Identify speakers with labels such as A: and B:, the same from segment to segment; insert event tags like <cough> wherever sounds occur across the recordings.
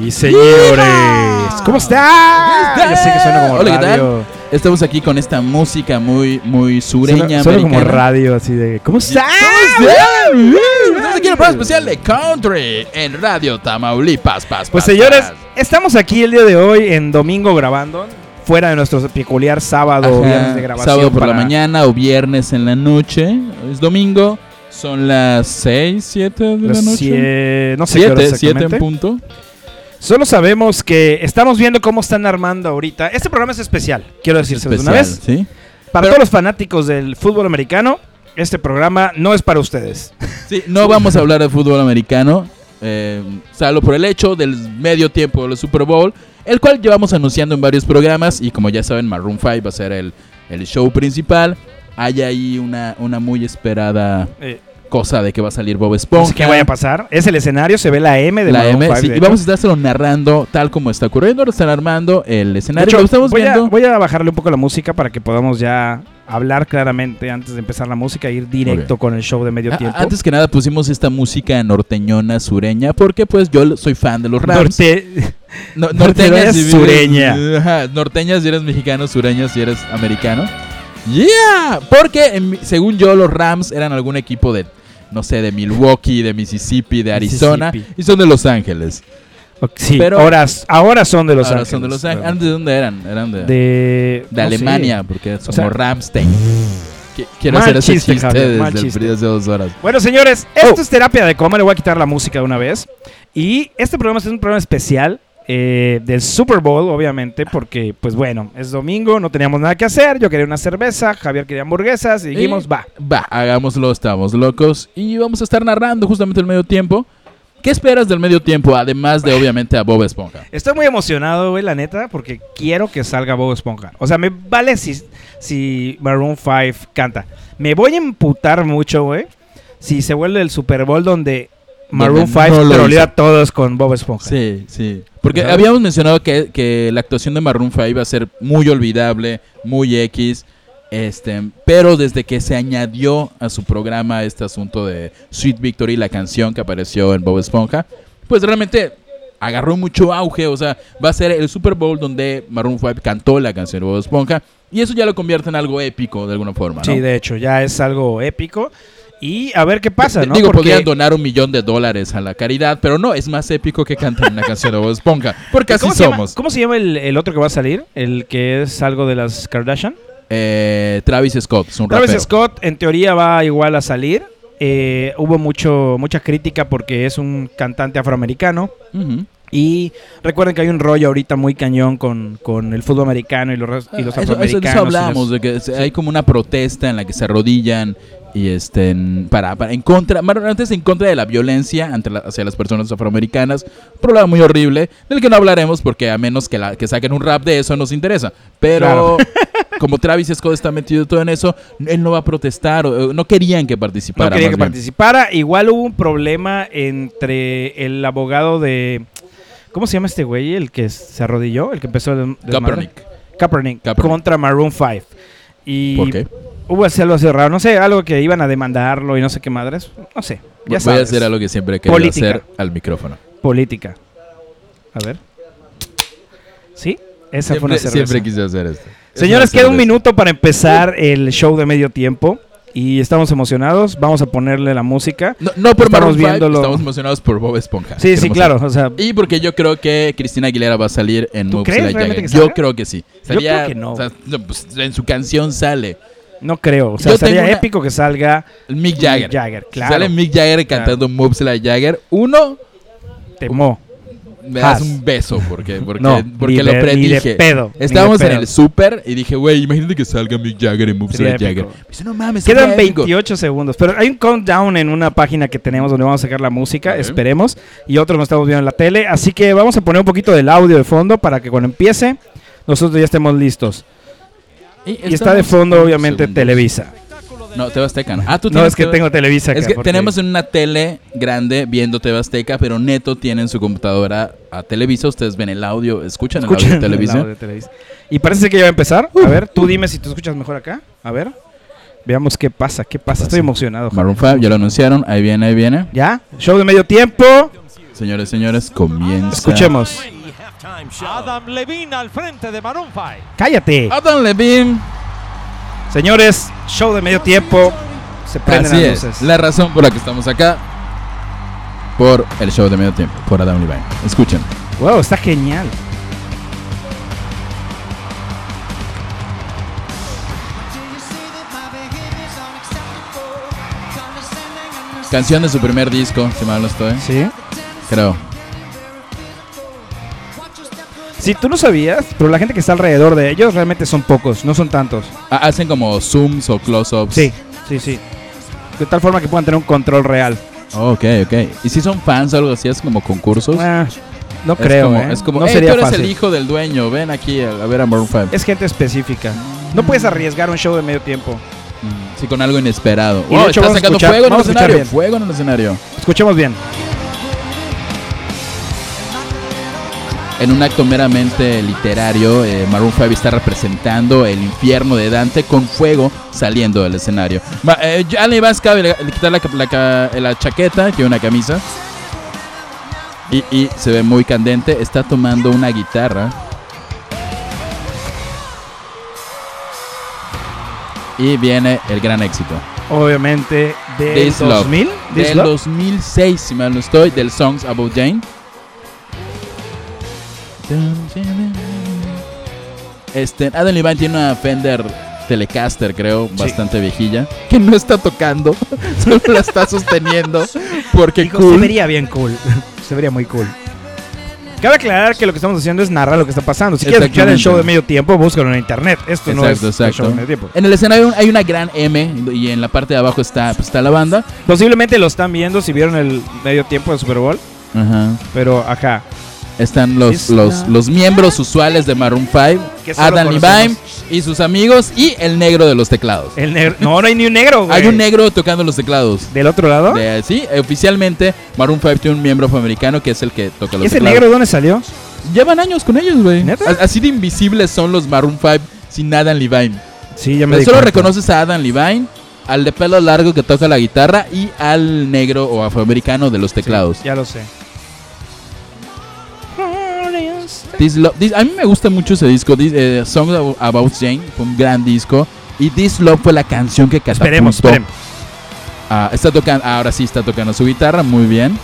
A: Sí, señores. ¿Cómo están?
B: ¿Cómo están?
A: Ya sé que suena como
B: Hola, ¿qué tal?
A: radio.
B: Estamos aquí con esta música muy, muy
A: Suena,
B: sureña.
A: suena como ¡Ah,
B: americana.
A: radio, así de. ¿Cómo están?
B: Estamos aquí en el programa especial de Country en Radio Tamaulipas. Paz,
A: Pues
B: paz,
A: señores,
B: paz.
A: estamos aquí el día de hoy en domingo grabando. Fuera de nuestro peculiar sábado,
B: Ajá,
A: viernes de grabación.
B: Sábado por la
A: para-
B: mañana o viernes en la noche. Es domingo. Son las 6, 7 de la
A: las
B: noche.
A: sie- no sé qué hora
B: 7, 7 en
A: exactamente.
B: punto.
A: Solo sabemos que estamos viendo cómo están armando ahorita. Este programa es especial, quiero decirse de una
B: Especial,
A: vez.
B: ¿sí?
A: Para
B: Pero-
A: todos los fanáticos del fútbol americano, este programa no es para
B: <laughs>
A: ustedes.
B: Sí, no vamos a hablar de fútbol americano, eh, salvo por el hecho del medio tiempo del Super Bowl, el cual llevamos anunciando en varios programas y como ya saben, Maroon 5 va a ser el, el show principal. Hay ahí una, una muy esperada
A: Eh,
B: cosa de que va a salir Bob
A: no
B: Esponja.
A: sé qué vaya a pasar. Es el escenario, se ve la M de
B: la
A: Maroon
B: M,
A: five,
B: sí,
A: de
B: y
A: hecho.
B: vamos a estárselo narrando tal como está ocurriendo, lo están armando el
A: De
B: escenario.
A: hecho,
B: lo estamos
A: voy,
B: viendo.
A: A, voy a bajarle un poco la música para que podamos ya hablar claramente antes de empezar la música e ir directo con el show de medio
B: A-
A: tiempo.
B: Ah, Antes que nada pusimos esta música norteñona sureña porque pues yo soy fan de los Rams.
A: Norte- <laughs>
B: No-
A: Norteña
B: norteña
A: es
B: si eres-
A: sureña.
B: Ajá, norteña si eres mexicano, sureña si eres americano. Yeah, porque en mi- según yo los Rams eran algún equipo de no sé, de Milwaukee, de Mississippi, de Arizona
A: Mississippi.
B: y son de Los Ángeles.
A: sí,
B: Pero-
A: ahora, ahora son de Los
B: Ahora
A: Ángeles.
B: son de Los Ángeles. Antes de dónde eran? Eran de,
A: De,
B: de
A: no sé.
B: Alemania, porque es
A: O
B: como
A: sea-
B: Ramstein. Qui- Quiero
A: Mal
B: hacer ese
A: chiste,
B: chiste,
A: Javier, mal
B: desde el
A: chiste.
B: frío hace dos horas.
A: Bueno, señores, esto
B: Oh.
A: es terapia de coma. Le voy a quitar la música de una vez. Y este programa es un programa especial eh, del Super Bowl, obviamente, porque, pues bueno, es domingo, no teníamos nada que hacer. Yo quería una cerveza, Javier quería hamburguesas y dijimos,
B: Y-
A: va.
B: Va, hagámoslo, estamos locos. Y vamos a estar narrando justamente el medio tiempo. ¿Qué esperas del medio tiempo? Además de obviamente a Bob Esponja.
A: Estoy muy emocionado, güey, la neta, porque quiero que salga Bob Esponja. O sea, me vale si, si Maroon 5 canta. Me voy a emputar mucho, güey, si se vuelve el Super Bowl donde Maroon
B: Donde no
A: 5
B: lo
A: troleó
B: hizo.
A: a todos con Bob Esponja.
B: Sí, sí. Porque
A: ¿Verdad?
B: habíamos mencionado que, que la actuación de Maroon 5 iba a ser muy olvidable, muy X. Este, pero desde que se añadió a su programa este asunto de Sweet Victory, la canción que apareció en Bob Esponja, pues realmente agarró mucho auge. O sea, va a ser el Super Bowl donde Maroon 5 cantó la canción de Bob Esponja. Y eso ya lo convierte en algo épico de alguna forma. ¿no?
A: Sí, de hecho, ya es algo épico. Y a ver qué pasa,
B: D-
A: ¿no?
B: Digo,
A: Porque-
B: podrían donar un millón de dólares a la caridad, pero no, es más épico que cantar una canción de Bob Esponja. Porque así
A: ¿Cómo se llama-
B: somos.
A: ¿Cómo se llama el, el otro que va a salir? El que es algo de las Kardashian.
B: Eh, Travis Scott, es un
A: Travis
B: rapero.
A: Scott, en teoría, va igual a salir. Eh, hubo mucho, mucha crítica porque es un cantante afroamericano.
B: Ujú.
A: Y recuerden que hay un rollo ahorita muy cañón con, con el fútbol americano y los, res- y los
B: Ah, eso- eso-
A: afroamericanos.
B: de eso hablamos,
A: y los-
B: de que se- hay como una protesta en la que se arrodillan y este en- para, para- en contra, bueno, antes en contra de la violencia ante la- hacia las personas afroamericanas, un problema muy horrible del que no hablaremos porque a menos que, la- que saquen un rap de eso nos interesa, pero <laughs> como Travis Scott está metido todo en eso, él no va a protestar, o- o no querían que participara.
A: no quería que
B: más bien.
A: participara. Igual hubo un problema entre el abogado de. ¿Cómo se llama este güey? El que se arrodilló, el que empezó el. desmadre.
B: Kaepernick.
A: Kaepernick,
B: Kaepernick.
A: contra Maroon 5. Y
B: ¿Por qué?
A: Hubo así algo así raro, no sé, algo que iban a demandarlo y no sé qué madres. No sé, ya
B: Voy
A: sabes.
B: a hacer algo que siempre he querido
A: Política.
B: hacer al micrófono.
A: Política. A ver. ¿Sí? Esa fue una cerveza.
B: Siempre, siempre quise hacer esto. Es
A: Señores,
B: una
A: queda un
B: cerveza.
A: minuto para empezar el show de medio tiempo y estamos emocionados. Vamos a ponerle la música.
B: No, no por
A: Estamos
B: Maroon five,
A: viéndolo.
B: estamos emocionados por Bob Esponja.
A: Sí, sí,
B: Queremos
A: claro. O sea,
B: saber. Y porque yo creo que Cristina Aguilera va a salir en
A: ¿Tú
B: Moves
A: crees
B: Like
A: realmente
B: Jagger.
A: que
B: Yo
A: salga?
B: creo que sí. Estaría-
A: creo que no.
B: o sea, no, pues, en su canción sale
A: no creo. O sea,
B: Yo tengo
A: sería
B: una-
A: épico que salga
B: Mick Jagger.
A: claro.
B: Sale Mick Jagger
A: Claro.
B: cantando Moves Like Jagger. Uno,
A: Temó.
B: me das
A: Has.
B: un beso
A: <laughs>
B: porque, porque,
A: No,
B: porque
A: ni
B: lo
A: de- ni de
B: predije.
A: pedo. ni de
B: Estábamos en
A: pedo.
B: el súper y dije, güey, imagínate que salga Mick Jagger en Moves
A: Sería
B: Like Jagger.
A: épico.
B: Me dice, no mames,
A: Quedan
B: sería épico.
A: 28 segundos, pero hay un countdown en una página que tenemos donde vamos a sacar la música,
B: Ok.
A: esperemos, y otros no estamos viendo en la tele, así que vamos a poner un poquito del audio de fondo para que cuando empiece nosotros ya estemos listos. Y está de
B: estamos
A: fondo
B: en
A: obviamente
B: segundos.
A: Televisa.
B: No, te Azteca. Ah, tú
A: No
B: tienes
A: es que
B: TV
A: tengo Televisa.
B: Es
A: acá,
B: que
A: porque-
B: tenemos en una tele grande viendo TV Azteca, pero Neto tiene en su computadora a Televisa. Ustedes ven el audio, escuchan el
A: escuchen
B: audio de Televisa. Uh.
A: el audio de Televisa. Y parece que ya va a empezar. A ver, tú dime si tú escuchas mejor acá. A ver. Veamos qué pasa, qué pasa. Estoy emocionado.
B: Maroon 5, ya lo anunciaron. Ahí viene, ahí viene.
A: ¿Ya? Show de medio tiempo.
B: Señores, señores, comienza.
A: Escuchemos.
C: Adam Levine al frente de Maroon Ah. 5.
A: ¡Cállate!
B: Adam Levine.
A: Señores, show de medio tiempo. Se prenden
B: Así
A: las
B: es.
A: luces.
B: La razón por la que estamos acá. Por el show de medio tiempo. Por Adam Levine. Escuchen.
A: Wow, está genial.
B: Canción de su primer disco, si mal no estoy.
A: Sí.
B: Creo.
A: Si tú no sabías, pero la gente que está alrededor de ellos realmente son pocos, no son tantos.
B: Ha- Ah, Hacen como zooms o close-ups.
A: Sí, sí, sí. De tal forma que puedan tener un control real.
B: Oh, ok, ok. ¿Y si son fans o algo así? ¿Es como concursos?
A: Ah, no
B: Es
A: creo,
B: como-
A: ¿eh?
B: Es como,
A: no
B: "Hey,
A: sería
B: tú eres
A: fácil.
B: el hijo del dueño, ven aquí a, a ver a Maroon 5.
A: Es gente específica. No puedes arriesgar un show de medio tiempo.
B: Mm, Sí, con algo inesperado.
A: Y de
B: Wow,
A: hecho,
B: está
A: vamos a
B: sacando
A: escuchar-
B: fuego en el
A: vamos a escuchar
B: escenario.
A: bien.
B: Fuego en el escenario.
A: Escuchemos bien.
B: En un acto meramente literario, eh, Maroon 5 está representando el infierno de Dante con fuego saliendo del escenario. Ma- eh, ya le vas a le quitar la, ca- la ca- la chaqueta, que una camisa. Y, y se ve muy candente. Está tomando una guitarra. Y viene el gran éxito.
A: Obviamente, del
B: This Love.
A: 2000. This
B: Del
A: Love.
B: 2006, si mal no estoy, del Songs About Jane. Este, Adam Levine tiene una Fender Telecaster, creo, bastante viejilla, que no está tocando, <laughs> solo la está sosteniendo, porque
A: Digo, Se
B: cool.
A: vería bien cool. <laughs> se vería muy cool. Cabe aclarar que lo que estamos haciendo es narrar lo que está pasando. Si quieres escuchar el
B: Exactamente.
A: show de medio tiempo, búscalo en internet. Esto no es
B: Exacto,
A: el show
B: exacto.
A: de medio tiempo.
B: En el escenario hay una gran M y en la parte de abajo está, pues, está la banda.
A: Posiblemente lo están viendo si vieron el medio tiempo de Super Bowl,
B: Ajá.
A: pero ajá.
B: Están los,
A: Sí,
B: los,
A: está.
B: los miembros usuales de Maroon 5,
A: Que solo
B: Adam Levine
A: conocemos.
B: y sus amigos y el negro de los teclados.
A: El negro. No, no hay ni un negro, güey.
B: Hay un negro tocando los teclados.
A: ¿Del otro lado?
B: De- sí, eh, oficialmente Maroon 5 tiene un miembro afroamericano que es el que toca los
A: ¿Ese
B: teclados.
A: negro de dónde salió?
B: Llevan años con ellos, güey.
A: ¿Neta?
B: A- Así de invisibles son los Maroon 5 sin Adam Levine.
A: Sí, ya me
B: Pero
A: di
B: solo
A: cuenta.
B: reconoces a Adam Levine, al de pelo largo que toca la guitarra y al negro o afroamericano de los
A: Sí,
B: teclados.
A: ya lo sé.
B: This Love- This- a mí me gusta mucho ese disco. This, eh, Song About Jane fue un gran disco. Y This Love fue la canción que catapultó.
A: Esperemos, esperemos.
B: Ah, está tocando, ahora sí está tocando su guitarra, muy bien.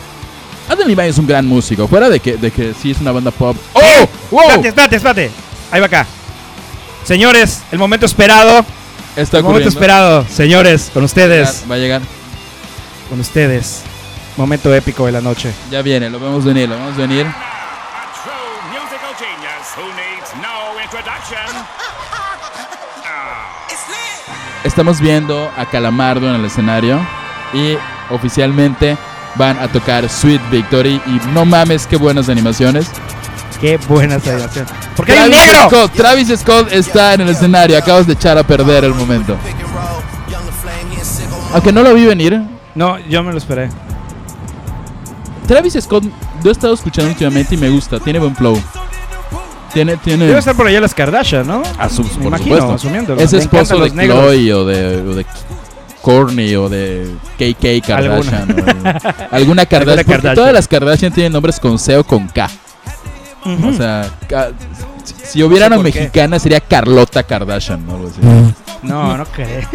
B: Adam Levine es un gran músico, fuera de que, de que sí es una banda pop. ¡Oh! ¡Wow!
A: Espérate, espérate, espérate. Ahí va acá. Señores, el momento esperado.
B: Está
A: el momento
B: ocurriendo.
A: esperado. Señores, con ustedes.
B: Va a llegar.
A: Con ustedes. Momento épico de la noche.
B: Ya viene, lo vemos venir, lo vemos venir.
D: A true musical genius who needs no introduction.
B: Estamos viendo a Calamardo en el escenario y oficialmente van a tocar Sweet Victory y no mames qué buenas animaciones.
A: Qué buena celebración. Porque hay un negro.
B: Scott, Travis Scott está en el escenario, acabas de echar a perder el momento. Aunque no lo vi venir,
A: No, yo me lo esperé.
B: Travis Scott lo he estado escuchando últimamente y me gusta, tiene buen flow. Tiene, tiene.
A: Debe estar por allá las Kardashian, ¿no?
B: Asum-
A: Me
B: por
A: imagino,
B: supuesto.
A: asumiéndolo.
B: Es
A: Le
B: esposo
A: encantan
B: de
A: los negros.
B: Chloe o de, o de Kourtney o de KK Kardashian.
A: <laughs>
B: o de- Alguna, Kardashian.
A: Alguna
B: porque
A: Kardashian.
B: Todas las Kardashian tienen nombres con C o con K.
A: Ujú.
B: O sea, Ka- si, si hubiera
A: No sé
B: una
A: por qué.
B: mexicana sería Carlota Kardashian. ¿no? Algo así.
A: No, no <laughs> crees.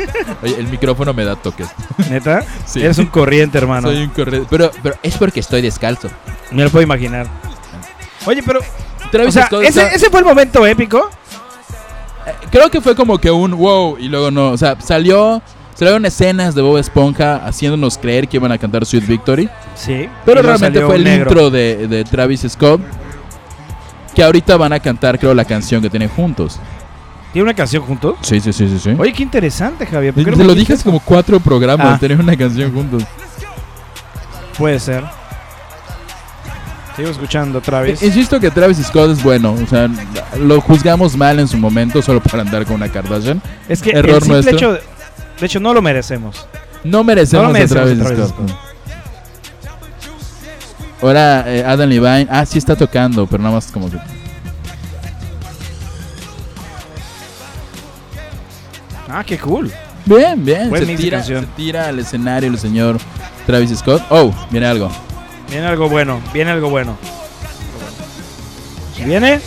B: Oye, el micrófono me da toques.
A: ¿Neta?
B: Sí.
A: Eres un corriente, hermano.
B: Soy un corre- pero, pero es porque estoy descalzo.
A: Me lo puedo imaginar. Oye, pues, pero. O
B: Travis
A: sea,
B: Scott
A: ese,
B: está-
A: ese fue el momento épico.
B: Creo que fue como que un wow y luego no. O sea, salió. Salieron escenas de Bob Esponja haciéndonos creer que iban a cantar Sweet Victory.
A: Sí.
B: Pero
A: Y luego
B: realmente
A: salió
B: fue
A: un
B: el
A: negro.
B: intro de, de Travis Scott. Que ahorita van a cantar, creo, la canción que tienen juntos.
A: ¿Tiene una canción juntos?
B: Sí, sí, sí, sí. sí.
A: Oye, qué interesante, Javier. ¿Por
B: Te
A: qué no
B: te
A: me
B: lo dije
A: dijiste
B: hace como cuatro programas,
A: Ah.
B: tener una canción juntos.
A: eso? Puede ser. Sigo escuchando Travis.
B: Eh, Insisto que Travis Scott es bueno. O sea, lo juzgamos mal en su momento solo para andar con una Kardashian.
A: Es que
B: error
A: el simple
B: nuestro.
A: hecho. De, de hecho, no lo merecemos.
B: No merecemos,
A: No lo merecemos
B: a Travis,
A: a Travis
B: Scott. Ahora eh, Adam Levine, ah, sí está tocando, pero nada más como que.
A: Ah, qué cool.
B: Bien, bien.
A: Buen
B: Se
A: mix de
B: tira,
A: canción.
B: se tira al escenario el señor Travis Scott. Oh, viene algo.
A: Viene algo bueno, viene algo bueno. ¿Viene?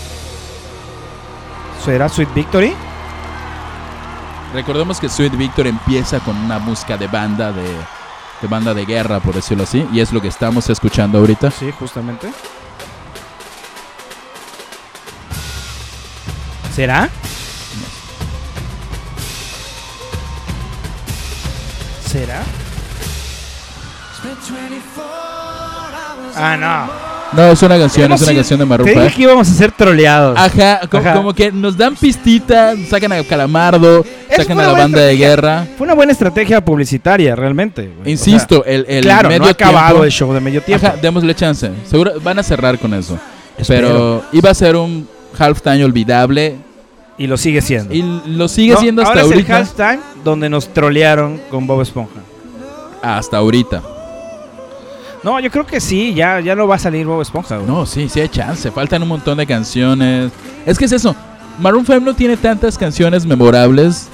A: ¿Será Sweet Victory?
B: Recordemos que Sweet Victor empieza con una música de banda de, de banda de guerra, por decirlo así, y es lo que estamos escuchando ahorita.
A: Sí, justamente. ¿Será? ¿Será? Ah, no.
B: No, es una canción, es una
A: Sí,
B: canción de Maroon
A: Te dije
B: five. Ah.
A: que íbamos a ser troleados.
B: Ajá, co-
A: Ajá.
B: como que nos dan pistita, sacan a Calamardo, sacan
A: fue
B: a la
A: una
B: banda
A: buena
B: de guerra.
A: Fue una buena estrategia publicitaria, realmente. güey. O sea,
B: Insisto, el, el
A: claro,
B: medio
A: no ha acabado
B: tiempo-
A: el show de medio tiempo.
B: Ajá, démosle chance. Seguro van a cerrar con eso.
A: Espero.
B: Pero iba a ser un halftime olvidable
A: y lo sigue siendo.
B: y lo sigue
A: No,
B: siendo hasta
A: ahora
B: ahorita.
A: es el halftime donde nos trolearon con Bob Esponja.
B: Hasta ahorita.
A: No, yo creo que sí, ya, ya no va a salir Bob Esponja. güey.
B: No, sí, sí hay chance. Faltan un montón de canciones. Es que es eso. Maroon 5 no tiene tantas canciones memorables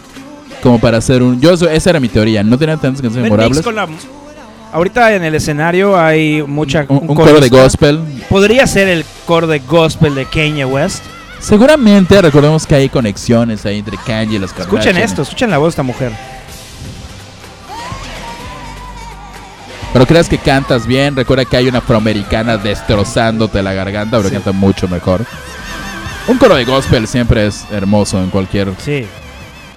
B: como para hacer un. Yo, eso- esa era mi teoría. No tenía tantas canciones
A: El mix
B: memorables.
A: con la- Ahorita en el escenario hay mucha
B: Un, un coro de
A: corista.
B: gospel.
A: Podría ser el coro de gospel de Kanye West.
B: Seguramente recordemos que hay conexiones ahí entre Ah, Kanye y las Kardashian.
A: Escuchen esto, escuchen la voz de esta mujer.
B: Pero creas que cantas bien. Recuerda que hay una afroamericana destrozándote la garganta, pero
A: Sí.
B: canta mucho mejor. Un coro de gospel siempre es hermoso en cualquier.
A: Sí.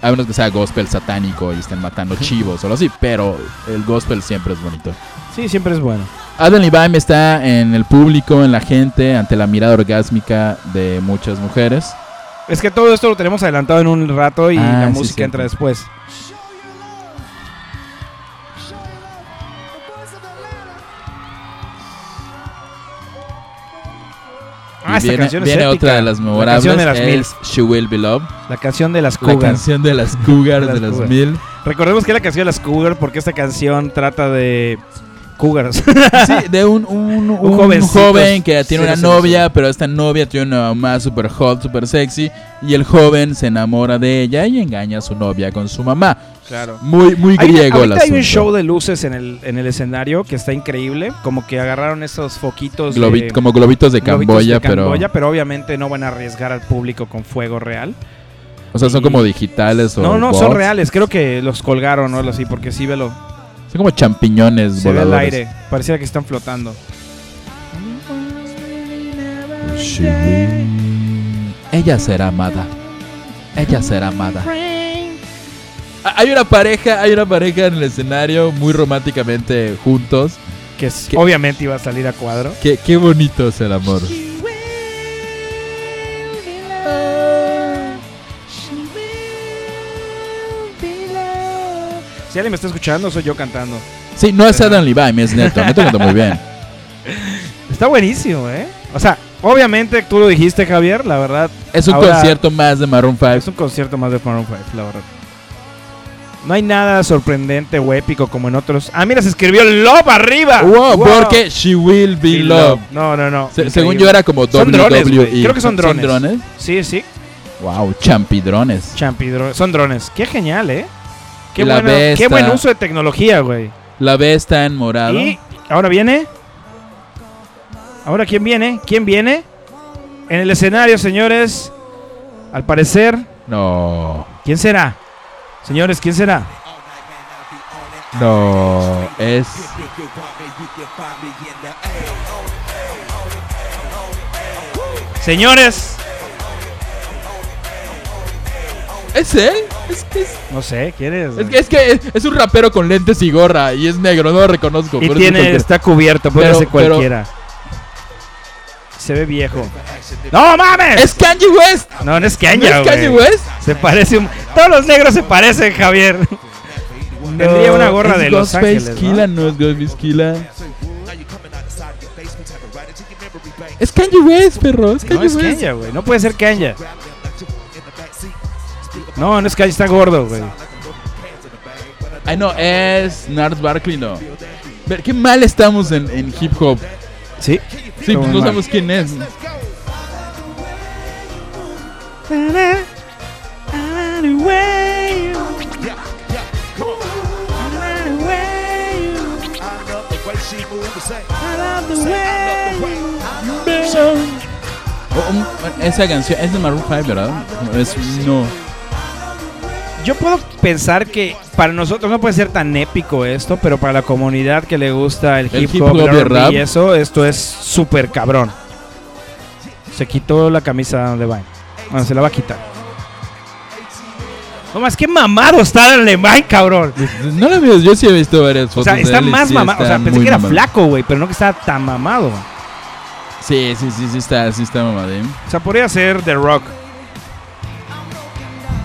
B: A menos que sea gospel satánico y estén matando chivos o algo así, pero el gospel siempre es bonito.
A: Sí, siempre es bueno.
B: Adam Levine está en el público, en la gente, ante la mirada orgásmica de muchas mujeres.
A: Es que todo esto lo tenemos adelantado en un rato y
B: Ah,
A: la
B: sí,
A: música
B: cierto.
A: entra después. Ah, esta
B: viene
A: canción es
B: viene
A: épica.
B: otra de las memorables,
A: La canción de las mil.
B: es She Will Be Loved,
A: La canción de las
B: la
A: Cougars.
B: canción de las Cougars
A: De
B: de
A: las
B: las
A: Cougars.
B: mil.
A: Recordemos que es la canción de las Cougars porque esta canción trata de
B: <laughs>
A: Cougars.
B: Sí, de un, un, un
A: jovencito.
B: joven que tiene
A: Sí,
B: una
A: sí,
B: novia, pero esta novia tiene una mamá super hot, super sexy, y el joven se enamora de ella y engaña a su novia con su mamá.
A: claro.
B: Muy, muy
A: Hay,
B: griego el
A: ahorita hay
B: asunto.
A: un show de luces en el, en el escenario que está increíble. Como que agarraron esos foquitos de-
B: Globi- como globitos de
A: globitos
B: Camboya,
A: de Camboya,
B: pero...
A: pero obviamente no van a arriesgar al público con fuego real.
B: O sea, son
A: y-
B: como digitales o
A: No, no, son
B: bots.
A: reales. Creo que los colgaron o algo así, porque sí, velo.
B: Son como champiñones
A: Se ve el
B: voladores.
A: aire. Pareciera que están flotando.
B: Sí. Ella será amada. Ella será amada. Ah, Hay una pareja, hay una pareja en el escenario muy románticamente juntos.
A: Que es-
B: ¿Qué?
A: obviamente iba a salir a cuadro.
B: Qué, qué bonito es el amor.
A: Si alguien me está escuchando, soy yo cantando.
B: Sí, no es Adam Levine, es Neto. Neto canta muy bien.
A: Está buenísimo, ¿eh? O sea, obviamente tú lo dijiste, Javier. La verdad,
B: Es un
A: Ahora-
B: concierto más de Maroon 5.
A: es un concierto más de Maroon 5, la verdad. No hay nada sorprendente o épico como en otros. Ah, mira, se escribió Love arriba.
B: Wow,
A: Wow.
B: porque She Will Be
A: Sí,
B: Loved.
A: No, no, no.
B: Se-
A: Increíble.
B: según yo era como
A: Son drones,
B: WWE.
A: güey. Creo que son drones.
B: drones?
A: Sí, sí.
B: Wow, champidrones.
A: Champi, dro- son drones. Qué genial, ¿eh? Qué,
B: Y la
A: buena-
B: ve
A: qué
B: esta-
A: buen uso de tecnología, güey.
B: La B está en morado.
A: Y ahora viene. Ahora, ¿quién viene? ¿Quién viene? En el escenario, señores. Al parecer,
B: No.
A: ¿quién será? Señores, ¿quién será?
B: No. Es.
A: Señores,
B: ¿Es él? Es que es,
A: no sé, ¿quién es?
B: es que, es, que es- es un rapero con lentes y gorra y es negro, no lo reconozco.
A: y
B: por eso
A: tiene,
B: cualquiera.
A: está cubierto, puede
B: Pero-
A: ser
B: pero-
A: cualquiera. Se ve viejo. ¡No mames!
B: ¡Es Kanye West!
A: no, no es
B: ¿No
A: Kanye,
B: es Kanye
A: güey.
B: West?
A: Se parece un... Todos los negros se parecen, Javier. Tendría una gorra
B: ¿Es
A: de Los
B: Ghostface
A: Ángeles, ¿no?
B: Killah? ¿no? es Ghostface Killah. Es Kanye West, perro. Es Kanye
A: No es
B: West.
A: Kenya, güey. No puede ser Kenya. No, no es Kenya, está gordo, güey.
B: Ay, no, es Nars Barkley, no. Ver, qué mal estamos en, en hip hop.
A: Sí.
B: Sí,
A: Estamos
B: pues no
A: mal.
B: sabemos quién es.
E: she moved to say.
B: Oh, mm, esa canción es de Maroon 5, ¿verdad? Es, no.
A: Yo puedo pensar que para nosotros no puede ser tan épico esto, pero para la comunidad que le gusta el,
B: El
A: hip
B: hip
A: hop,
B: hop y
A: el
B: el rap.
A: R&B y eso, esto es súper cabrón. Se quitó la camisa de Vine. Bueno, se la va a quitar. No más que mamado está el Levine, cabrón.
B: No la veo, yo sí he visto varias
A: O
B: fotos.
A: sea,
B: de
A: está
B: Pues él y
A: más
B: sí
A: mamado. O sea,
B: está
A: pensé
B: muy
A: que era
B: mamado.
A: flaco, güey, pero no que estaba tan mamado. O
B: Sí, sí, sí, sí está, sí está mamadín.
A: sea, podría ser The Rock.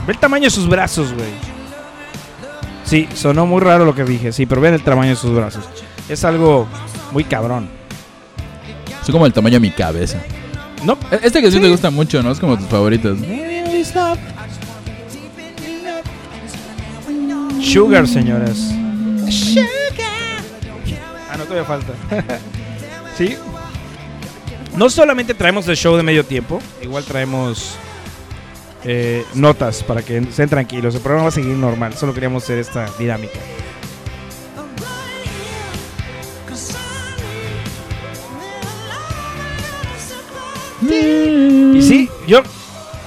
A: Ve el tamaño de sus brazos, güey. Sí, sonó muy raro lo que dije, sí, pero vean el tamaño de sus brazos. Es algo muy cabrón.
B: Son como el tamaño de mi cabeza.
A: No,
B: E- Esta canción te gusta mucho, ¿no? Es como tus favoritas.
A: Sugar, señores. Ah, no, todavía falta. <laughs> sí. No solamente traemos el show de medio tiempo, igual traemos eh, notas para que estén tranquilos. El programa va a seguir normal, solo queríamos hacer esta dinámica. Y sí, yo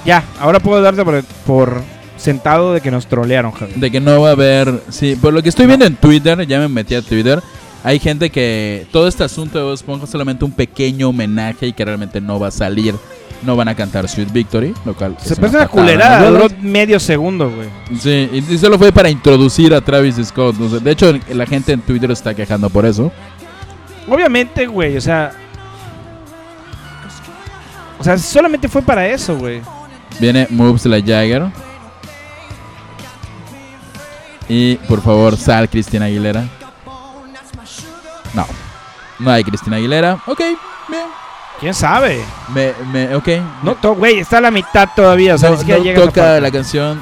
A: ya, ahora puedo darte por, por sentado de que nos trolearon, Javi.
B: De que no va a haber. Sí, por lo que estoy viendo en Twitter, ya me metí a Twitter. Hay gente que todo este asunto de Bob Esponja es solamente un pequeño homenaje y que realmente no va a salir. No van a cantar Sweet Victory, lo cual.
A: Se
B: es una
A: parece una
B: patada.
A: culerada, duró medio segundo, güey.
B: Sí, y y solo fue para introducir a Travis Scott. no sé. de hecho, la gente en Twitter está quejando por eso.
A: Obviamente, güey, o sea. O sea, solamente fue para eso, güey.
B: Viene Moves la Jagger. Y por favor, sal Cristina Aguilera. No, no hay Cristina Aguilera. Ok, bien.
A: ¿Quién sabe?
B: Me, me, ok.
A: No, to- güey, está a la mitad todavía, o sea,
B: No-
A: ni siquiera
B: no
A: llega a
B: toca
A: parte.
B: la canción.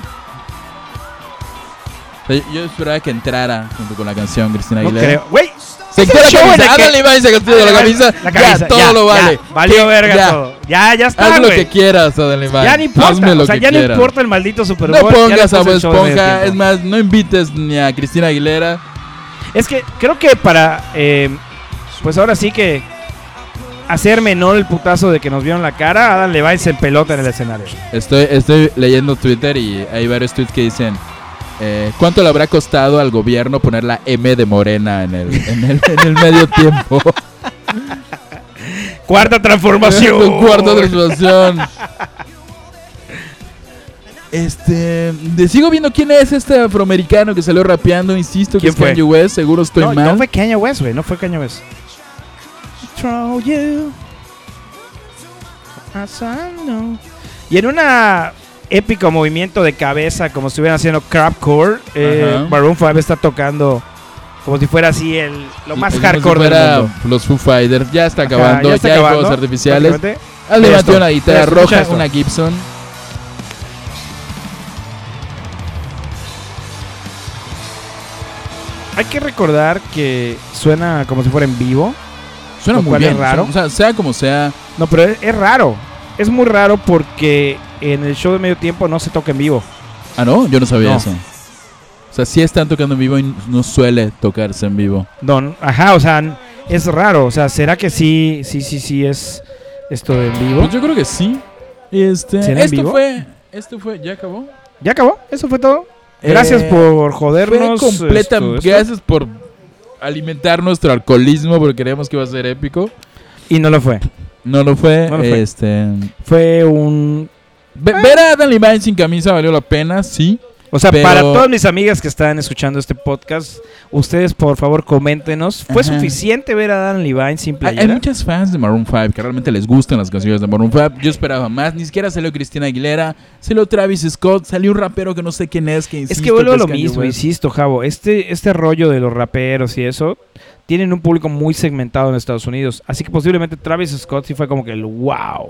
B: O sea, Yo esperaba que entrara junto con la canción Cristina
A: No
B: Aguilera.
A: creo, güey.
B: Se
A: Es el
B: quitó la
A: show en
B: camisa.
A: el que- Ah,
B: Ándale, Iván, se quitó ¿eh? la camisa.
A: La camisa,
B: Ya, todo lo vale.
A: ya, valió verga
B: Ya.
A: todo. Ya, ya
B: Haz
A: está,
B: lo que
A: güey.
B: quieras, Adel Iván.
A: Ya no importa,
B: Hazme lo
A: o sea,
B: que
A: ya no
B: quieras.
A: importa el maldito Super Bowl.
B: No
A: ya le
B: pongas a
A: puse
B: Bob
A: el show de medio
B: Esponja,
A: tiempo.
B: es más, no invites ni a Cristina Aguilera.
A: Es que creo que para, eh, pues ahora sí que hacer menor el putazo de que nos vieron la cara, Adam Levine se pelota en el escenario.
B: Estoy, estoy leyendo Twitter y hay varios tweets que dicen eh, ¿Cuánto le habrá costado al gobierno poner la M de Morena en el, en el, en el medio tiempo?
A: <laughs> Cuarta transformación.
B: <laughs> Un cuarto de transformación. Este, de- sigo viendo quién es este afroamericano que salió rapeando, insisto, que
A: ¿Quién
B: es Kanye West, seguro estoy
A: no,
B: mal.
A: no fue Kanye West, güey, no fue Kanye West. Throw you as I know. Y en una épico movimiento de cabeza, como si estuvieran haciendo crapcore, eh,
B: Ajá.
A: Maroon 5 está tocando como si fuera así el lo más
B: Como si
A: hardcore
B: fuera
A: del mundo.
B: Los Foo Fighters ya está
A: Ajá,
B: acabando, ya,
A: está
B: hay
A: acabando,
B: juegos artificiales.
A: prácticamente.
B: Has
A: Mira
B: levantado
A: esto,
B: una guitarra
A: mira esto, escucha
B: roja,
A: esto.
B: una Gibson.
A: Hay que recordar que suena como si fuera en vivo.
B: Suena
A: Lo
B: muy
A: cual es
B: bien.
A: raro.
B: O sea, sea como sea,
A: No, pero es, es raro. Es muy raro porque en el show de medio tiempo no se toca en vivo.
B: Ah, no, yo no sabía
A: No.
B: eso. O sea, sí están tocando en vivo y no suele tocarse en vivo.
A: No, n- ajá, o sea, n- es raro. O sea, ¿será que sí, sí, sí, sí es esto de en vivo?
B: Pues yo creo que sí. Este,
A: ¿Será en
B: esto
A: vivo?
B: fue, esto fue, ya acabó.
A: ¿Ya acabó? ¿Eso fue todo? Gracias
B: Eh,
A: por
B: Fue
A: jodernos.
B: completa,
A: esto, esto.
B: gracias por alimentar nuestro alcoholismo porque creíamos que iba a ser épico.
A: Y no lo fue.
B: No lo fue.
A: No lo fue.
B: Este,
A: Fue un...
B: ve- ver a Adam Levine sin camisa valió la pena, sí.
A: O sea,
B: Pero-
A: para todas mis amigas que están escuchando este podcast, ustedes por favor coméntenos. ¿Fue
B: Ajá.
A: suficiente ver a Dan Levine sin
B: Hay,
A: playera?
B: hay muchas fans de Maroon 5 que realmente les gustan las canciones de Maroon 5. Yo esperaba más. Ni siquiera salió Cristina Aguilera, salió Travis Scott, salió un rapero que no sé quién es. Que
A: Es
B: insisto,
A: que vuelvo a
B: es
A: lo
B: Kanye
A: mismo,
B: West.
A: insisto, Javo. Este, este rollo de los raperos y eso tienen un público muy segmentado en Estados Unidos. Así que posiblemente Travis Scott sí fue como que el wow.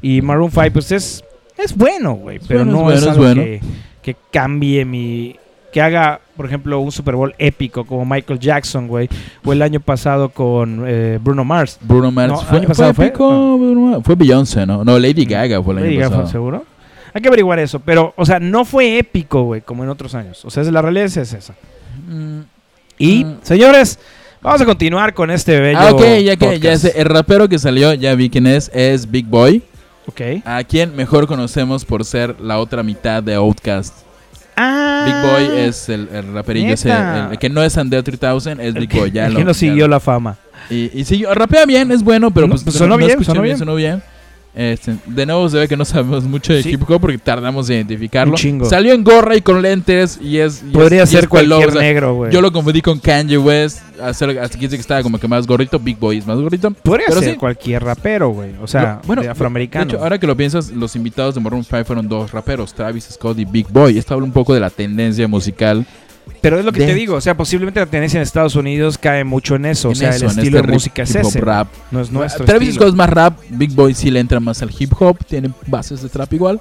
A: Y Maroon 5, pues es, es bueno, güey. Pero
B: bueno,
A: no
B: es bueno,
A: es,
B: es
A: algo
B: bueno.
A: Que, que cambie mi. Que haga, por ejemplo, un Super Bowl épico como Michael Jackson, güey. O el año pasado con eh, Bruno Mars.
B: Bruno Mars
A: No,
B: fue,
A: ¿año pasado
B: fue
A: fue? Mm,
B: épico, Bruno Mars. Fue Beyoncé, ¿no? No, Lady Gaga fue el año
A: Lady Gaga,
B: pasado.
A: ¿Seguro? Hay que averiguar eso. Pero, o sea, no fue épico, güey, como en otros años. O sea, es- la realidad es esa.
B: Mm,
A: Y,
B: Mm.
A: señores, Vamos a continuar con este bello.
B: Ah, ok, ya que
A: podcast.
B: ya sé, el rapero que salió, ya vi quién es, es Big Boy,
A: Ok.
B: a quien mejor conocemos por ser la otra mitad de Outcast.
A: Ah,
B: Big Boy es el, el raperillo ese,
A: neta.
B: el- el que no es Andeo 3000, es Big
A: que-
B: Boy,
A: <laughs>
B: ya
A: el
B: lo-
A: que nos
B: ya
A: siguió la fama.
B: Y, y sí, rapea bien, es bueno, pero
A: No,
B: pues,
A: pues, sonó bien,
B: escuché
A: sonó bien.
B: sonó bien. Este, de nuevo se ve que no sabemos mucho de
A: Sí.
B: hip hop porque tardamos en identificarlo.
A: Un chingo.
B: Salió en gorra y con lentes y es... y es- y
A: Podría
B: es
A: ser
B: pelón,
A: cualquier
B: o sea,
A: negro, güey.
B: Yo lo confundí con Kanye West, hasta hasta que dice que estaba como que más gorrito, Big Boy es más gorrito.
A: Podría
B: pero
A: ser
B: sí.
A: cualquier rapero, güey. O sea,
B: Lo- bueno,
A: de afroamericano.
B: De hecho, ahora que lo piensas, los invitados de Maroon 5 fueron dos raperos, Travis Scott y Big Boy. Esto habla un poco de la tendencia musical.
A: Pero es lo que
B: de-
A: te digo. O sea, posiblemente la tendencia en Estados Unidos cae mucho en eso. o
B: en
A: sea, el
B: eso, en
A: estilo
B: este
A: de música es
B: hip hop
A: ese.
B: rap.
A: No es nuestro.
B: Travis
A: estilo.
B: Scott es más rap, Big Boy sí le entra más al hip hop, tiene bases de trap igual,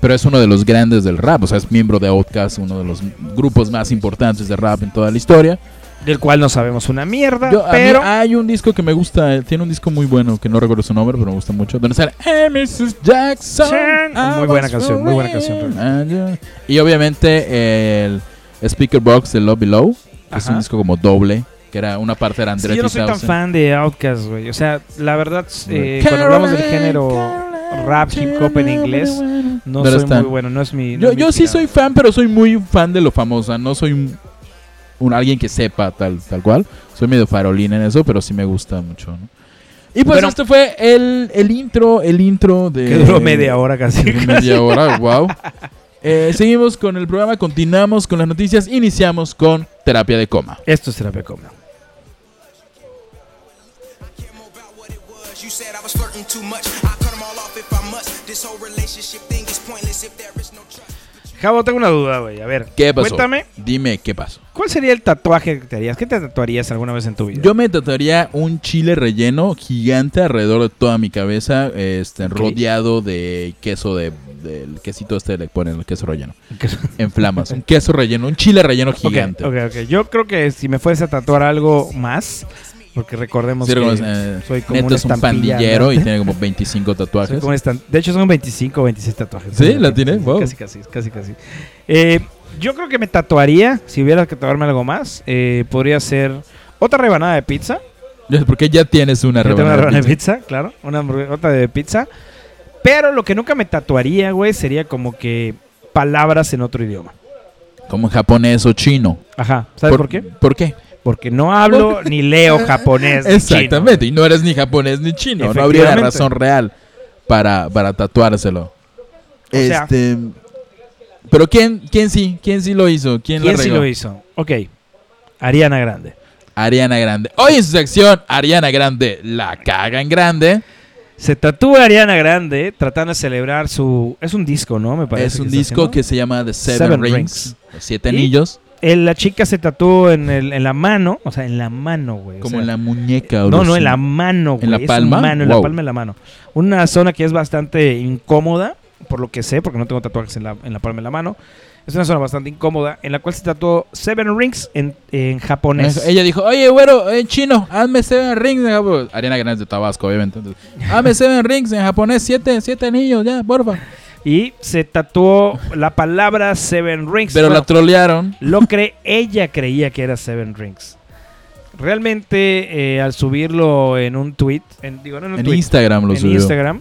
B: pero es uno de los grandes del rap, o sea, es miembro de Outkast, uno de los grupos más importantes de rap en toda la historia.
A: Del cual no sabemos una mierda.
B: Yo- a mí
A: pero.
B: hay un disco que me gusta, eh, tiene un disco muy bueno que no recuerdo su nombre, pero me gusta mucho, donde sale "Hey, Mrs. Jackson.
A: Chan.
B: I
A: Muy buena
B: was
A: canción, muy buena
B: rolling
A: canción,
B: and you-" Y obviamente el Speaker Box de Love Below, que es
A: Ajá.
B: un disco como doble, que era una parte de
A: Sí,
B: André
A: yo no soy tan
B: 3000.
A: fan de Outkast, güey. O sea, la verdad, eh, cuando hablamos del género rap, hip hop en inglés, no
B: Pero
A: soy
B: está-
A: muy bueno. No es mi. no
B: Yo,
A: es mi
B: yo sí
A: tirada.
B: soy fan, pero soy muy fan de lo famosa. No soy un, un alguien que sepa tal, tal cual. Soy medio farolina en eso, pero sí me gusta mucho. ¿no? Y pues
A: Bueno.
B: este fue el, el intro, el intro de...
A: Que duró media hora casi.
B: <laughs> de media hora, wow. Eh, seguimos con el programa, continuamos con las noticias, iniciamos con terapia de coma.
A: Esto es terapia coma.
E: care more about what it was. You said I was flirting too much. I cut them all off if I must. This whole relationship thing is pointless if there is no trust.
A: Javo, tengo una duda, güey. A ver.
B: ¿Qué pasó?
A: Cuéntame,
B: Dime qué pasó.
A: ¿cuál sería el tatuaje que te harías? ¿Qué te tatuarías alguna vez en tu vida? <laughs>
B: Yo me trataría un chile relleno gigante alrededor de toda mi cabeza, este, rodeado de queso de del quesito este le ponen el queso relleno. En flamas, un queso relleno, un chile relleno
A: Ok,
B: gigante.
A: ok, ok. Yo creo que si me fuese a tatuar algo más, porque recordemos
B: Sí,
A: que
B: reconoce- eh,
A: soy como
B: Neto
A: una
B: es un
A: estampilla
B: pandillero y
A: andante.
B: tiene como 25
A: Soy
B: tatuajes.
A: como una estan- De hecho, son 25 o 26 tatuajes.
B: ¿Sí? ¿La tiene? Wow.
A: Casi, casi, casi, casi. Eh, yo creo que me tatuaría, si hubiera que tatuarme algo más, eh, podría ser otra rebanada de pizza.
B: Porque ya tienes
A: <laughs>
B: una
A: Yo tengo una
B: rebanada de
A: rebanada de
B: pizza.
A: pizza, claro. Una hamburguesa de pizza. Pero lo que nunca me tatuaría, güey, sería como que palabras en otro idioma.
B: Como en japonés o chino.
A: Ajá. ¿Sabes por, qué?
B: ¿Por qué?
A: Porque no hablo ni
B: <laughs>
A: leo japonés. ni chino.
B: Exactamente, y no eres ni japonés ni chino. No habría una
A: Efectivamente.
B: razón real para, para tatuárselo.
A: sea-
B: este. Pero quién, quién sí, quién sí lo hizo, quién,
A: ¿Quién
B: la
A: sí
B: regó?
A: lo hizo? Ok. Ariana Grande.
B: Ariana Grande. Hoy en su sección, Ariana Grande la caga en grande.
A: Se tatúa Ariana Grande eh, tratando de celebrar su... Es un disco, ¿no? Me parece.
B: es un
A: está
B: disco
A: haciendo.
B: que se llama The Seven,
A: Seven
B: Rings,
A: Rings.
B: los siete
A: Y-
B: anillos,
A: Eh, la chica se tatuó en, el- en la mano. O sea, en la mano, güey. o
B: como
A: sea,
B: en la muñeca. o
A: No,
B: los-
A: no, en la mano, güey.
B: ¿En la
A: es
B: palma?
A: mano, en la
B: Wow.
A: palma de la mano. Una zona que es bastante incómoda, por lo que sé, porque no tengo tatuajes en la, en la palma de la mano. Es una zona bastante incómoda, en la cual se tatuó Seven Rings en, en japonés.
B: Ella dijo, oye, güero, eh, chino, hazme Seven Rings en japonés. Ariana Grande es de Tabasco, obviamente. entonces, hazme Seven Rings en japonés, siete, siete anillos, ya, porfa.
A: Y se tatuó la palabra Seven Rings.
B: Pero
A: Bueno,
B: la trolearon.
A: lo cree, ella creía que era Seven Rings. Realmente, eh, al subirlo en un tweet, en, digo, no en un
B: En
A: tweet,
B: Instagram lo
A: en
B: subió.
A: Instagram,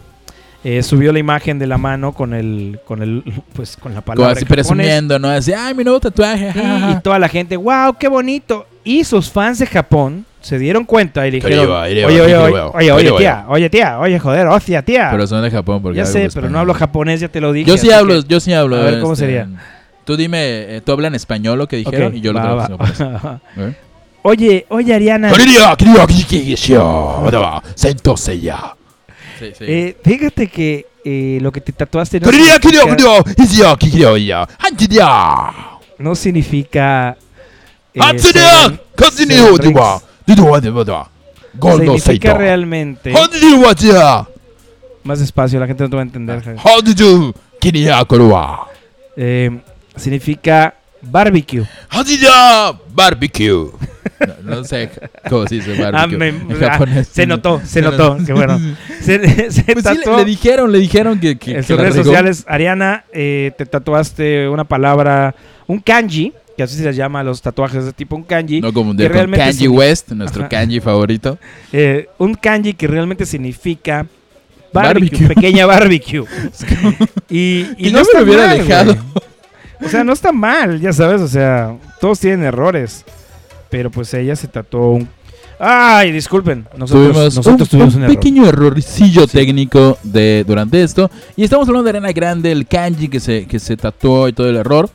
A: eh, subió la imagen de la mano con el, con el, <laughs> pues, con la
B: Como
A: palabra.
B: así
A: en japonés.
B: presumiendo, ¿no? Así, ay, mi nuevo tatuaje.
A: Sí,
B: ja, ja,
A: y
B: ja".
A: toda la gente, wow, qué bonito. Y sus fans de Japón se dieron cuenta y dijeron,
B: iba,
A: oye,
B: ahí
A: oye,
B: va, ahí
A: oye,
B: va,
A: oye,
B: ahí va,
A: oye,
B: ahí va".
A: tía, oye, tía, oye, joder, hostia, tía.
B: Pero son de Japón. Porque
A: Ah, ya
B: algo
A: sé,
B: es
A: pero
B: español.
A: no hablo japonés, ya te lo dije.
B: Yo sí
A: así
B: hablo,
A: que-
B: yo sí hablo. este,
A: A ver, ¿cómo sería?
B: Tú dime, eh, tú hablas en español lo que dijeron
A: Ok,
B: y yo lo
A: va, va.
B: traduzco. pues, ¿eh?
A: Oye, oye, Ariana,
B: Sí, sí.
A: eh, fíjate que eh, lo que te tatuaste no significa,
B: Continue,
A: no significa, eh, seven-
B: continue,
A: Seven
B: diwa. Diwa, diwa, diwa. Gondo
A: significa
B: seito.
A: realmente,
B: Continue, diwa.
A: más despacio, la gente no te va a
B: Ah.
A: entender. Javi.
B: Continue, kinia, korua.
A: Eh, significa barbecue.
B: Hadiya
A: <laughs>
B: barbecue. No, no sé cómo se dice
A: Ah,
B: barbecue.
A: me-
B: en
A: ah,
B: japonés.
A: se notó,
B: <laughs>
A: se notó, qué bueno. Se, <laughs> se
B: Pues sí, le,
A: tatuó
B: le dijeron, le dijeron que, que-
A: en
B: que
A: sus
B: la
A: redes
B: regó.
A: sociales, Ariana, eh, te tatuaste una palabra, un kanji que así se les llama a los tatuajes de tipo un kanji.
B: No
A: que
B: confundir con
A: realmente
B: Kanji
A: signi-
B: West, nuestro kanji favorito.
A: eh, un kanji que realmente significa barbecue,
B: Barbecue.
A: pequeña
B: <laughs>
A: barbecue. y y
B: Que
A: no
B: yo me
A: está
B: lo hubiera
A: mal,
B: dejado.
A: güey. O sea, no está mal, ya sabes, o sea, todos tienen errores. Pero pues ella se tatuó un... Ay, disculpen, nosotros
B: tuvimos
A: tuvimos,
B: un,
A: nosotros tuvimos un,
B: un
A: error.
B: pequeño errorcillo técnico de, durante esto. Y estamos hablando de Arena Grande, el kanji que se, que se tatuó y todo el error.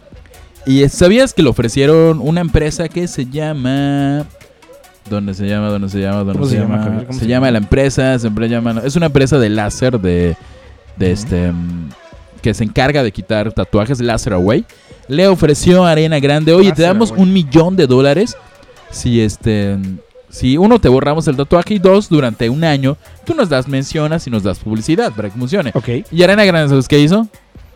B: Y eh, sabías que le ofrecieron una empresa que se llama. ¿Dónde se llama? ¿Dónde se llama? ¿Dónde
A: ¿Cómo
B: se,
A: se llama,
B: llama?
A: Javier? ¿Cómo
B: se
A: se
B: llama
A: llama?
B: la empresa, siempre llaman. Es una empresa de láser de. de este. mm, que se encarga de quitar tatuajes, Láser Away. Le ofreció a Arena Grande, oye, te
A: Láser
B: damos
A: Away.
B: un millón de dólares si este. Si uno te borramos el tatuaje y dos, durante un año, tú nos das mencionas y nos das publicidad para que funcione.
A: Ok,
B: Y Arena Grande, ¿sabes qué hizo?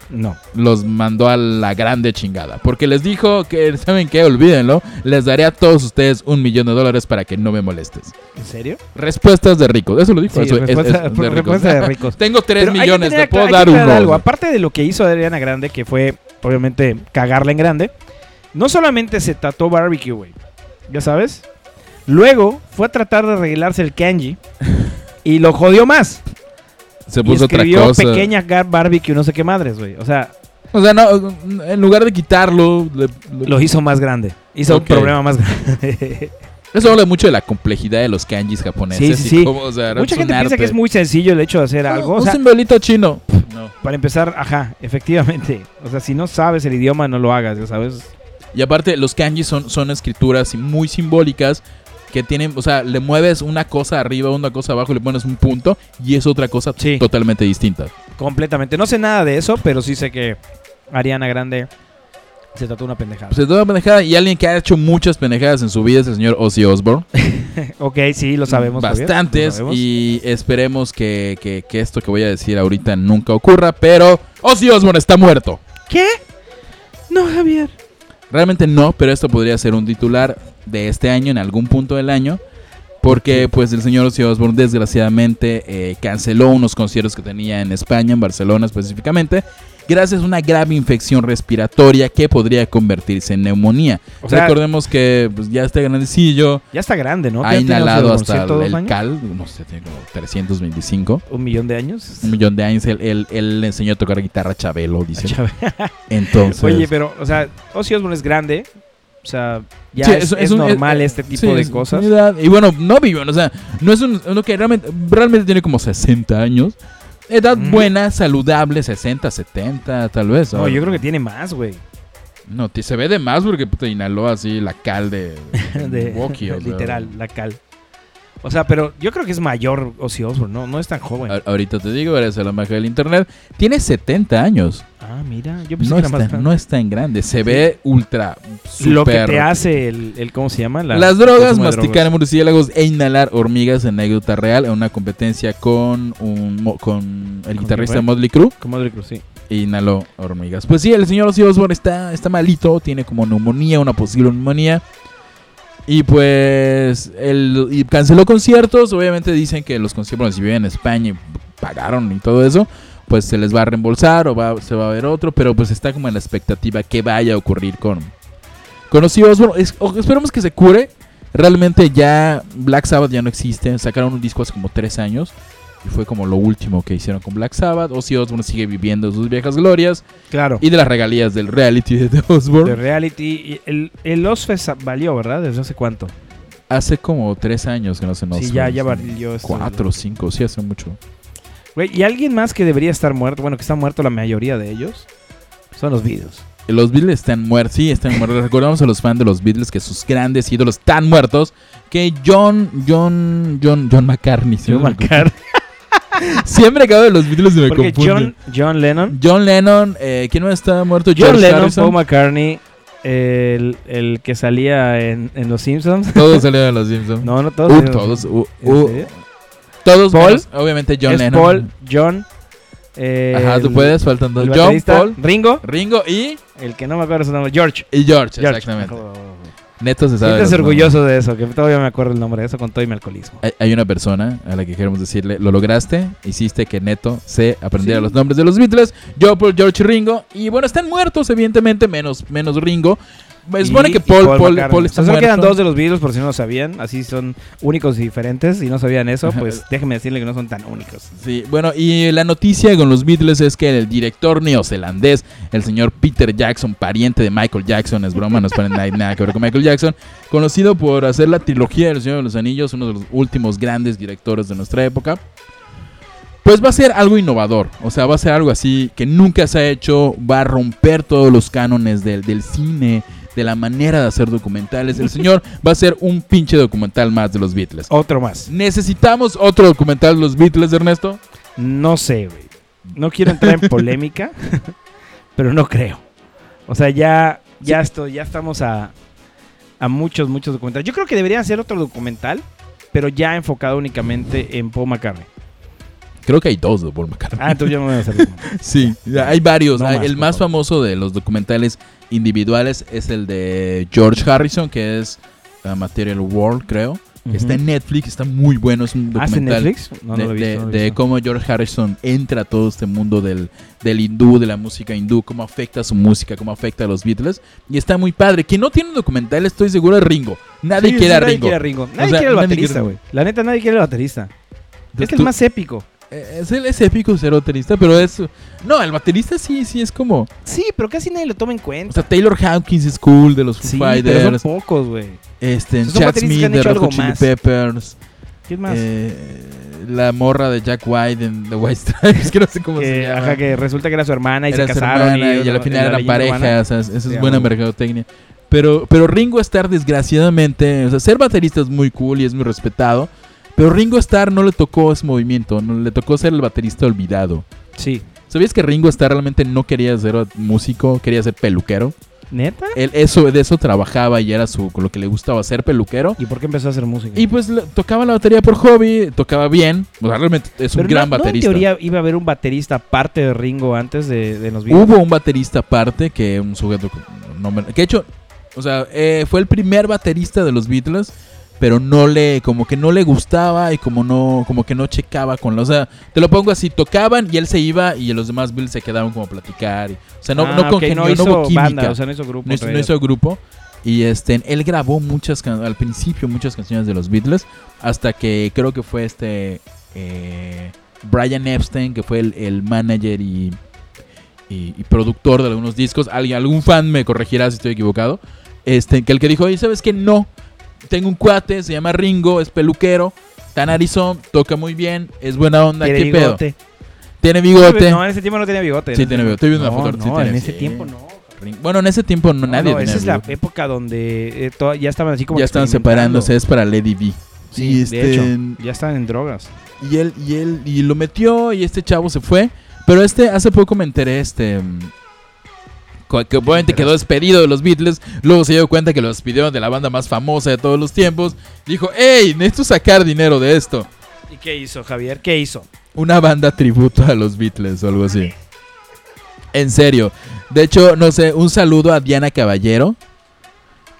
A: no.
B: Los mandó a la grande chingada. Porque les dijo que, <laughs> ¿saben qué? Olvídenlo. Les daré a todos ustedes un millón de dólares para que no me molestes.
A: ¿En serio?
B: Respuestas de ricos. Eso lo dijo.
A: Sí,
B: eso es-
A: respuesta-
B: es de ricos.
A: respuesta
B: <laughs>
A: de ricos.
B: Tengo tres
A: Pero hay que
B: millones,
A: tener
B: le puedo
A: acla- hay que
B: dar
A: aclarar
B: uno.
A: algo. ¿ah? Aparte de lo que hizo Adriana Grande, que fue obviamente cagarla en grande, no solamente se trató barbecue, güey. Ya sabes. Luego fue a tratar de arreglarse el
B: <laughs>
A: kanji y lo jodió más.
B: Se
A: Y
B: puso otra
A: escribió
B: cosa.
A: pequeña gar- barbecue, no sé qué madres, güey. O sea,
B: O sea, no, en lugar de quitarlo, le- le-
A: lo hizo más grande. Hizo
B: Ok.
A: un problema más grande. <laughs>
B: eso habla mucho de la complejidad de los kanjis japoneses.
A: Sí, sí,
B: y
A: sí.
B: cómo, o sea,
A: Mucha
B: es
A: gente
B: un
A: piensa que
B: arte.
A: es muy sencillo el hecho de hacer
B: Ah,
A: algo. O
B: un
A: sea,
B: simbolito chino. Pff, no.
A: para empezar, ajá, efectivamente. O sea, si no sabes el idioma, no lo hagas, ya sabes.
B: Y aparte, los kanjis son, son escrituras muy simbólicas que tienen, o sea, le mueves una cosa arriba, una cosa abajo, le pones un punto y es otra cosa
A: Sí.
B: totalmente distinta.
A: Completamente. No sé nada de eso, pero sí sé que Ariana Grande se trató una pendejada.
B: Pues es toda pendejada y alguien que ha hecho muchas pendejadas en su vida es el señor Ozzy Osbourne.
A: ok, sí, lo sabemos. Javier,
B: Bastantes
A: lo sabemos.
B: y esperemos que, que- que esto que voy a decir ahorita nunca ocurra, pero Ozzy Osbourne está muerto.
A: ¿Qué? No, Javier.
B: Realmente no, pero esto podría ser un titular de este año, en algún punto del año. Porque pues el señor Ozzy Osbourne desgraciadamente eh, canceló unos conciertos que tenía en España, en Barcelona específicamente, gracias a una grave infección respiratoria que podría convertirse en neumonía.
A: O sea-
B: Recordemos que pues, ya este grandecillo
A: Ya está grande, ¿no?
B: ha
A: Ya tiene
B: inhalado
A: unos
B: hasta
A: 102
B: el
A: años,
B: cal, no sé, tiene como 325,
A: Un millón de años.
B: un millón de años. Él, él- él le enseñó a tocar guitarra a Chabelo,
A: <laughs>
B: dice. <laughs>
A: Chave.
B: Entonces...
A: Ah, Oye, pero, o sea, Ozzy Osbourne es grande. O sea, ya
B: Sí,
A: es, es
B: un-
A: normal
B: es-
A: este
B: eh,
A: tipo
B: sí,
A: de
B: es
A: cosas.
B: una edad. Y bueno, no vivió, o sea, no es un, uno que realmente, realmente tiene como 60 años. Edad
A: Mm.
B: buena, saludable, 60, 70, tal vez.
A: No, yo creo que tiene más, güey.
B: No, te- se ve de más porque te inhaló así la cal de,
A: <laughs> De-
B: Milwaukee, o sea.
A: literal, la cal. O sea, pero yo creo que es mayor Ozzy Osbourne, no, no es tan joven.
B: A- Ahorita te digo, eres la magia del internet. Tiene 70 años.
A: Ah, mira, yo pensé
B: No
A: que era
B: es,
A: más
B: tan,
A: grande.
B: no es tan grande. Se ve ultra.
A: lo que
B: super-
A: te hace el, el- ¿cómo se llama? La-
B: Las
A: el
B: drogas,
A: consumo de
B: masticar murciélagos e inhalar hormigas, anécdota real, en una competencia con, un, mo- con el
A: ¿Con
B: guitarrista
A: quién fue?
B: Motley Crue,
A: Como Motley Crue, sí.
B: e inhaló hormigas. Pues sí, el señor Ozzy Osbourne está, está malito, tiene como neumonía, una posible neumonía. Y pues él y canceló conciertos, obviamente dicen que los conciertos, bueno, si viven en España y pagaron y todo eso, pues se les va a reembolsar o va, se va a ver otro, pero pues está como en la expectativa que vaya a ocurrir con, con Ozzy Osbourne. Es- o- esperemos que se cure. Realmente ya Black Sabbath ya no existe. Sacaron un disco hace como tres años. Y fue como lo último que hicieron con Black Sabbath. Ozzy Osbourne sigue viviendo sus viejas glorias.
A: Claro.
B: Y de las regalías del reality de
A: de
B: Osbourne.
A: reality. y El, el Ozfest valió, ¿verdad? Desde hace cuánto.
B: Hace como tres años que no se nos
A: sí, ya, ya valió. esto.
B: Cuatro, cinco, sí, hace mucho.
A: Güey, y alguien más que debería estar muerto, bueno, que está muerto la mayoría de ellos, son los Beatles.
B: Los Beatles están muertos, sí, están muertos. Recordamos a los fans de los Beatles que sus grandes ídolos están muertos. Que John, John, John, John McCartney.
A: John
B: siempre me
A: McCartney.
B: confundo. Siempre acabo de los Beatles y <laughs> me
A: Porque
B: confundo.
A: John, John Lennon.
B: John Lennon, eh, ¿quién no está muerto?
A: John
B: George
A: Lennon,
B: Harrison.
A: Paul McCartney, el, el que salía en, en Los Simpsons. <laughs>
B: Todos salieron de los Simpsons.
A: No, no todos.
B: Uh,
A: salieron.
B: todos, uh,
A: ¿En
B: uh,
A: serio?
B: todos.
A: Paul.
B: menos, obviamente John
A: es
B: Lennon.
A: Paul, John. eh,
B: Ajá, tú
A: el-
B: puedes, faltan dos.
A: el
B: John,
A: baterista,
B: Paul,
A: Ringo,
B: Ringo y,
A: el que no me acuerdo su nombre, George.
B: y George,
A: George.
B: exactamente. Neto se sabe.
A: Sientes
B: los
A: orgulloso de eso, que todavía me acuerdo el nombre de eso con todo y mi alcoholismo.
B: nombres. Hay hay una persona a la que queremos decirle, lo lograste, hiciste que Neto se aprendiera los nombres de los Beatles, John, Paul, George, Ringo, y bueno, están muertos evidentemente, menos, menos Ringo, Se
A: y-
B: supone que
A: y
B: Paul, Paul, Paul,
A: McCartney.
B: está
A: O sea, solo
B: muerto.
A: quedan dos de los Beatles, por si no lo sabían. Así son únicos y diferentes. Si no sabían eso, pues déjenme decirle que no son tan únicos.
B: Sí, bueno, y la noticia con los Beatles es que el director neozelandés, el señor Peter Jackson, pariente de Michael Jackson, es broma, no es para nada, nada que ver con Michael Jackson, conocido por hacer la trilogía del Señor de los Anillos, uno de los últimos grandes directores de nuestra época, pues va a ser algo innovador, o sea, va a ser algo así que nunca se ha hecho, va a romper todos los cánones del, del cine, de la manera de hacer documentales, el señor va a ser un pinche documental más de los Beatles.
A: Otro más.
B: ¿Necesitamos otro documental de los Beatles, Ernesto?
A: No sé, güey. No quiero entrar en
B: <laughs>
A: polémica, pero no creo. O sea, ya, ya, esto, ya estamos a, a muchos, muchos documentales. Yo creo que debería hacer otro documental, pero ya enfocado únicamente en Paul McCartney.
B: Creo que hay dos de Paul McCartney.
A: Ah, entonces yo no voy a hacer documental.
B: <laughs> sí, hay varios.
A: No
B: Hay-
A: más,
B: el
A: por
B: más
A: favor.
B: famoso de los documentales individuales es el de George Harrison, que es uh, Material World, creo.
A: Ujú.
B: Está en Netflix, está muy bueno. Es un
A: ¿Hace
B: documental
A: Netflix? No,
B: de,
A: no lo he visto.
B: de-
A: no lo he
B: de
A: visto.
B: cómo George Harrison entra a todo este mundo del, del hindú, de la música hindú, cómo afecta su música, cómo afecta a los Beatles. Y está muy padre. Quien no tiene un documental, estoy seguro, es Ringo. Nadie
A: Sí, sí,
B: quiere a
A: nadie
B: Ringo.
A: quiere a Ringo. Nadie
B: sea,
A: quiere al
B: nadie
A: baterista,
B: quiere-
A: güey. La neta, nadie quiere al baterista. Es el
B: Tú-
A: más épico.
B: Eh, Es, el- es épico ser baterista, pero es... No, el baterista sí, sí, es como...
A: Sí, pero casi nadie lo toma en
B: O
A: cuenta.
B: sea, Taylor Hawkins es cool de los Foo
A: Sí, pero
B: Fighters.
A: son pocos, güey.
B: Este,
A: Son
B: Chad
A: bateristas que
B: Smith
A: han
B: de
A: hecho
B: Red Hot
A: algo
B: Chili
A: más.
B: Peppers.
A: ¿Quién más?
B: eh, la morra de Jack White en The White Stripes, <laughs> que no sé cómo se
A: que,
B: llama.
A: ajá, que resulta que era su hermana y
B: Era
A: se
B: su
A: casaron.
B: hermana y,
A: la-
B: al final
A: la
B: eran
A: leyenda
B: pareja.
A: urbana.
B: O sea, esa es
A: Sí,
B: buena
A: ajá.
B: mercadotecnia. Pero, pero Ringo Starr, desgraciadamente... O sea, ser baterista es muy cool y es muy respetado. Pero Ringo Starr no le tocó ese movimiento. No, le tocó ser el baterista olvidado.
A: Sí.
B: ¿Sabías que Ringo Starr realmente no quería ser músico? Quería ser peluquero.
A: ¿Neta?
B: Él eso, de eso trabajaba y era su, lo que le gustaba ser peluquero.
A: ¿Y por qué empezó a hacer música?
B: Y pues le- tocaba la batería por hobby, tocaba bien. O sea, realmente es un
A: Pero
B: gran
A: no- no
B: baterista.
A: en teoría iba a haber un baterista aparte de Ringo antes de, de los Beatles.
B: Hubo un baterista aparte que un sujeto con- no me- que de hecho, o sea, eh, fue el primer baterista de los Beatles, pero no le como que no le gustaba y como no como que no checaba con los, o sea, te lo pongo así, tocaban y él se iba y los demás Beatles se quedaban como a platicar. y- o sea, no
A: Ah,
B: no
A: ok,
B: congenió, no,
A: hizo
B: hubo química.
A: banda, o sea, no hizo grupo.
B: no hizo,
A: entre
B: no
A: ellos.
B: hizo grupo. Y este, él grabó muchas can- al principio muchas canciones de los Beatles. Hasta que creo que fue este eh, Brian Epstein, que fue el, el manager y, y- y productor de algunos discos. Alguien, algún fan me corregirá si estoy equivocado. Este, que el que dijo, oye, ¿sabes qué? No. Tengo un cuate, se llama Ringo, es peluquero, tan narizón, toca muy bien, es buena onda,
A: Tiene
B: ¿qué pedo?
A: bigote.
B: Tiene bigote.
A: No, eh. en ese tiempo no tenía bigote.
B: Sí, tiene bigote. Estoy viendo una
A: No,
B: foto, sí
A: no,
B: tiene-
A: en ese
B: sí.
A: tiempo no.
B: Ring- Bueno, en ese tiempo no,
A: No,
B: nadie
A: no, esa
B: tenía
A: es la
B: bigote.
A: época donde eh, to- ya estaban así como.
B: ya están
A: experimentando.
B: separándose, es para Lady B.
A: Sí,
B: y,
A: de
B: este,
A: hecho, ya estaban en drogas.
B: y él, y él, y lo metió y este chavo se fue. Pero este, hace poco me enteré, este. mm, co- Que obviamente quedó despedido de los Beatles. Luego se dio cuenta que lo despidieron de la banda más famosa de todos los tiempos. Dijo: ¡Ey! Necesito sacar dinero de esto.
A: ¿Y qué hizo, Javier? ¿Qué hizo?
B: Una banda tributo a los Beatles o algo así. En serio. De hecho, no sé, un saludo a Diana Caballero.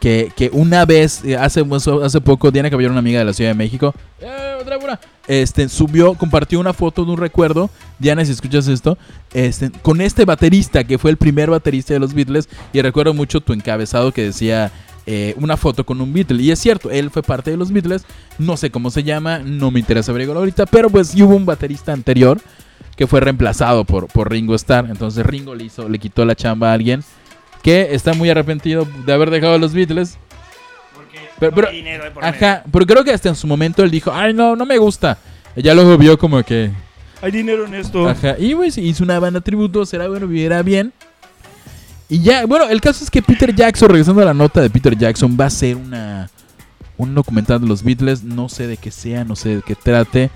B: Que, que una vez, eh, hace, hace poco, Diana Caballero, una amiga de la Ciudad de México, ¡Eh, otra buena! este, subió, compartió una foto de un recuerdo. Diana, si escuchas esto, este, con este baterista que fue el primer baterista de los Beatles. Y recuerdo mucho tu encabezado que decía eh, una foto con un Beatle. Y es cierto, él fue parte de los Beatles. No sé cómo se llama, no me interesa averiguarlo ahorita. Pero pues y hubo un baterista anterior que fue reemplazado por, por Ringo Starr. Entonces Ringo le, hizo, le quitó la chamba a alguien que está muy arrepentido de haber dejado a los Beatles. Pero, pero- ajá, pero creo que hasta en su momento él dijo, ay no, no me gusta. Ya luego vio como que...
A: Hay dinero en esto.
B: Ajá, y güey, si hizo una banda tributo, será bueno, vivirá bien. Y ya, bueno, el caso es que Peter Jackson, regresando a la nota de Peter Jackson, va a ser una un documental de los Beatles, no sé de qué sea, no sé de qué trate.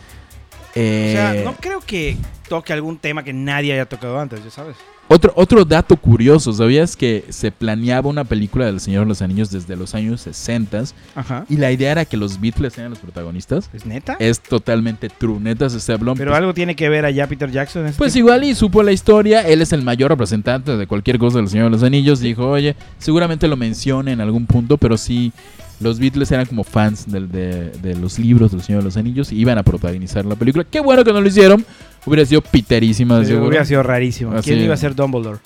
A: O sea,
B: Eh,
A: no creo que toque algún tema que nadie haya tocado antes, ya sabes.
B: Otro, otro dato curioso, ¿sabías que se planeaba una película del Señor de los Anillos desde los años 60
A: Ajá.
B: y la idea era que los Beatles eran los protagonistas?
A: ¿Es Pues, neta?
B: Es totalmente true, neta se habló.
A: Pero algo tiene que ver allá Peter Jackson. en ese
B: Pues
A: tiempo.
B: igual y supo la historia, él es el mayor representante de cualquier cosa del Señor de los Anillos, dijo, oye, seguramente lo menciona en algún punto, pero sí, los Beatles eran como fans del- de, de los libros del Señor de los Anillos y iban a protagonizar la película. Qué bueno que no lo hicieron, Hubiera sido piterísima,
A: Pero
B: seguro.
A: Hubiera sido rarísimo.
B: Así
A: ¿Quién
B: es.
A: iba a ser
B: <laughs>
A: Dumbledore?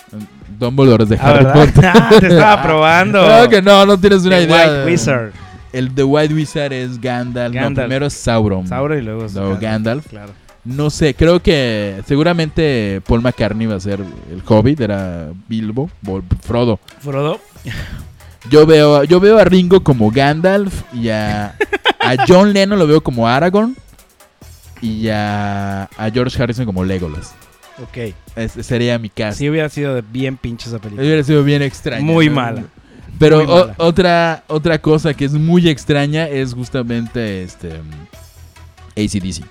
B: Dumbledore es de
A: Ah,
B: Harry
A: ¿verdad?
B: Potter.
A: <laughs> Ah, te
B: <laughs>
A: estaba probando.
B: Claro que no, no tienes una
A: The
B: idea.
A: White Wizard.
B: El The White Wizard es Gandalf. No,
A: Gandalf.
B: primero es Sauron.
A: Sauron y luego... es
B: No, Gandalf.
A: Claro.
B: No sé, creo que seguramente Paul McCartney va a ser el Hobbit, era Bilbo, Bol- Frodo.
A: Frodo.
B: Yo veo, yo veo a Ringo como Gandalf y a, a John Lennon lo veo como Aragorn y a, a George Harrison como Legolas.
A: Ok.
B: Ese sería mi caso.
A: Sí hubiera sido de bien pinche esa película.
B: Hubiera sido bien extraño.
A: Muy mala.
B: Pero
A: Muy
B: o-
A: mala.
B: otra otra cosa que es muy extraña es justamente este mm, ACDC.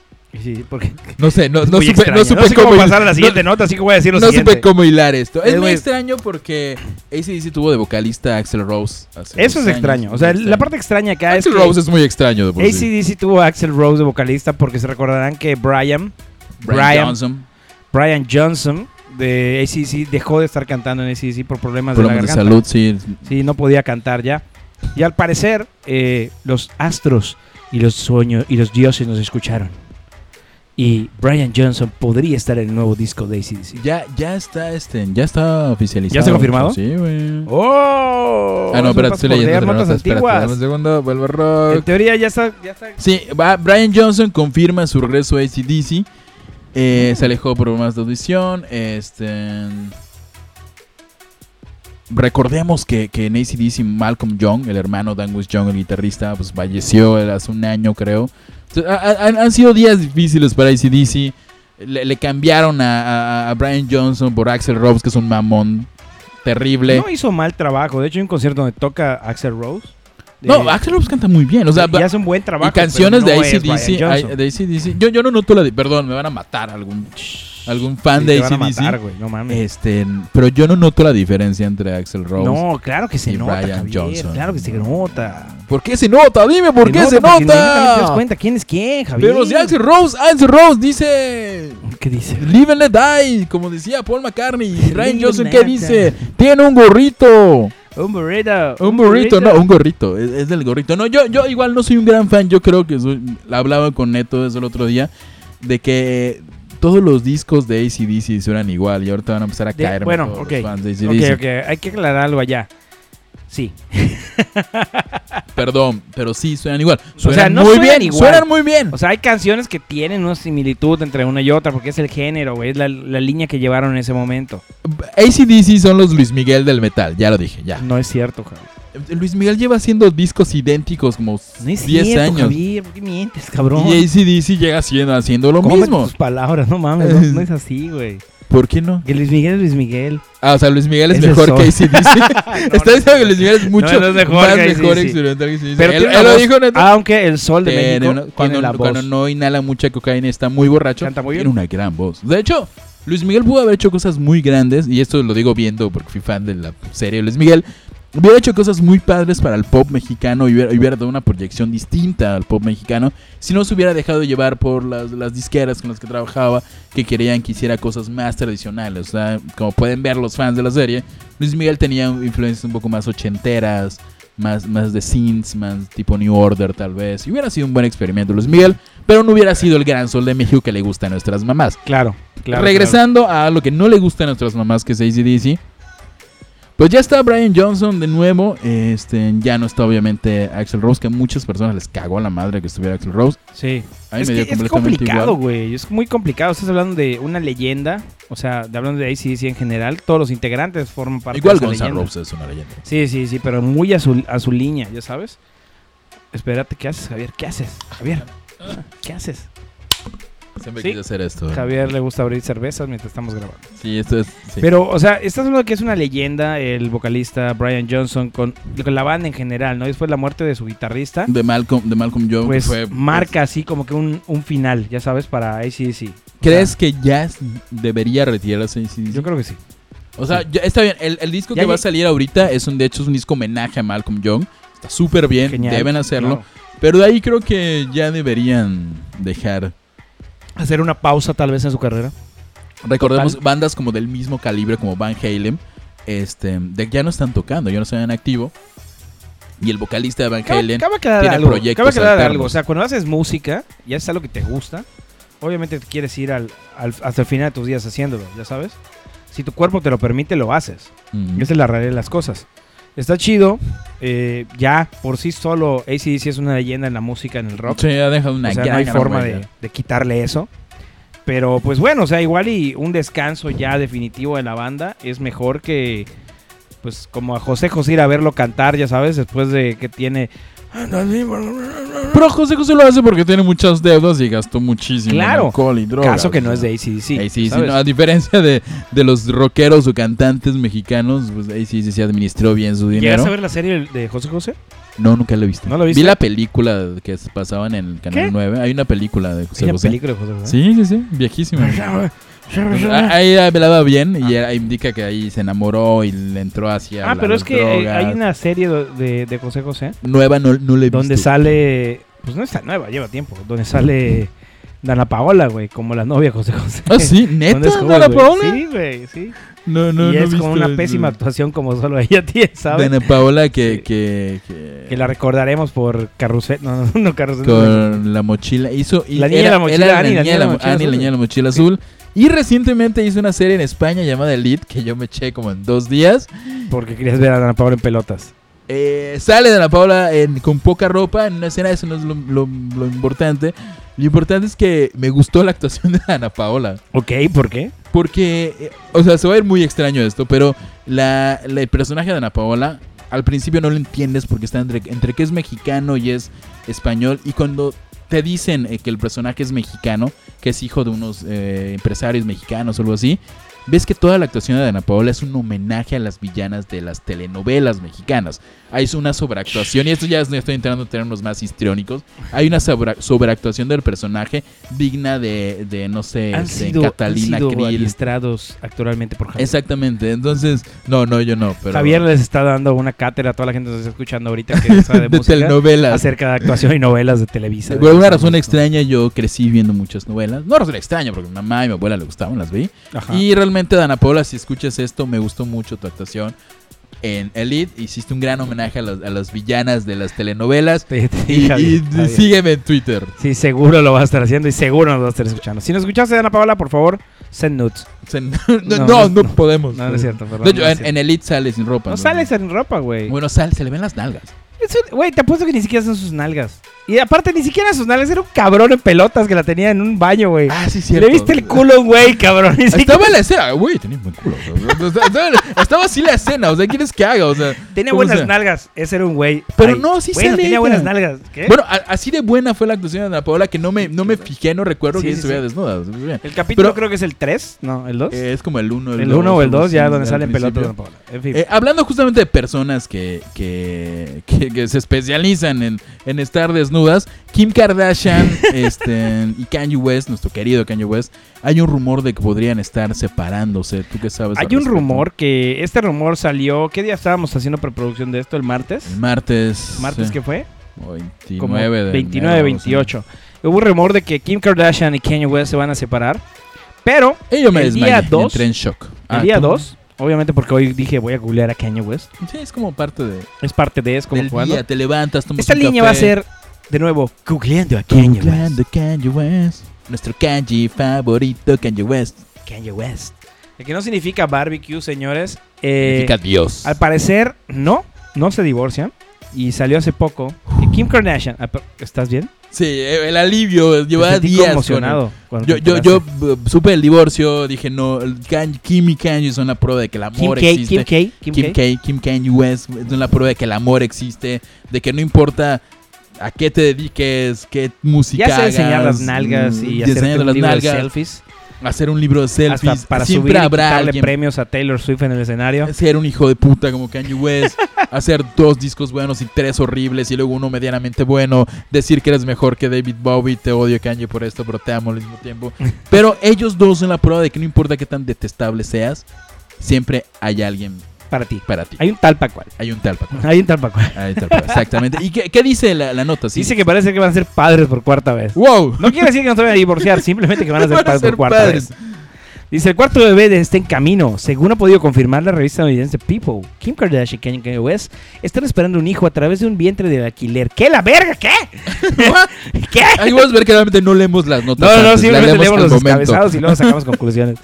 A: Sí, porque...
B: No sé, no, no
A: Muy
B: supe,
A: extraño.
B: no supe
A: cómo,
B: hil-
A: pasar a la
B: no-
A: siguiente nota, así que voy a decir lo
B: no
A: siguiente.
B: supe cómo hilar esto. Es
A: Es
B: muy
A: muy-
B: extraño porque ACDC tuvo de vocalista a Axel Rose. hace
A: Eso es
B: unos años.
A: extraño. O
B: Muy
A: sea,
B: extraño.
A: la parte extraña acá
B: Axl
A: es que
B: Rose es muy extraño de por sí.
A: ACDC tuvo a Axel Rose de vocalista porque se recordarán que Brian,
B: Brian
A: Brian-
B: Johnson,
A: Brian Johnson de ACDC dejó de estar cantando en ACDC por problemas,
B: problemas
A: de
B: de
A: la garganta.
B: salud, sí.
A: Sí, no podía cantar ya. Y al parecer, eh, los astros y los sueños y los dioses nos escucharon. Y Brian Johnson podría estar en el nuevo disco de ACDC.
B: Ya, ya está este, ya está oficializado.
A: ¿Ya está confirmado?
B: Sí, güey.
A: ¡Oh!
B: ah, no,
A: Es un
B: espérate,
A: paso por
B: estoy leyendo.
A: leer
B: otra
A: notas
B: nota, espérate,
A: antiguas.
B: dame un segundo, vuelvo a
A: En
B: rock.
A: teoría ya está, ya está
B: Sí, va, Brian Johnson confirma su regreso a ACDC. Eh, se alejó por problemas de audición. Este. Recordemos que, que en ACDC Malcolm Young, el hermano de Angus Young, el guitarrista, pues falleció él hace un año, creo. Entonces, ha- ha- han, han sido días difíciles para ACDC. Le, le cambiaron a, a- a Brian Johnson por Axel Rose, que es un mamón terrible.
A: No hizo mal trabajo. De hecho, hay un concierto donde toca Axel Rose.
B: No,
A: Eh,
B: Axel Rose canta muy bien. O sea,
A: y hace un buen trabajo.
B: y canciones de
A: pero no es
B: ACDC.
A: Brian
B: ay,
A: Johnson.
B: de AC/DC. Yo, yo no noto la. di- Perdón, me van a matar algún, algún fan
A: Sí,
B: de
A: te van a matar,
B: ACDC.
A: güey, no mames.
B: Este, pero yo no noto la diferencia entre Axel Rose.
A: no, claro que se
B: y
A: nota,
B: Brian
A: Javier,
B: Johnson.
A: Claro que se nota.
B: ¿Por qué se nota? Dime por qué se
A: porque nunca te das
B: nota.
A: cuenta quién es quién, Javier.
B: Pero si Axel Rose, Axel Rose dice.
A: <laughs> ¿Qué dice?
B: Live and let die, como decía Paul McCartney.
A: <laughs>
B: Y Ryan
A: Live
B: Johnson,
A: and
B: ¿qué
A: let
B: dice? Tiene un gorrito.
A: Un burrito.
B: Un burrito, no, un gorrito, es, es del gorrito. No, yo, yo igual no soy un gran fan, yo creo que soy- hablaba con Neto eso el otro día, de que todos los discos de ACDC suenan igual y ahorita van a empezar a
A: De-
B: caer
A: bueno,
B: todos
A: ok.
B: los fans de
A: Ok,
B: AC/DC.
A: ok, hay que aclarar algo allá. Sí.
B: Perdón, pero sí suenan igual. Suenan
A: no
B: muy
A: suenan
B: bien,
A: igual.
B: suenan muy bien.
A: O sea, hay canciones que tienen una similitud entre una y otra porque es el género, güey. Es la, la línea que llevaron en ese momento.
B: ACDC son los Luis Miguel del metal, ya lo dije, ya.
A: No es cierto, Javier.
B: Luis Miguel lleva haciendo discos idénticos como
A: No es
B: 10
A: cierto,
B: años.
A: Javier. ¿Por qué mientes, cabrón?
B: Y ACDC llega haciendo, haciendo lo
A: Cómete
B: mismo.
A: tus palabras, no mames, no, no es así, güey.
B: ¿Por qué no?
A: Que Luis Miguel es Luis Miguel.
B: Ah, o sea, Luis Miguel es
A: Ese
B: mejor
A: soy. <laughs>
B: que <laughs> ACDC. Está diciendo que Luis Miguel es mucho
A: No, no es mejor
B: más
A: que
B: mejor
A: AC/DC.
B: experimental que AC/DC.
A: Pero
B: él,
A: tiene
B: él
A: la
B: lo
A: voz.
B: dijo, Neto.
A: Aunque el sol de
B: Tiene
A: México
B: una-
A: tiene
B: cuando,
A: la voz.
B: cuando no inhala mucha cocaína está muy borracho.
A: Canta muy bien.
B: Tiene una gran voz. De hecho, Luis Miguel pudo haber hecho cosas muy grandes. Y esto lo digo viendo porque fui fan de la serie de Luis Miguel. Hubiera hecho cosas muy padres para el pop mexicano y hubiera, y hubiera dado una proyección distinta al pop mexicano si no se hubiera dejado llevar por las, las disqueras con las que trabajaba que querían que hiciera cosas más tradicionales. O sea, como pueden ver los fans de la serie, Luis Miguel tenía influencias un poco más ochenteras, más, más de synths, más tipo New Order tal vez. Y hubiera sido un buen experimento Luis Miguel, pero no hubiera sido el gran sol de México que le gusta a nuestras mamás.
A: Claro, claro.
B: Regresando a lo que no le gusta a nuestras mamás, que es ACDC. Pues ya está Brian Johnson de nuevo. Este, ya no está obviamente Axel Rose, que a muchas personas les cagó a la madre que estuviera Axel Rose.
A: claro. Sí.
B: A mí
A: es
B: me dio
A: que es
B: completamente
A: complicado,
B: igual.
A: güey. Es muy complicado. Estás hablando de una leyenda. O sea, de- hablando de ACDC en general. Todos los integrantes forman parte
B: Igual
A: de esa
B: Gonzalo
A: leyenda.
B: Rose es una leyenda.
A: Sí, sí, sí. Pero muy a su, a su línea, ¿ya sabes? Espérate, ¿qué haces, Javier? ¿Qué haces, Javier? ¿Qué haces?
B: Siempre
A: Sí.
B: quise hacer esto.
A: Javier le gusta abrir cervezas mientras estamos grabando.
B: Sí, esto es. sí.
A: Pero, o sea, estás hablando que es una leyenda el vocalista Brian Johnson con, con la banda en general, ¿no? Después de la muerte de su guitarrista,
B: de Malcolm, de Malcolm Young
A: pues
B: fue.
A: marca así como que un, un final, ya sabes, para ACDC.
B: ¿Crees que ya es- debería retirarse ACDC?
A: Yo creo que sí.
B: O sea, ya- está bien. El, el disco
A: Ya
B: que va a
A: lleg-
B: salir ahorita es un, de hecho, es un disco homenaje a Malcolm Young. Está súper bien.
A: Genial.
B: Deben hacerlo.
A: Claro.
B: Pero de ahí creo que ya deberían dejar.
A: Hacer una pausa tal vez en su carrera.
B: Recordemos bandas como del mismo calibre como Van Halen, este, de, ya no están tocando, ya no están en activo. Y el vocalista de Van
A: Acaba,
B: Halen
A: acaba de quedar
B: tiene
A: algo.
B: proyectos
A: Acaba de quedar
B: alternos.
A: algo. O sea, cuando haces música, ya es algo que te gusta. obviamente te quieres ir al, al- hasta el final de tus días haciéndolo, ya sabes. Si tu cuerpo te lo permite, lo haces.
B: Mm.
A: Esa es la realidad de las cosas. Está chido. eh, ya por sí solo ACDC es una leyenda en la música, en el rock.
B: Sí, ha dejado una
A: o sea, no
B: gran
A: hay forma
B: huella.
A: de, de quitarle eso. Pero pues bueno, o sea, igual y un descanso ya definitivo de la banda es mejor que, pues como a José José ir a verlo cantar, ya sabes, después de que tiene...
B: Pero José José lo hace porque tiene muchas deudas y gastó muchísimo
A: Claro.
B: en alcohol y drogas.
A: Caso que no
B: o
A: es
B: sea.
A: de ACDC.
B: AC/DC,
A: ¿sabes?
B: no, a diferencia de, de los rockeros o cantantes mexicanos, pues ACDC se administró bien su
A: ¿Llegas
B: dinero.
A: a ver la serie de José José?
B: No, nunca lo he visto.
A: ¿No la viste?
B: Vi la película que se pasaban en el Canal
A: ¿Qué?
B: 9. Hay una película de José
A: Una
B: José.
A: película de José José.
B: Sí, sí, sí, viejísima.
A: <laughs>
B: Ah, Ahí hablaba bien y era- indica que ahí se enamoró y le entró hacia
A: Ah,
B: la-
A: pero
B: las
A: es que eh,
B: drogas.
A: hay una serie do- de, de José José
B: Nueva no, no le he
A: donde
B: visto.
A: sale... Pues no está nueva, lleva tiempo. Donde sale Dana Paola, güey, como la novia de José José. <laughs>
B: Ah, sí, neta,
A: ¿Dónde es
B: Dana
A: güey?
B: Paola.
A: Sí, güey, sí.
B: No, no,
A: y
B: no he
A: es como
B: visto
A: una
B: eso.
A: pésima actuación como solo ella <laughs> tiene, ¿sabes?
B: Dana Paola
A: <laughs>
B: que,
A: Sí.
B: que,
A: Que la recordaremos por Carrusel. No, no, no Carrusel.
B: con la mochila hizo y
A: La niña de la mochila,
B: era
A: Annie,
B: la niña de la mo- Annie, la niña de la mochila azul y recientemente hizo una serie en España llamada Elite que yo me eché como en dos días
A: Porque querías ver a Dana Paola en pelotas.
B: Eh, sale de la Paula en- con poca ropa en una escena, eso no es lo, lo- lo importante. Lo importante es que me gustó la actuación de Ana Paola.
A: Ok, ¿por qué?
B: Porque, eh, o sea, se va a ir muy extraño esto, pero la, la- el personaje de Ana Paola al principio no lo entiendes porque está entre, entre que es mexicano y es español. Y cuando te dicen eh, que el personaje es mexicano, que es hijo de unos eh, empresarios mexicanos o algo así, ves que toda la actuación de Ana Paola es un homenaje a las villanas de las telenovelas mexicanas. Hay una sobreactuación, y esto ya es- estoy entrando en términos más histriónicos. Hay una sobra- sobreactuación del personaje digna de, de, no sé,
A: han
B: este,
A: sido,
B: Catalina
A: han sido
B: Krill,
A: adiestrados actualmente por Javier.
B: Exactamente, entonces, no, no, yo no, pero
A: Javier les está dando una cátedra a toda la gente que nos está escuchando ahorita que
B: <laughs>
A: sabe de,
B: de,
A: música
B: telenovelas.
A: acerca de actuación y novelas de Televisa.
B: Por alguna razón extraña yo crecí viendo muchas novelas, no razón extraña porque mi mamá y mi abuela le gustaban, las vi.
A: Ajá. <laughs>
B: Y realmente Dana Paola, si escuchas esto, me gustó mucho tu actuación en Elite, hiciste un gran homenaje a las, a las villanas de las telenovelas
A: Te- te-
B: y,
A: Javier,
B: y
A: Javier.
B: sígueme en Twitter.
A: Sí, seguro lo vas a estar haciendo y seguro nos vas a estar escuchando. Si nos escuchaste, Dana Paola, por favor, send nudes.
B: O sea, <laughs> no,
A: No, no,
B: no, no, podemos.
A: No, no es cierto, perdón.
B: De hecho,
A: no es
B: en,
A: cierto.
B: en Elite sale sin ropa.
A: No sales en ropa, güey.
B: Pues Bueno, sale, se le ven las nalgas.
A: Eso- Güey, te apuesto que ni siquiera son sus nalgas. Y aparte, ni siquiera sus nalgas. Era un cabrón en pelotas que la tenía en un baño, güey.
B: Ah, sí, cierto.
A: Le viste el culo, güey, cabrón. <laughs> Ni siquiera-
B: Estaba en la escena, güey, tenía un buen culo. o sea, estaba, estaba así la escena, o sea, ¿quieres que haga? O sea,
A: Tenía
B: como
A: buenas
B: sea.
A: nalgas. Ese era un güey.
B: Pero no, sí
A: bueno,
B: sale
A: tenía
B: ella.
A: buenas nalgas. ¿Qué?
B: Bueno, a- así de buena fue la actuación de Ana Paola que no me, no me fijé, no recuerdo
A: ¿eh? Sí,
B: que
A: sí,
B: ella estuviera
A: sí.
B: desnuda. o sea, bien.
A: el capítulo
B: pero-
A: creo que es el 3, ¿no? ¿El 2?
B: Eh, es como el 1,
A: el 1 o el 2, ya donde
B: sale
A: salen pelotas. Dana Paola. En fin.
B: Eh, hablando justamente de personas que, que, que- que se especializan en, en estar desnudas,
A: <laughs>
B: Kim Kardashian este, y Kanye West, nuestro querido Kanye West, hay un rumor de que podrían estar separándose. ¿Tú qué sabes? al
A: Hay un
B: respecto?
A: rumor que este rumor salió. ¿Qué día estábamos haciendo preproducción de esto? ¿El martes?
B: El martes.
A: ¿Martes
B: sí,
A: qué fue?
B: o 29
A: como
B: de
A: 29,
B: enero,
A: 28. Hubo un rumor de que Kim Kardashian y Kanye West se van a separar, pero
B: o sea. Y yo me
A: El día
B: desmayé,
A: dos-
B: entré en shock.
A: el
B: Ah,
A: día
B: ¿tú?
A: 2, obviamente porque hoy dije voy a googlear a Kanye West,
B: Sí, es como parte de,
A: es parte de es como
B: del
A: jugando.
B: día. Te levantas, tomas
A: Esta
B: un
A: línea
B: café,
A: va a ser de nuevo googleando a Kanye
B: Googleando Kanye West. Nuestro Kanye favorito, Kanye West.
A: West. Kanye West. El que no significa barbecue, señores. Eh,
B: Significa Dios.
A: Al parecer, no, no se divorcian. Y salió hace poco que Kim Kardashian. ah, pero- ¿Estás bien?
B: Sí, eh, el alivio,
A: Yo
B: llevaba días. con-
A: emocionado. cuando
B: Yo,
A: te
B: yo, yo
A: enteraste.
B: eh, supe el divorcio, dije no, el Kan- Kim y Kanye son la prueba de que el
A: Kim
B: amor
A: K, Kim
B: existe.
A: K, Kim, K.
B: Kim K, Kim Kanye West son la prueba de que el amor existe, de que no importa a qué te dediques, qué música
A: Ya sé enseñar
B: hagas,
A: las nalgas y
B: mm,
A: hacerte
B: diseñando
A: un
B: las
A: libro de
B: nalgas,
A: selfies.
B: hacer un libro de selfies,
A: hasta para
B: siempre
A: subir y
B: habrá
A: darle
B: alguien
A: premios a Taylor Swift en el escenario.
B: ser un hijo de puta como
A: <laughs>
B: Kanye West, hacer dos discos buenos y tres horribles y luego uno medianamente bueno, decir que eres mejor que David Bowie, te odio Kanye por esto, pero te amo al mismo
A: <laughs>
B: tiempo. Pero ellos dos son la prueba de que no importa qué tan detestable seas, siempre hay alguien
A: Para ti.
B: para ti.
A: Hay un tal para cual.
B: Hay un tal para ti.
A: Hay un tal para cual.
B: Hay un tal para- Exactamente. ¿Y qué, qué dice la, la nota? Sí.
A: Dice que parece que van a ser padres por cuarta vez.
B: ¡Wow!
A: No quiere decir que no se van a divorciar, simplemente
B: <laughs>
A: que van a ser
B: Van a
A: padres
B: ser
A: por cuarta
B: padres.
A: vez. Dice, el cuarto bebé de este en camino. Según ha podido confirmar la revista estadounidense People, Kim Kardashian y Kanye
B: <laughs>
A: West están esperando un hijo a través de un vientre de alquiler. ¿Qué la verga? ¿Qué? ¿Qué?
B: Ahí vamos a ver que realmente no leemos las
A: <laughs>
B: notas.
A: No, no,
B: antes, pues, la
A: siempre
B: leemos
A: tenemos
B: al
A: los
B: momento.
A: descabezados y luego
B: <laughs>
A: sacamos conclusiones.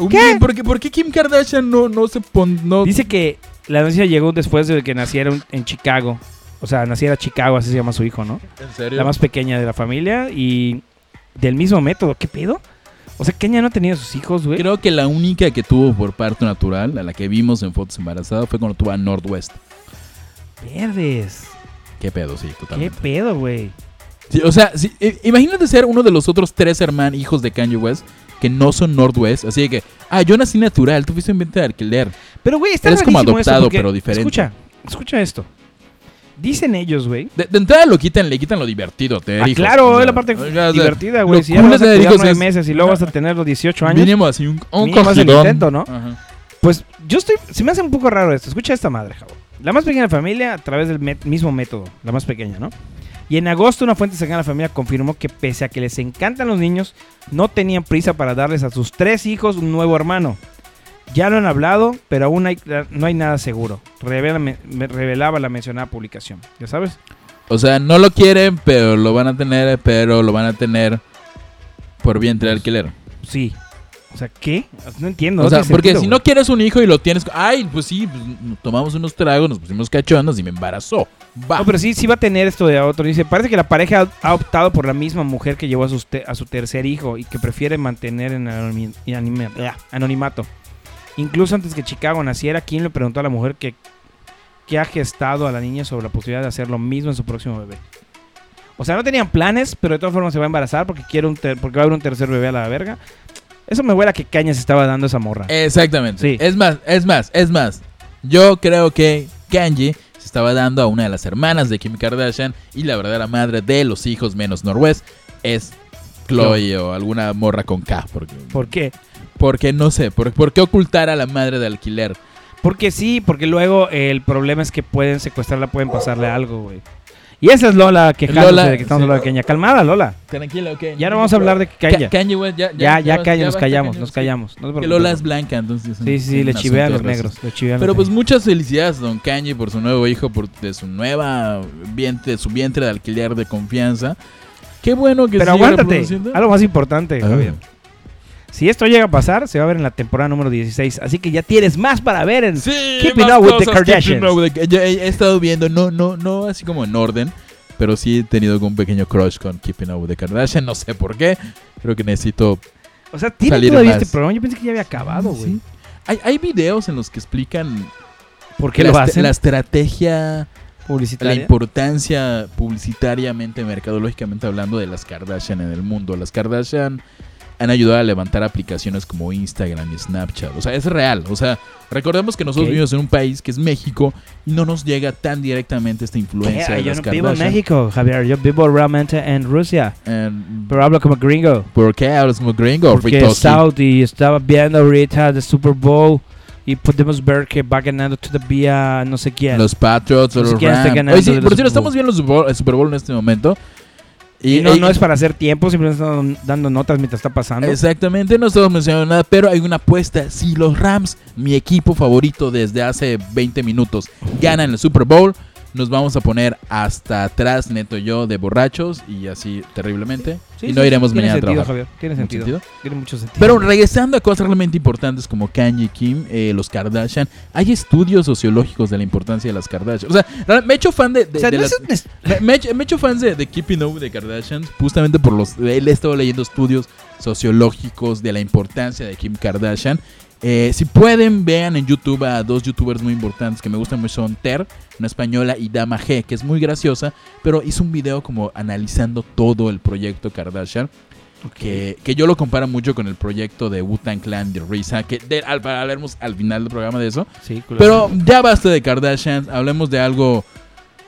B: Uy, ¿Por qué, por qué Kim Kardashian no, no se pon, no-
A: Dice que la noticia llegó después de que naciera un- en Chicago. O sea, naciera Chicago, así se llama su hijo, ¿no?
B: ¿En serio?
A: La más pequeña de la familia y del mismo método. ¿Qué pedo? O sea, Kenia no tenía sus hijos, güey.
B: Creo que la única que tuvo por parto natural, a la que vimos en fotos embarazada, fue cuando tuvo a Northwest.
A: Verdes.
B: Qué pedo, sí,
A: ¿Qué
B: totalmente.
A: pedo, güey?
B: Sí, o sea, sí, eh, imagínate ser uno de los otros tres hermanos hijos de Kanye West que no son Northwest. Así de que, ah, yo nací natural, tú fuiste un vientre de alquiler.
A: Pero, güey, está
B: Eres como
A: rarísimo eso
B: adoptado,
A: porque-
B: pero diferente.
A: Escucha, escucha esto. Dicen ellos, güey.
B: De, de entrada lo quitan, le quitan lo divertido, te
A: Ah, claro, es la parte divertida, güey. Si ya lo vas a cuidar nueve meses y
B: <laughs>
A: luego vas a tener los 18 años.
B: Mínimo así un, un
A: Mínimo es el
B: cogidón.
A: intento, ¿no?
B: Ajá.
A: Pues yo estoy. Se me hace un poco raro esto. Escucha esta madre, jabón. La más pequeña de la familia a través del met- mismo método, la más pequeña, ¿no? Y en agosto una fuente cercana a la familia confirmó que pese a que les encantan los niños, no tenían prisa para darles a sus tres hijos un nuevo hermano. Ya lo han hablado, pero aún hay- no hay nada seguro. Revela- me- me revelaba la mencionada publicación. ¿Ya sabes?
B: O sea, no lo quieren, pero lo van a tener, pero lo van a tener por vientre de alquiler.
A: Sí. O sea, ¿qué? No entiendo.
B: o sea,
A: tiene
B: porque
A: sentido,
B: si
A: güey.
B: no quieres un hijo y lo tienes, ay, pues sí, pues, tomamos unos tragos, nos pusimos cachondos y me embarazó. Va.
A: No, pero sí, sí va a tener esto de otro. Dice, parece que la pareja ha ha optado por la misma mujer que llevó a, sus te- a su tercer hijo y que prefiere mantener en anonimi- y anime- ah, anonimato. Incluso antes que Chicago naciera, Kim le preguntó a la mujer que, que ha gestado a la niña sobre la posibilidad de hacer lo mismo en su próximo bebé. O sea, no tenían planes, pero de todas formas se va a embarazar porque, quiere un ter- porque va a haber un tercer bebé a la verga. Eso me huele a que Cañas estaba dando esa morra.
B: Eh. Exactamente.
A: Sí.
B: Es más, es más, es más. Yo creo que Kanji se estaba dando a una de las hermanas de Kim Kardashian y la verdadera madre de los hijos menos Norwest es Chloe o alguna morra con K. Porque,
A: ¿Por qué?
B: porque no sé, por, ¿por qué ocultar a la madre de alquiler?
A: Porque sí, porque luego eh, el problema es que pueden secuestrarla, pueden pasarle algo, güey. Y esa es Lola quejándose
B: Lola,
A: de que estamos
B: sí.
A: hablando de Kenia. Calmada, Lola.
B: Tranquila, ok.
A: Ya no vamos a hablar de que
B: Ka-
A: Kenya.
B: Kanye West, ya,
A: Ya, ya,
B: basta,
A: Kanye, nos
B: basta,
A: callamos,
B: Kanye,
A: nos
B: sí.
A: callamos. no te
B: Que
A: preocupes.
B: Lola es blanca, entonces. es un-
A: Sí, sí, sí,
B: un
A: le
B: asunto
A: chivean
B: de
A: los
B: razas.
A: negros. Le chivean
B: Pero
A: los
B: pues
A: negros.
B: muchas felicidades, don Kanye, por su nuevo hijo, por de su nueva vientre, su vientre de alquiler de confianza. Qué bueno que
A: Pero
B: sigue
A: aguántate.
B: reproduciendo.
A: Algo más importante,
B: Ah.
A: Javier. Si esto llega a pasar, se va a ver en la temporada número 16. Así que ya tienes más para ver en.
B: Sí,
A: Keeping
B: más
A: up with the
B: cosas, keeping
A: Kardashians.
B: up with the- Yo he, he estado viendo, no, no, no así como en orden, pero sí he tenido como un pequeño crush con Keeping Up with the Kardashian. No sé por qué. Creo que necesito.
A: O sea, tiene
B: Salir
A: todavía
B: más.
A: este programa. Yo pensé que ya había acabado, güey.
B: Sí. Hay, hay videos en los que explican
A: ¿Por qué
B: la
A: lo
B: est-
A: hacen?
B: la estrategia. la
A: publicitarias.
B: importancia publicitariamente, mercadológicamente hablando de las Kardashian en el mundo. Las Kardashian han ayudado a levantar aplicaciones como Instagram y Snapchat. O sea, es real. O sea, recordemos que nosotros
A: Ok.
B: vivimos en un país que es México y no nos llega tan directamente esta influencia de
A: Eh, Yo
B: las
A: no vivo en
B: Kardashian.
A: México, Javier. Yo vivo realmente en Rusia.
B: En-
A: Pero hablo como gringo.
B: ¿Por qué hablas como gringo?
A: Porque
B: Ritosi?
A: Saudi estaba viendo ahorita de Super Bowl y podemos ver que va ganando todavía no sé quién.
B: Los Patriots o
A: Ni
B: los
A: siquiera está
B: Rams.
A: ganando
B: Oye, sí,
A: el
B: por cierto,
A: Super Bowl.
B: estamos viendo el Super Bowl- el Super Bowl en este momento.
A: y no,
B: y-
A: no es para hacer tiempo, simplemente están dando notas mientras está pasando.
B: Exactamente, no estamos mencionando nada, pero hay una apuesta. Si los Rams, mi equipo favorito desde hace 20 minutos, ganan el Super Bowl, nos vamos a poner hasta atrás, Neto y yo, de borrachos y así terriblemente.
A: Sí,
B: y no
A: sí,
B: iremos
A: tiene
B: mañana
A: sentido,
B: a trabajar.
A: Javier, tiene
B: ¿Tiene
A: sentido.
B: sentido?
A: Tiene mucho sentido.
B: Pero regresando a cosas realmente importantes como Kanye y Kim, eh, los Kardashian, hay estudios sociológicos de la importancia de las Kardashian. O sea, real- me he hecho fan de, de-
A: O sea,
B: de
A: no
B: las-
A: es un est-
B: me, me he hecho- me he hecho fans de, de Keeping Up with the Kardashians justamente por los... Él he estado leyendo estudios sociológicos de la importancia de Kim Kardashian. Eh, si pueden, vean en YouTube a dos youtubers muy importantes que me gustan mucho. Son Ter, una española, y Dama G, que es muy graciosa, pero hizo un video como analizando todo el proyecto Kardashian. Que, que yo lo comparo mucho con el proyecto de Wu-Tang Clan de Risa, que de- al, hablaremos al final del programa de eso.
A: Sí, claro.
B: Pero ya basta de Kardashian, hablemos de algo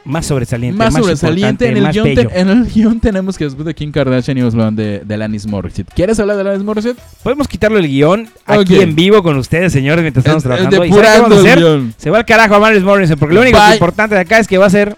A: más sobresaliente,
B: más sobresaliente. En el, eh.
A: más
B: guión
A: bello.
B: te- en el guión tenemos que después de Kim Kardashian íbamos hablando de, de Alanis Morissette. ¿Quieres hablar de Alanis Morissette?
A: Podemos quitarlo el guión aquí
B: Ok.
A: en vivo con ustedes, señores, mientras estamos
B: Eh,
A: trabajando.
B: eh,
A: ¿Y saben qué vamos a
B: Depurando el
A: hacer?
B: guión.
A: Se va al carajo a Maris Morrison, porque lo único que
B: Bye.
A: importante de acá es que va a ser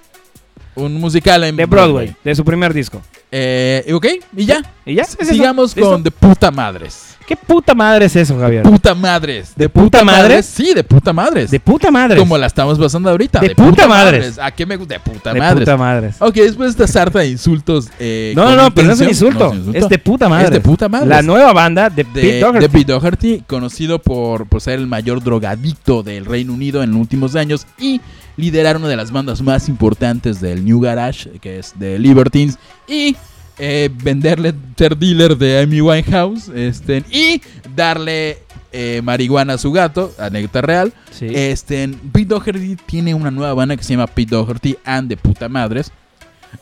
B: Un musical en
A: de Broadway, de su primer disco.
B: Eh, ok, y ya.
A: Y ya, es eso.
B: Sigamos
A: Listo.
B: con de puta madres.
A: ¿Qué puta madre es eso, Javier?
B: Puta madres.
A: ¿De puta madre?
B: Sí, de puta madres.
A: De puta madre.
B: Como la estamos pasando ahorita.
A: De puta madres.
B: ¿A qué me gusta? De puta
A: de
B: madres.
A: puta madre.
B: Ok, después de esta sarta de insultos. eh,
A: No,
B: con
A: no, no, pero no es un
B: intención-
A: insulto. Este Es de puta madre.
B: Es de puta madre.
A: La nueva banda de,
B: de,
A: Pete Doherty.
B: de Pete Doherty, conocido por, por ser el mayor drogadicto del Reino Unido en los últimos años y liderar una de las bandas más importantes del New Garage, que es de Libertines, y eh, venderle, ser dealer de Amy Winehouse, este, y darle eh, marihuana a su gato, anécdota real.
A: Sí.
B: Este, Pete Doherty tiene una nueva banda que se llama Pete Doherty and the Puta Madres.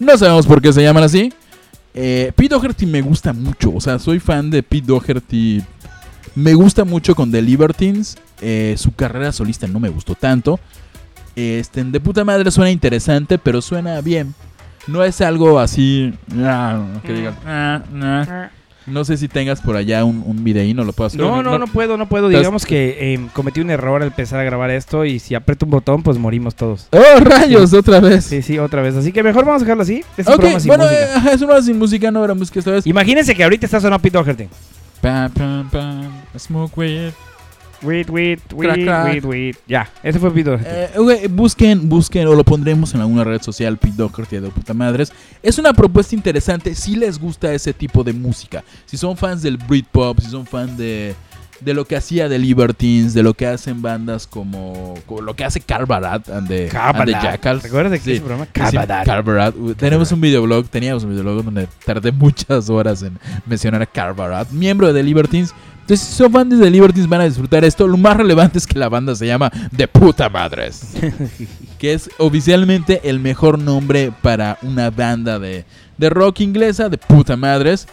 B: No sabemos por qué se llaman así. Eh, Pete Doherty me gusta mucho. O sea, soy fan de Pete Doherty. Me gusta mucho con The Libertines. Eh, su carrera solista no me gustó tanto. Este, de puta madre suena interesante, pero suena bien. No es algo así. ah, Que digan,
A: Mm.
B: ah, ah. No sé si tengas por allá un, un videíno, lo puedo hacer.
A: no, no, no puedo, no puedo.
B: Entonces-
A: Digamos que eh, cometí un error al empezar a grabar esto y si aprieto un botón, pues morimos todos.
B: ¡Oh, rayos! Otra vez.
A: Sí, sí, otra vez. Así que mejor vamos a dejarlo así. Este Es un
B: Ok,
A: programa sin
B: bueno,
A: música.
B: eh, ajá, es un programa sin música, no era música esta vez.
A: Imagínense que ahorita está sonando Pete Doherty.
B: Pam, pam, pam, smoke weed.
A: Wait, wait,
B: Crack,
A: wait,
B: crack.
A: wait, wait. Ya, ese fue Pete Doherty.
B: Eh, güey, busquen, busquen, o lo pondremos en alguna red social, Pete Doherty de puta madres. Es una propuesta interesante si les gusta ese tipo de música. Si son fans del Britpop, si son fan de, de lo que hacía The Libertines, de lo que hacen bandas como, como lo que hace Carbarat and the, and the
A: Cabalat.
B: Jackals.
A: ¿Recuerdas de que
B: Sí.
A: ese programa?
B: Sí,
A: Cabalat.
B: Carbarat. Uh, Tenemos un videoblog, teníamos un videoblog donde tardé muchas horas en mencionar a Carbarat, miembro de The Libertines. Entonces, si son fans de The Libertines, van a disfrutar esto. Lo más relevante es que la banda se llama De Puta
A: <laughs>
B: Madres, que es oficialmente el mejor nombre para una banda de, de rock inglesa, De Puta Madres.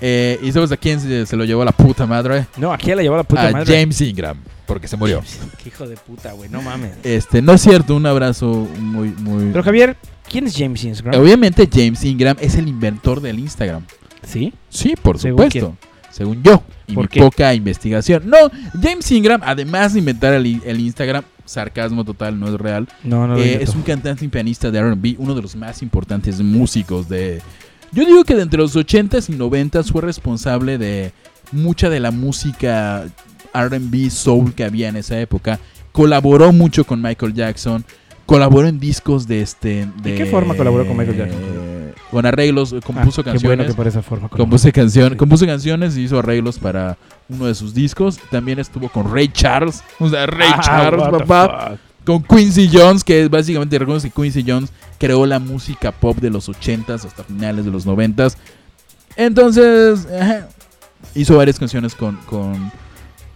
B: Eh, ¿Y sabes a quién se, se lo llevó la puta madre?
A: No, aquí la llevó la puta
B: a
A: madre.
B: Ah, James Ingram, porque se murió.
A: Qué hijo de puta, güey. No mames.
B: Este, no es cierto, un abrazo muy, muy.
A: Pero Javier, ¿quién es James Ingram?
B: Obviamente James Ingram es el inventor del Instagram.
A: Sí.
B: Sí, por
A: ¿Según
B: supuesto. Según yo. Y
A: ¿Por
B: mi
A: qué?
B: poca investigación. No, James Ingram, además de inventar el, el Instagram, sarcasmo total, no es real.
A: No, no lo
B: eh,
A: inventó.
B: es un cantante y pianista de RB, uno de los más importantes músicos de... Yo digo que de entre los 80s y 90s fue responsable de mucha de la música RB soul que había en esa época. Colaboró mucho con Michael Jackson. Colaboró en discos de este.
A: ¿De
B: de-
A: qué forma colaboró con Michael Jackson?
B: eh, Con arreglos, compuso
A: Ah, Qué
B: canciones.
A: bueno que por esa forma. como-
B: Compuso, canción,
A: Sí.
B: compuso canciones y hizo arreglos para uno de sus discos. También estuvo con Ray Charles. O sea, Ray
A: Ah,
B: Charles,
A: what the
B: papá.
A: fuck.
B: Con Quincy Jones, que es básicamente, recuerden que Quincy Jones creó la música pop de los 80s hasta finales de los 90s. Entonces, ajá, hizo varias canciones con, con,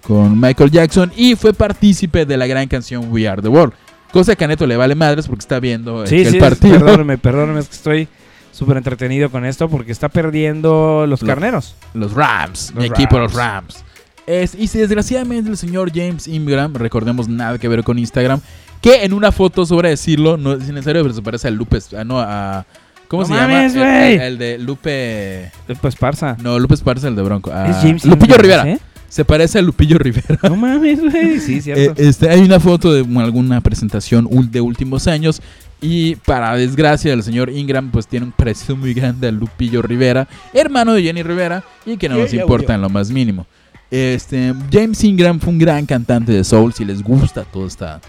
B: con Michael Jackson y fue partícipe de la gran canción We Are the World. Cosa que a Neto le vale madres porque está viendo eh,
A: Sí,
B: el
A: sí,
B: partido.
A: perdóname, perdóname, es que estoy súper entretenido con esto porque está perdiendo los
B: Lo-
A: carneros.
B: Los Rams, mi
A: Los
B: equipo,
A: Rams.
B: los Rams. Es- y si desgraciadamente el señor James Ingram, recordemos nada que ver con Instagram, que en una foto, sobra decirlo, no es necesario, pero se parece a Lupe. ah, no, a. ¿Cómo
A: No
B: se
A: mames,
B: llama?
A: güey.
B: El, el de Lupe.
A: Pues Parza.
B: No, Lupe Esparza, el de Bronco. a
A: es James Ingram,
B: Lupillo Ah. Rivera.
A: ¿eh?
B: Se parece a Lupillo
A: <laughs>
B: Rivera.
A: No mames, güey. Sí,
B: Eh,
A: cierto.
B: este, hay una foto de alguna presentación ul- de últimos años. Y para desgracia del señor Ingram, pues tiene un parecido muy grande a Lupillo Rivera, hermano de Jenny Rivera, y que no nos importa en lo más mínimo. Este, James Ingram fue un gran cantante de soul, si les gusta todo esta,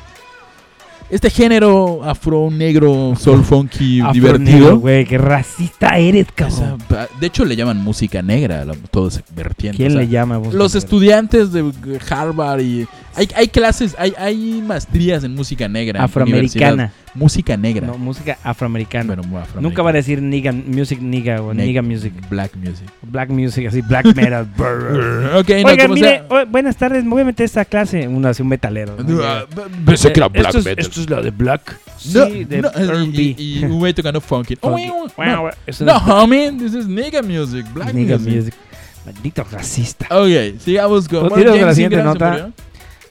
B: este género afro, negro, soul funky,
A: Afro negro,
B: divertido.
A: güey, qué racista eres,
B: Esa-
A: cabrón.
B: de hecho, le llaman música negra, la- todo ese vertiente.
A: ¿Quién
B: o sea,
A: le llama? vos,
B: los
A: Javier?
B: estudiantes de Harvard y hay, hay clases, hay, hay maestrías en música negra. en universidad.
A: Afroamericana.
B: Música negra.
A: No, música afroamericana.
B: Bueno, afroamericana.
A: Nunca va a decir nigga, music nigga o
B: Neg-
A: nigga music.
B: Black music.
A: Black music, así, black metal. <laughs> brr.
B: Ok, no,
A: Oiga,
B: como
A: mire,
B: sea.
A: o- buenas tardes, me voy a meter a esta clase. Uno así, un metalero. ¿no?
B: Ah, Pensé que era black
A: esto, es,
B: metal.
A: esto es lo de black.
B: No,
A: Sí, de
B: no, eh, y,
A: R&B. <laughs>
B: y- y un güey tocando funky.
A: Funky.
B: No,
A: Wow, eso
B: no,
A: es <laughs>
B: homie, this is nigga music. Black
A: nigga
B: music.
A: music. Maldito racista.
B: Ok, sigamos
A: Pero
B: con. bueno,
A: tiro de la
B: James
A: siguiente
B: Ingram se
A: nota.
B: murió.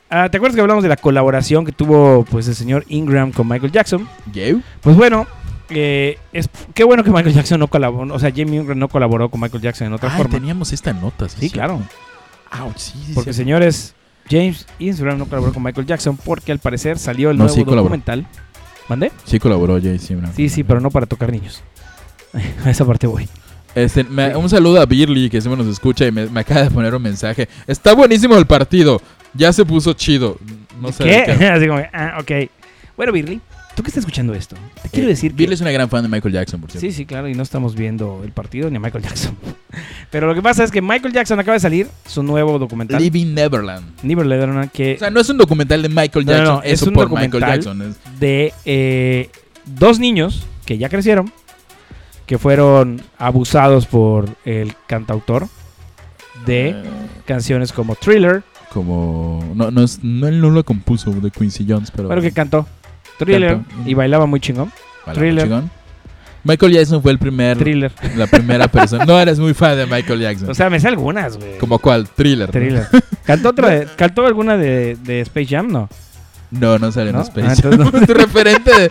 A: Ah, ¿Te acuerdas que hablamos de la colaboración que tuvo pues el señor Ingram con Michael Jackson?
B: Gay.
A: Pues bueno, eh, es, qué bueno que Michael Jackson no colaboró, o sea, Jamie Ingram no colaboró con Michael Jackson en otra
B: Ah,
A: forma.
B: teníamos esta nota.
A: Sí, claro.
B: Ouch, sí, sí,
A: Porque
B: sí.
A: señores, James Ingram no colaboró con Michael Jackson porque al parecer salió el
B: No,
A: nuevo
B: sí colaboró.
A: documental. ¿Mandé?
B: Sí colaboró James Ingram.
A: Sí, sí, pero no para tocar niños. <laughs> A esa parte voy.
B: Este, me- un saludo a Birly, que siempre nos escucha y me, me acaba de poner un mensaje. Está buenísimo el partido. Ya se puso chido. No sé.
A: ¿Qué?
B: de qué.
A: Así como, que, ah, ok. Bueno, Birly, ¿tú qué estás escuchando esto? Te <laughs> quiero
B: Eh,
A: decir que...
B: Birly es una gran fan de Michael Jackson, por cierto.
A: Sí, sí, claro, y no estamos viendo el partido ni a Michael Jackson. <laughs> Pero lo que pasa es que Michael Jackson acaba de salir su nuevo documental,
B: Living Neverland.
A: Never Letterman, que
B: O sea, no es un documental de Michael
A: No, no,
B: Jackson,
A: no, es
B: eso
A: un
B: por Michael
A: documental.
B: Jackson. Es-
A: de eh, dos niños que ya crecieron, que fueron abusados por el cantautor de
B: eh,
A: canciones como Thriller,
B: como. No, no, es- no, él no lo compuso de Quincy Jones, pero.
A: bueno, que cantó Thriller
B: Cantó.
A: y bailaba muy chingón.
B: Vale,
A: Thriller.
B: chingón. Michael Jackson fue el primer.
A: Thriller.
B: La primera persona. No eres muy fan
A: <laughs>
B: de Michael Jackson.
A: O sea, me sé algunas, güey.
B: como cuál? Thriller.
A: <laughs>
B: ¿no?
A: Thriller. ¿Cantó, otra de- ¿Cantó alguna de, de Space Jam? No.
B: No, no sale
A: ¿No?
B: en Space.
A: Ah, entonces
B: <laughs> tu referente de.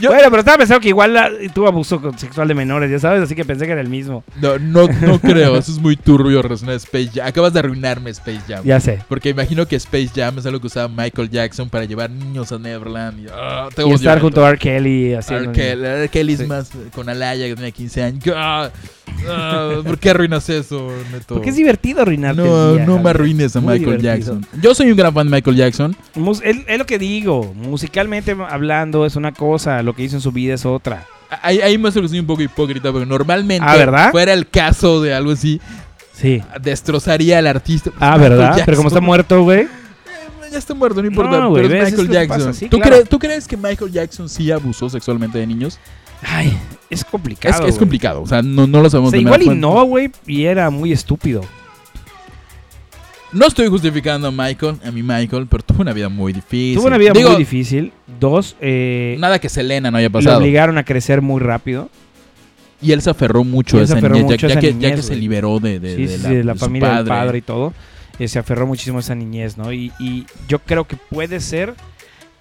B: Yo-
A: Bueno, pero estaba pensando que igual la- tuvo abuso con- sexual de menores, ya sabes, así que pensé que era el mismo.
B: No, no, no creo. Eso es muy turbio relacionado a Space Jam. Acabas de arruinarme Space Jam.
A: Ya sé.
B: Porque imagino que Space Jam es algo que usaba Michael Jackson para llevar niños a Neverland. Y, ah, te
A: Y
B: odio,
A: estar
B: Beto.
A: junto a R. Kelly haciendo.
B: R. Kelly, R. Kelly es
A: Sí.
B: más eh, con Alaya que tenía 15 años. Ah, ah, ¿Por qué arruinas eso, Neto?
A: Porque es divertido arruinarte. el
B: no,
A: día,
B: no me
A: Javier.
B: arruines a
A: Muy
B: Michael
A: divertido.
B: Jackson. Yo soy un gran fan de Michael Jackson.
A: Mus- Es, es lo que digo. Musicalmente hablando es una cosa, lo que hizo en su vida es otra.
B: Ahí, ahí muestro que soy un poco hipócrita, porque normalmente,
A: Ah, ¿verdad?
B: fuera el caso de algo así,
A: Sí.
B: destrozaría al artista.
A: Ah,
B: Michael
A: ¿verdad? Pero como está
B: Jackson-
A: muerto, güey.
B: Eh, Ya está muerto, no importa.
A: No, güey,
B: pero
A: ves, es
B: es Michael
A: lo que
B: Jackson.
A: pasa, sí,
B: ¿Tú,
A: claro.
B: crees, ¿Tú crees que Michael Jackson sí abusó sexualmente de niños?
A: Ay, es complicado.
B: es, es
A: güey.
B: complicado, o sea, no, no lo
A: O
B: sabemos.
A: sea,
B: de
A: igual
B: primera
A: y
B: fuente.
A: no, güey, y era muy estúpido.
B: No estoy justificando a Michael, a mi Michael, pero tuvo una vida muy difícil.
A: Tuvo una vida
B: Digo,
A: muy difícil. Dos, eh,
B: Nada que Selena no haya
A: lo
B: pasado.
A: obligaron a crecer muy rápido.
B: Y él se aferró mucho
A: Y
B: a
A: él se
B: esa
A: aferró
B: niñez, ya-
A: mucho a
B: ya,
A: esa
B: que, ya
A: niñez,
B: que se
A: güey.
B: liberó de, de-
A: sí,
B: de
A: sí,
B: la,
A: sí, de la
B: de su
A: familia del padre y todo. eh, se aferró muchísimo a esa niñez, ¿no? Y, y yo creo que puede ser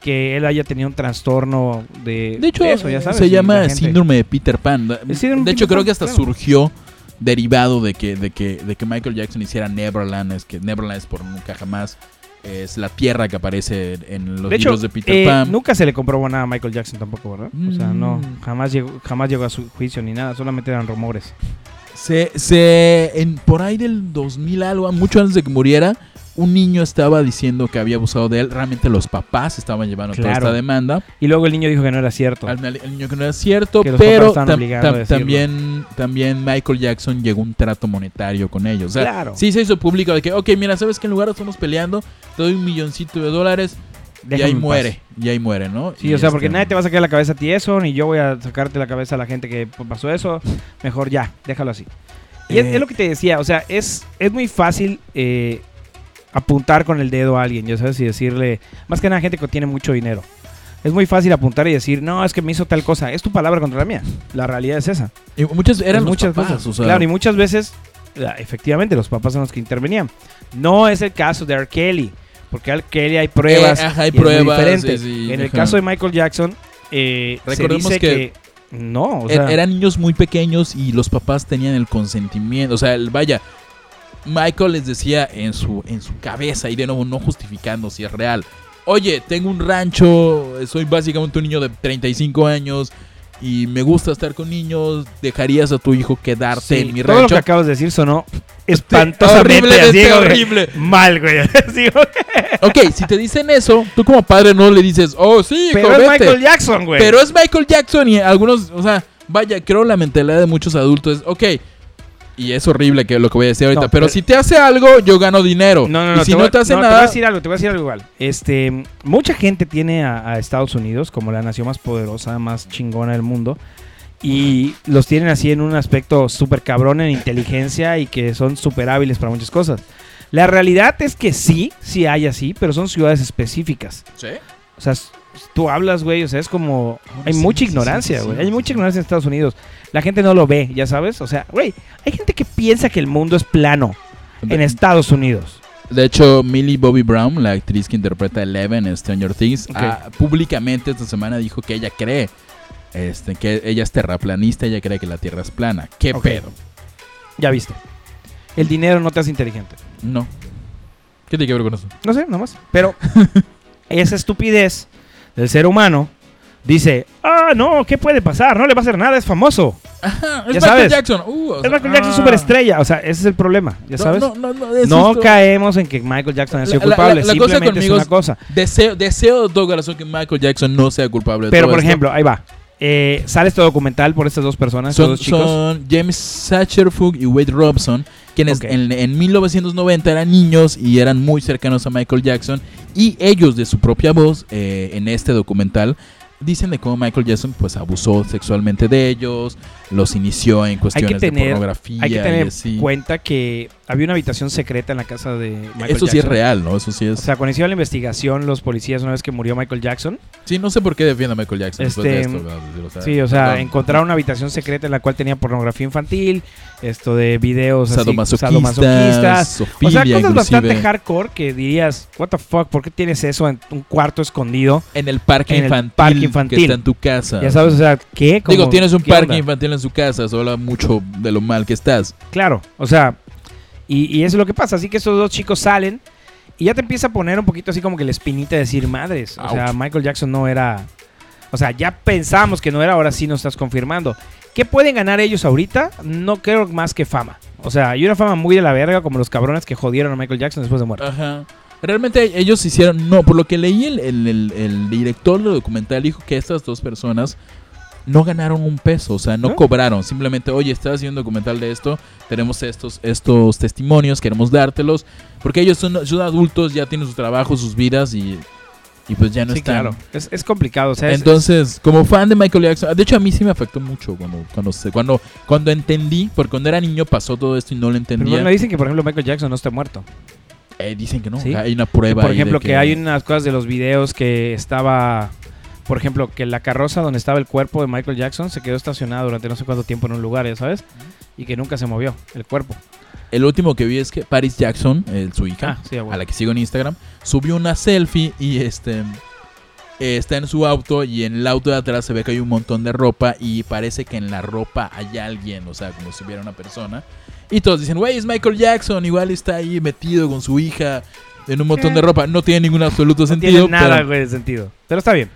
A: que él haya tenido un trastorno de,
B: De hecho,
A: de eso, ya sabes.
B: se
A: y la
B: llama
A: gente-
B: síndrome de Peter Pan. De
A: El síndrome de
B: hecho,
A: Peter
B: creo
A: Pan,
B: que hasta
A: claro.
B: surgió derivado de que, de, que, de que Michael Jackson hiciera Neverland. Es que Neverland es por nunca jamás. Es la tierra que aparece en los
A: De hecho,
B: libros de Peter
A: eh,
B: Pan.
A: nunca se le comprobó nada a Michael Jackson tampoco, ¿verdad? O sea, no,
B: Mm.
A: jamás llegó, jamás llegó a su juicio ni nada, solamente eran rumores.
B: Se, se, en, por ahí del 2000 algo, mucho antes de que muriera, un niño estaba diciendo que había abusado de él. Realmente los papás estaban llevando toda
A: Claro.
B: esta demanda.
A: Y luego el niño dijo que no era cierto.
B: Al, al- el niño que no era cierto,
A: Que los
B: pero
A: papás estaban
B: tam-
A: obligando
B: tam-
A: a decirlo.
B: también, también Michael Jackson llegó a un trato monetario con ellos. O sea,
A: Claro.
B: sí se hizo público de que, ok, mira, ¿sabes que En lugar de estamos peleando, te doy un milloncito de dólares
A: Déjame
B: y ahí
A: en paz.
B: muere. Y ahí muere, ¿no?
A: Sí,
B: Y
A: o sea, porque
B: este,
A: nadie te va a sacar la cabeza a ti eso, ni yo voy a sacarte la cabeza a la gente que pasó eso. Mejor ya, déjalo así. Y es,
B: Eh.
A: es lo que te decía, o sea, es, es muy fácil eh, apuntar con el dedo a alguien, ya sabes, y decirle, más que nada gente que tiene mucho dinero. Es muy fácil apuntar y decir, no, es que me hizo tal cosa. Es tu palabra contra la mía. La realidad es esa.
B: y muchas eran
A: Pues
B: muchas cosas. O sea,
A: Claro, y muchas veces, la- efectivamente, los papás son los que intervenían. No es el caso de R. Kelly, porque R. Kelly hay pruebas.
B: Eh, ajá, hay
A: y es muy
B: pruebas,
A: diferente.
B: sí, sí,
A: en el
B: ajá.
A: caso de Michael Jackson, eh, se
B: Recordemos
A: dice
B: que
A: que, no, o
B: Er-
A: sea,
B: eran niños muy pequeños y los papás tenían el consentimiento. O sea, el- vaya, Michael les decía en su, en su cabeza, y de nuevo no justificando si es real. Oye, tengo un rancho, soy básicamente un niño de 35 años y me gusta estar con niños. ¿Dejarías a tu hijo quedarte
A: sí,
B: en mi
A: todo lo que
B: rancho?
A: acabas de decir sonó
B: Sí,
A: espantosamente
B: horriblemente
A: así, güey.
B: horrible.
A: Mal, güey. <laughs> así, güey.
B: Ok, si te dicen eso, tú como padre no le dices, oh, sí, hijo,
A: Pero es
B: vete".
A: Michael Jackson, güey.
B: Pero es Michael Jackson y algunos, o sea, vaya, creo la mentalidad de muchos adultos es, ok, y es horrible que lo que voy a decir ahorita,
A: No,
B: pero,
A: pero-
B: si te hace algo, yo gano dinero.
A: No, no,
B: y
A: no.
B: si
A: te
B: no
A: voy-
B: te hace
A: no, voy
B: nada,
A: a decir algo, te voy a decir algo igual. Este, mucha gente tiene a, a Estados Unidos como la nación más poderosa, más chingona del mundo. Y los tienen así en un aspecto súper cabrón en inteligencia y que son súper hábiles para muchas cosas. La realidad es que sí, sí hay así, pero son ciudades específicas.
B: ¿Sí?
A: O sea, s- tú hablas, güey, o sea, es como...
B: Bueno,
A: Hay
B: sí,
A: mucha
B: sí, sí,
A: ignorancia,
B: sí, sí,
A: güey.
B: sí.
A: Hay mucha ignorancia en Estados Unidos. La gente no lo ve, ya sabes. O sea, güey, hay gente que piensa que el mundo es plano en
B: De,
A: Estados Unidos.
B: de hecho, Millie Bobby Brown, la actriz que interpreta a Eleven en Stranger Things,
A: Ok.
B: ah, públicamente esta semana dijo que ella cree este, que ella es terraplanista, ella cree que la Tierra es plana. ¿Qué
A: Ok.
B: pedo?
A: Ya viste. El dinero no te hace inteligente.
B: No. ¿Qué <laughs> tiene que ver con eso?
A: No sé, nomás. Pero esa estupidez del ser humano dice, ah, no, ¿qué puede pasar? No le va a hacer nada, es famoso.
B: Ajá, es
A: Ya
B: Michael
A: sabes.
B: Jackson. Uh, o
A: Es
B: sea,
A: Michael
B: ah.
A: Jackson superestrella. O sea, ese es el problema, ya
B: No,
A: sabes.
B: No,
A: No,
B: no, no, es justo-
A: caemos en que Michael Jackson ha sido
B: La- la-
A: culpable,
B: la- la cosa
A: simplemente
B: conmigo
A: es una
B: es-
A: cosa.
B: Deseo, deseo de todo corazón que Michael Jackson no sea culpable. de
A: Pero,
B: todo
A: por
B: esto.
A: ejemplo, ahí va. Eh, sale este documental por estas dos personas, estos
B: son,
A: dos chicos.
B: son James Satcherfug y Wade Robson, quienes
A: Ok.
B: en, en 1990 eran niños y eran muy cercanos a Michael Jackson. Y ellos, de su propia voz, eh, en este documental, dicen de cómo Michael Jackson pues abusó sexualmente de ellos, los inició en cuestiones
A: tener-
B: de pornografía.
A: Hay que
B: y
A: tener
B: así.
A: en cuenta que había una habitación secreta en la casa de Michael
B: Eso
A: Jackson.
B: sí es real, ¿no? Eso sí es.
A: O sea, cuando hicieron la investigación, los policías, una vez que murió Michael Jackson,
B: sí, no sé por qué defiende a Michael Jackson después de
A: Este,
B: esto, ¿verdad? O sea,
A: sí, o sea,
B: perdón.
A: encontraron una habitación secreta en la cual tenía pornografía infantil, esto de videos así,
B: Sadomasoquistas,
A: sadomasoquistas. O sea,
B: zoofilia,
A: cosas bastante
B: inclusive.
A: hardcore que dirías, what the fuck, ¿por qué tienes eso en un cuarto escondido?
B: En el parque
A: en el
B: infantil.
A: parque infantil.
B: Que está en tu casa.
A: Ya sabes, o sea, ¿qué? Como,
B: Ah, Digo, tienes un
A: ¿qué
B: parque
A: onda?
B: infantil en su casa, eso habla mucho de lo mal que estás.
A: Claro, o sea, y, y eso es lo que pasa. Así que estos dos chicos salen y ya te empieza a poner un poquito así como que la espinita de decir madres. O sea,
B: Ouch.
A: Michael Jackson no era. O sea, ya pensábamos que no era, ahora sí nos estás confirmando. ¿Qué pueden ganar ellos ahorita? No creo más que fama. O sea, y una fama muy de la verga, como los cabrones que jodieron a Michael Jackson después de muerto.
B: Ajá. Realmente ellos hicieron, no, por lo que leí el, el- el- el director del documental dijo que estas dos personas no ganaron un peso, o sea, no
A: ¿No?
B: cobraron, simplemente, oye, estás haciendo un documental de esto, tenemos estos, estos testimonios, queremos dártelos, porque ellos son, son adultos, ya tienen sus trabajos, sus vidas y, y pues ya no
A: sí,
B: están.
A: claro. Es, es complicado. O sea, es-
B: Entonces, como fan de Michael Jackson, de hecho a mí sí me afectó mucho cuando cuando se- cuando, cuando entendí, porque cuando era niño pasó todo esto y no lo
A: pero
B: entendía.
A: bueno, dicen que, por ejemplo, Michael Jackson no está muerto.
B: Eh, dicen que no,
A: Sí.
B: hay una prueba.
A: Por
B: ahí de
A: ejemplo, que... hay unas cosas de los videos que estaba, por ejemplo, que la carroza donde estaba el cuerpo de Michael Jackson se quedó estacionada durante no sé cuánto tiempo en un lugar, ya sabes, y que nunca se movió el cuerpo.
B: El último que vi es que Paris Jackson, eh, su hija,
A: Ah, sí, abuelo.
B: a la que sigo en Instagram, subió una selfie y este eh, está en su auto y en el auto de atrás se ve que hay un montón de ropa y parece que en la ropa hay alguien, o sea, como si hubiera una persona. Y todos dicen, wey, es Michael Jackson, igual está ahí metido con su hija en un montón de ropa. No tiene ningún absoluto
A: No
B: sentido.
A: tiene nada
B: pero
A: güey, de sentido, pero está bien.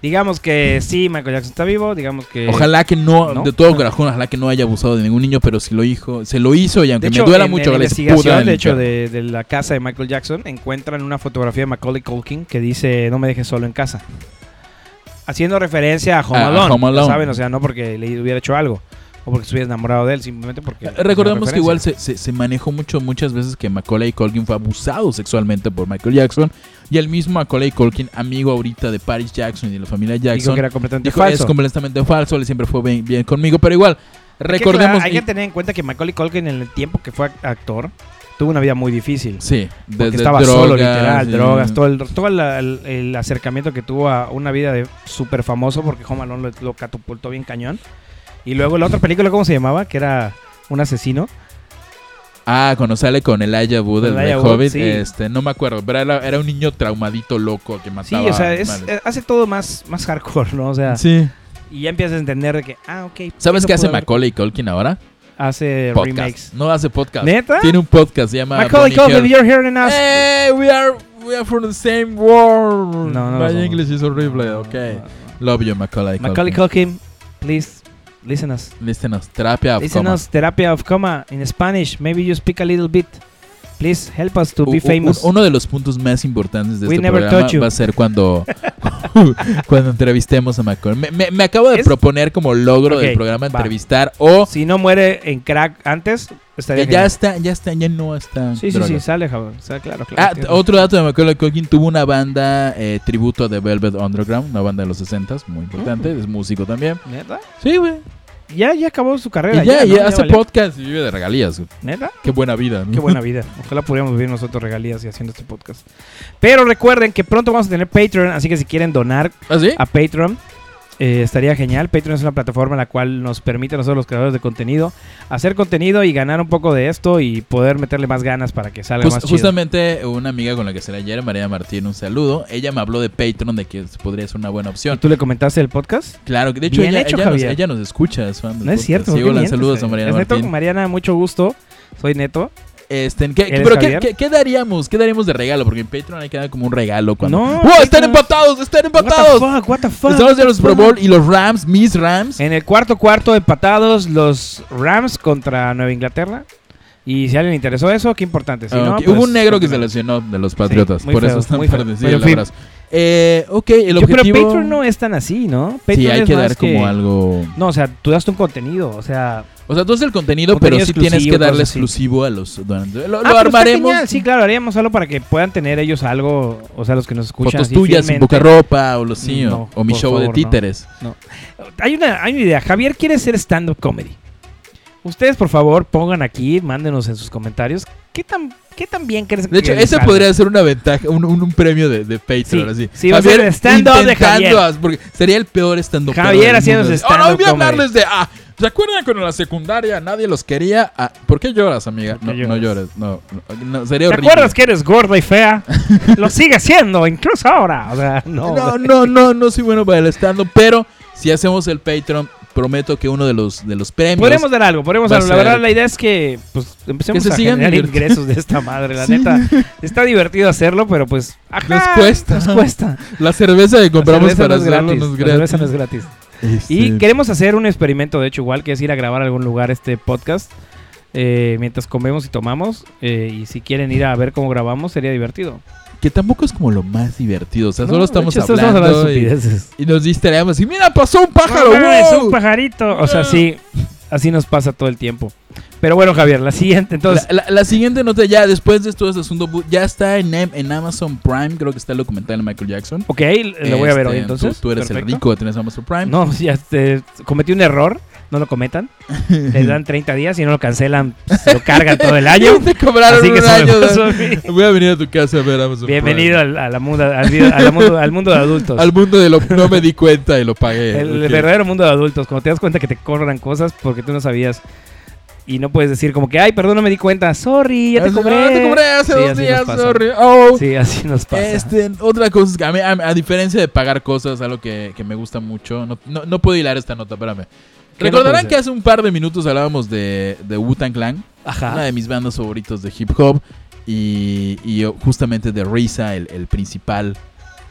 A: Digamos que sí, Michael Jackson está vivo, digamos que...
B: Ojalá que no,
A: ¿no?
B: de todo corazón, ojalá que no haya abusado de ningún niño, pero si lo hizo, se lo hizo y aunque
A: De hecho,
B: me duela
A: en
B: mucho,
A: la
B: les
A: investigación,
B: pudra
A: de
B: el
A: hecho,
B: infierno.
A: de, de la casa de Michael Jackson, encuentran una fotografía de Macaulay Culkin que dice, no me dejes solo en casa. Haciendo referencia a Home
B: Ah, A- a
A: Alone,
B: Home
A: ya
B: Alone.
A: ¿saben? O sea, no porque le hubiera hecho algo o porque estuviera enamorado de él, simplemente porque... es una
B: Eh, Recordemos que
A: referencia.
B: igual se, se- se manejó mucho, muchas veces que Macaulay Culkin fue abusado sexualmente por Michael Jackson. Y el mismo Macaulay Culkin, amigo ahorita de Paris Jackson y de la familia
A: Dijo
B: Jackson,
A: que era completamente
B: dijo,
A: falso.
B: es completamente falso, él siempre fue bien, bien conmigo. Pero igual,
A: Hay que
B: recordemos...
A: aclarar- Hay
B: y-
A: que tener en cuenta que Macaulay Culkin en el tiempo que fue act- actor tuvo una vida muy difícil.
B: sí,
A: Porque
B: desde
A: estaba
B: drogas, mm,
A: solo, literal,
B: y-
A: drogas, todo, el, todo la- el, el acercamiento que tuvo a una vida de súper famoso porque Home Alone lo, lo catapultó bien cañón. Y luego la otra película, ¿cómo se llamaba? Que era un asesino.
B: Ah, cuando sale con el Wood, el de
A: Elijah Wood,
B: Hobbit,
A: sí.
B: este, no me acuerdo, pero era, era un niño traumadito loco que
A: Sí,
B: mataba
A: o sea, es-
B: animales.
A: eh, hace todo más, más hardcore, ¿no? O sea,
B: Sí.
A: y ya empiezas a entender de que, ah, ok.
B: ¿Sabes
A: eso
B: qué hace
A: pudo haber-
B: Macaulay Culkin ahora?
A: Hace
B: Podcast.
A: remakes.
B: No hace podcast.
A: ¿Neta?
B: Tiene un podcast, se llama
A: Macaulay
B: Bonnie
A: Culkin,
B: Hill.
A: you're hearing us.
B: Hey, we are we are from the same world.
A: No, no lo
B: My
A: somos.
B: English is horrible. Okay. Love you, Macaulay.
A: Macaulay
B: Culkin. Este
A: Culkin, please, listen us.
B: Listen us. Terapia of
A: Listen
B: Coma.
A: us, terapia of coma in Spanish. Maybe you speak a little bit. Please help us to
B: U-
A: be
B: u-
A: famous.
B: un- uno de los puntos más importantes de
A: We
B: este
A: never
B: programa
A: touch you.
B: va a ser cuando <laughs> cuando entrevistemos a Macaulay. Me, me- me acabo de
A: Es-
B: proponer como logro del
A: Ok,
B: programa
A: va.
B: entrevistar o
A: Si no muere en crack antes, estaría
B: que ya
A: genial.
B: está, ya está, ya no está.
A: Sí, sí,
B: drogas.
A: sí, sale, cabrón. Sale, claro, claro.
B: Ah,
A: entiendo.
B: otro dato de Macaulay Culkin tuvo una banda eh, tributo a The Velvet Underground, una banda de los 60s, muy importante,
A: Mm.
B: es músico también.
A: ¿Neta?
B: Sí, güey.
A: Ya, ya acabó su
B: Y
A: carrera.
B: ya, ya,
A: ¿no?
B: hace
A: valió.
B: podcast y vive de regalías. güey.
A: ¿Neta?
B: Qué buena vida. ¿no?
A: Qué buena vida. Ojalá pudiéramos vivir nosotros regalías y haciendo este podcast. Pero recuerden que pronto vamos a tener Patreon, así que si quieren donar
B: <laughs> ¿Ah, sí?
A: a Patreon, eh, estaría genial. Patreon es una plataforma en la cual nos permite a nosotros los creadores de contenido hacer contenido y ganar un poco de esto y poder meterle más ganas para que salga
B: Jus-
A: más chido.
B: Pues, justamente una amiga con la que será ayer, María Martín, un saludo. Ella me habló de Patreon, de que podría ser una buena opción.
A: ¿Tú le comentaste el podcast?
B: Claro, que de hecho,
A: Bien
B: ella,
A: hecho,
B: ella nos,
A: Javier.
B: ella nos escucha. Es fan del
A: No es
B: podcast.
A: cierto.
B: Sí,
A: ¿por qué
B: hola,
A: mientes, eh.
B: saludos a
A: güey?
B: Mariana
A: Es Neto
B: Martín.
A: Mariana, mucho gusto. Soy Neto.
B: Este, ¿qué,
A: ¿Eres
B: pero ¿qué,
A: Javier?
B: qué- qué daríamos? ¿Qué daríamos de regalo? Porque en Patreon hay que dar como un regalo cuando.
A: No,
B: ¡Wow! ¡Están
A: Patreon.
B: empatados! ¡Están empatados!
A: What the fuck, what the fuck.
B: Estamos en los Super Bowl y los Rams, mis Rams.
A: En el cuarto cuarto empatados los Rams contra Nueva Inglaterra. Y si a alguien le interesó eso, qué importante. Si
B: Ah,
A: no,
B: ok.
A: pues,
B: Hubo un negro que se
A: continúa.
B: lesionó de los Patriotas.
A: muy
B: por
A: feo,
B: eso están
A: muy feo.
B: perdidos. Sí,
A: Pero
B: el
A: en fin.
B: abrazo. Eh, ok, el
A: Yo,
B: objetivo.
A: Pero Patreon no es tan así, ¿no? Patreon
B: sí, hay
A: es
B: que
A: más
B: dar como algo.
A: No, o sea, tú das tu contenido, o sea... ah,
B: O sea, tú haces el contenido,
A: Contenido
B: pero sí tienes
A: exclusivo,
B: que darle
A: cosas así.
B: exclusivo a los. donantes. Lo,
A: Ah,
B: lo
A: pero está
B: armaremos.
A: genial. Sí, claro, haríamos algo para que puedan tener ellos algo, o sea, los que nos escuchan.
B: fotos
A: así
B: tuyas en
A: fielmente.
B: poca ropa o los sí, o-
A: No,
B: o mi
A: por
B: show de
A: favor, no.
B: títeres.
A: Hay una, hay una idea. Javier quiere ser stand-up comedy. Ustedes, por favor, pongan aquí, mándenos en sus comentarios qué tan, qué tan bien crees
B: De hecho,
A: que les
B: ese
A: salga.
B: podría ser una ventaja, un, un- un premio de, de Patreon.
A: Sí,
B: así.
A: sí, va a ser el stand-up de
B: intentando
A: Javier.
B: as- porque sería el peor stand-up.
A: Javier haciendo su
B: Oh, no,
A: stand-up
B: voy
A: comedy.
B: a hablarles de. Ah, ¿se acuerdan cuando en la secundaria nadie los quería? Ah, ¿Por qué lloras, amiga?
A: ¿Por
B: No,
A: qué
B: no
A: lloras?
B: llores. No, no, no, sería
A: ¿Te
B: horrible.
A: acuerdas que eres gorda y fea? Lo sigue siendo, incluso ahora. O
B: <laughs>
A: sea, no.
B: No, no, no, no soy bueno para el stand-up, pero si hacemos el Patreon, prometo que uno de los, de los premios.
A: Podríamos dar algo, podríamos
B: Va
A: dar algo. La
B: a ser-
A: verdad, la idea es que pues, empecemos
B: Que se
A: a
B: sigan
A: generar
B: divirtiendo.
A: ingresos de esta madre. La
B: <laughs> Sí.
A: neta, está divertido hacerlo, pero pues. Ajá,
B: Nos cuesta.
A: Nos cuesta.
B: La cerveza que compramos
A: La cerveza
B: para
A: no es
B: hacerlo
A: gratis,
B: no es
A: la cerveza no es
B: gratis.
A: gratis. Y
B: Este,
A: queremos hacer un experimento, de hecho, igual, que es ir a grabar a algún lugar este podcast eh, mientras comemos y tomamos. eh, y si quieren ir a ver cómo grabamos, sería divertido.
B: que tampoco es como lo más divertido. O sea,
A: No,
B: solo
A: de
B: estamos
A: hecho,
B: hablando.
A: de
B: y-
A: <laughs> estupideces.
B: Y nos distraemos. Y mira, pasó un pájaro.
A: No mames,
B: wow".
A: un pajarito. O sea, sí, así nos pasa todo el tiempo. Pero bueno, Javier, la siguiente, entonces.
B: la, la- la siguiente nota ya, después de todo este asunto, bu- ya está en, Am- en Amazon Prime. Creo que está el documental de Michael Jackson.
A: ok, lo Eh, voy a ver
B: Este,
A: hoy entonces.
B: Tú, tú eres el
A: Perfecto.
B: rico de tener Amazon Prime.
A: No, <laughs> sí, este, cometí un error. No lo
B: <laughs>
A: cometan. Le dan 30 días y no lo cancelan. Se lo cargan todo el
B: <laughs>
A: año.
B: Te cobraron
A: Así que
B: un
A: se me
B: año.
A: pasó
B: de-
A: a mí.
B: Voy a venir a tu casa a ver Amazon
A: Bienvenido
B: Prime.
A: al, a la muda- al, vida- a la mundo, al mundo de adultos.
B: <laughs> al mundo de lo no me di cuenta y lo pagué.
A: el
B: Ok.
A: verdadero mundo de adultos. Cuando te das cuenta que te corran cosas porque tú no sabías. Y no puedes decir como que, ay, perdón, no me di cuenta. Sorry, ya te
B: Así, "Ah,
A: cobré.
B: te cobré hace
A: Sí,
B: dos
A: así
B: días,
A: nos pasa.
B: sorry. Oh,
A: Sí, así nos pasa.
B: Este, otra cosa, es que a, mí- a, a diferencia de pagar cosas, algo que, que me gusta mucho, no, no, no puedo hilar esta nota, espérame.
A: ¿Qué no
B: Recordarán
A: puede
B: que
A: ser?
B: hace un par de minutos hablábamos de, de Wu-Tang Clan, una
A: Ajá.
B: de mis bandas favoritos de hip hop, y, y justamente de Risa, el, el principal,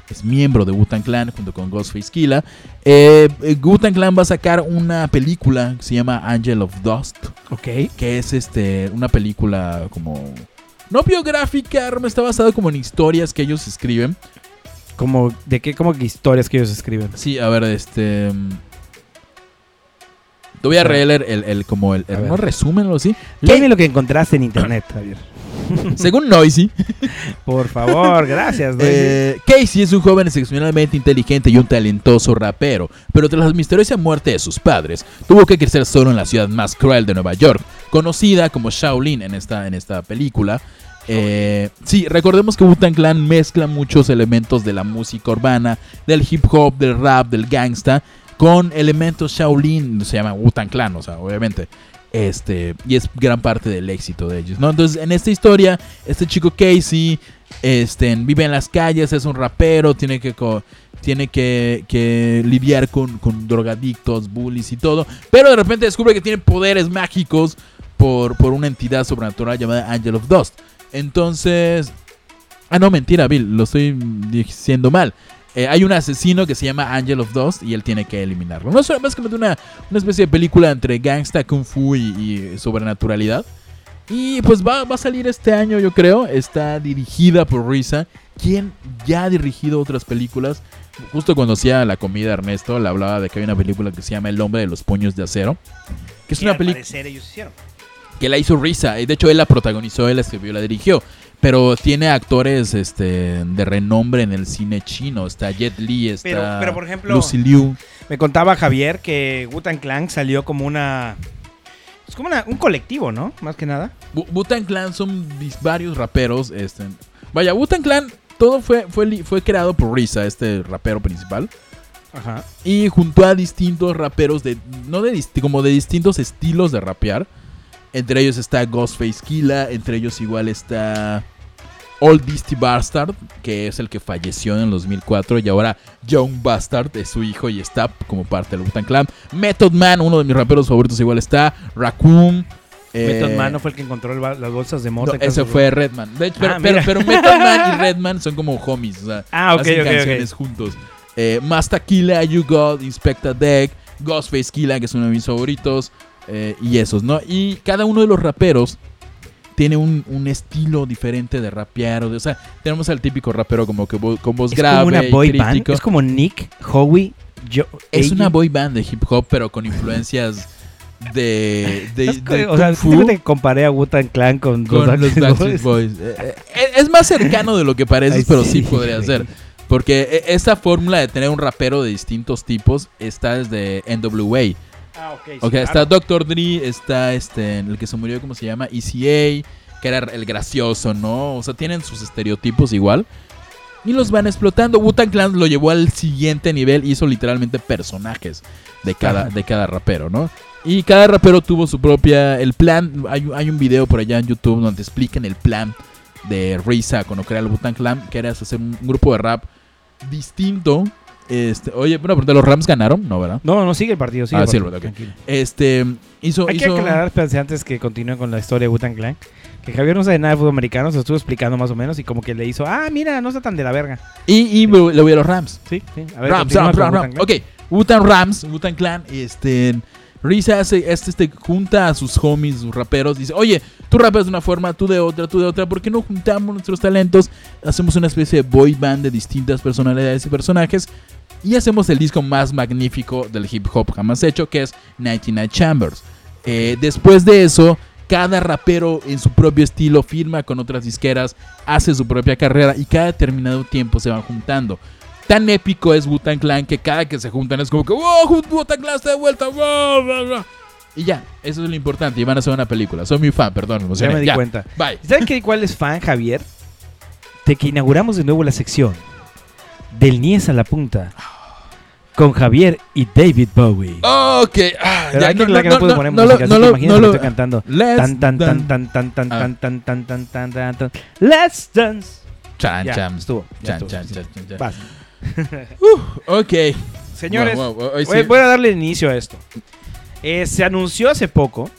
B: es miembro de Wu-Tang Clan junto con Ghostface Killah. Eh, eh, Wu-Tang Clan va a sacar una película que se llama Angel of Dust
A: Ok.
B: que es este una película como no biográfica, no, está basado como en historias que ellos escriben.
A: Como, ¿De qué como que historias que ellos escriben?
B: Sí, a ver, este mm, te voy a
A: A ver.
B: releer el, el- como el,
A: A
B: el-
A: ver.
B: no resúmenlo, sí.
A: Léeme lo que encontraste en internet, Javier.
B: Según Noisy,
A: Por
B: <laughs>
A: favor, gracias. Noisy.
B: Eh, Casey es un joven excepcionalmente inteligente y un talentoso rapero, pero tras la misteriosa muerte de sus padres, tuvo que crecer solo en la ciudad más cruel de Nueva York, conocida como Shaolin en esta, en esta película. Eh, sí, recordemos que Wu-Tang Clan mezcla muchos elementos de la música urbana, del hip hop, del rap, del gangsta, con elementos Shaolin, se llama Wu-Tang Clan, o sea, obviamente. Este, y es gran parte del éxito de ellos, ¿no? Entonces, en esta historia, este chico Casey este, vive en las calles, es un rapero, tiene que, co- tiene que, que lidiar con, con drogadictos, bullies y todo. Pero de repente descubre que tiene poderes mágicos por, por una entidad sobrenatural llamada Angel of Dust. Entonces... Ah, no, mentira, Bill, lo estoy diciendo mal. Eh, hay un asesino que se llama Angel of Dust y él tiene que eliminarlo. No es básicamente una, una especie de película entre gangsta, kung fu y- y sobrenaturalidad. Y pues va, va a salir este año, yo creo. Está dirigida por Risa, quien ya ha dirigido otras películas. Justo cuando hacía la comida Ernesto, le hablaba de que hay una película que se llama El hombre de los puños de acero. Que es una película que la hizo Risa. Y de hecho, él la protagonizó, él la escribió, la dirigió. Pero tiene actores este, de renombre en el cine chino. Está Jet Li, está
A: Pero- pero, por ejemplo-
B: Lucy Liu.
A: Me contaba Javier que Wutan Clan salió como una. Es como una- un colectivo, ¿no? Más que nada.
B: Bu- Wu-Tang Clan son dis- varios raperos. Este. Vaya, Wu-Tang Clan, todo fue, fue, li- fue creado por Risa, este rapero principal.
A: Ajá.
B: Y junto a distintos raperos de. No de dist- como de distintos estilos de rapear. Entre ellos está Ghostface Killah. Entre ellos igual está. Old Beastie Bastard, que es el que falleció en el 2004 y ahora Young Bastard es su hijo y está como parte del Wu-Tang Clan. Method Man, uno de mis raperos favoritos igual está. Raccoon, Eh,
A: Method Man no fue el que encontró el ba- las bolsas de
B: no,
A: mota. en
B: ese
A: Carlsbad.
B: fue Redman. De hecho, pero,
A: Ah,
B: pero,
A: mira.
B: pero Method
A: <laughs>
B: Man y Redman son como homies. O sea,
A: Ah, ok,
B: hacen
A: ok, ok.
B: canciones juntos. Eh, Más Tequila, You Got, Inspecta Deck, Ghostface Killa, que es uno de mis favoritos. eh, y esos, ¿no? Y cada uno de los raperos tiene un, un estilo diferente de rapear. O, de- o sea, tenemos al típico rapero como que vo- con voz
A: Es
B: grave.
A: como una
B: y
A: boy band.
B: crítico.
A: Es como Nick, Howie, yo.
B: Es
A: Eiji.
B: una boy band de hip hop, pero con influencias de, de,
A: <laughs> Es que,
B: de
A: o sea,
B: kung fu
A: fíjate que comparé a Wu-Tang Clan con,
B: con los
A: Backstreet
B: Backstreet
A: Boys.
B: Boys. Eh, eh, Es más cercano de lo que
A: Ay,
B: pareces, pero sí
A: sí,
B: podría
A: güey.
B: ser. Porque eh, esta fórmula de tener un rapero de distintos tipos está desde NWA.
A: Ah, ok. sí,
B: Ok,
A: claro.
B: está Dr. Dre, está este, el que se murió, ¿cómo se llama? ECA, que era el gracioso, ¿no? O sea, tienen sus estereotipos igual. Y los van explotando. Wu-Tang Clan lo llevó al siguiente nivel. Hizo literalmente personajes de cada, de cada rapero, ¿no? Y cada rapero tuvo su propia... El plan... Hay, hay un video por allá en YouTube donde explican el plan de Risa cuando crea el Wu-Tang Clan. Que era hacer un grupo de rap distinto. Este, oye, bueno, pero los Rams ganaron, ¿no, verdad?
A: No, no, sigue el partido. Sigue
B: Ah,
A: el
B: sí,
A: partido,
B: ok.
A: tranquilo.
B: Este... Hizo,
A: Hay que
B: hizo-
A: aclarar, espérate, antes que continúe con la historia de Wu-Tang Clan, que Javier no sabe nada de fútbol americano, se lo estuvo explicando más o menos y como que le hizo, ah, mira, no está tan de la verga.
B: Y, y me- le voy a los Rams.
A: Sí, sí. A ver,
B: Rams,
A: continúa
B: Rams,
A: con
B: Rams,
A: Wu-Tang
B: Rams.
A: Clan.
B: Ok, Wutan Rams, Wutan Clan. Este, Risa hace, este, este, junta a sus homies, sus raperos. Dice, oye, tú rapeas de una forma, tú de otra, tú de otra. ¿Por qué no juntamos nuestros talentos? Hacemos una especie de boy band de distintas personalidades y personajes. Y hacemos el disco más magnífico del hip hop jamás hecho, que es 99 Chambers. Eh, después de eso, cada rapero en su propio estilo firma con otras disqueras, hace su propia carrera y cada determinado tiempo se van juntando. Tan épico es Wu-Tang Clan que cada que se juntan es como que ¡Wow! ¡Wu-Tang Clan está de vuelta! ¡Wow! bla, bla". Y ya, eso es lo importante. Y van a hacer una película. Soy muy fan, perdón, me
A: Ya
B: emocioné.
A: me di
B: Ya,
A: cuenta.
B: Bye.
A: ¿Saben qué, cuál es fan, Javier? De que inauguramos de nuevo la sección del Nies a la punta con Javier y David Bowie.
B: Ok. ah,
A: Pero
B: Oh, ya,
A: hay que
B: no,
A: aclarar que no
B: no,
A: puedo
B: no,
A: poner
B: no
A: música,
B: lo-
A: así
B: no
A: que
B: lo-
A: imagínate
B: no
A: que
B: lo-
A: estoy cantando.
B: Let's
A: Tan, tan, tan,
B: dance.
A: tan, tan, tan,
B: Ah.
A: tan, tan, tan, tan, tan, tan, tan. Let's dance.
B: Chan,
A: Ya,
B: chan.
A: estuvo. ya
B: Chan,
A: estuvo,
B: chan,
A: sí.
B: chan, chan, chan.
A: Vas.
B: Ok.
A: Señores,
B: Wow, wow, hoy sí.
A: Voy, voy a darle inicio a esto. Eh, se anunció hace poco.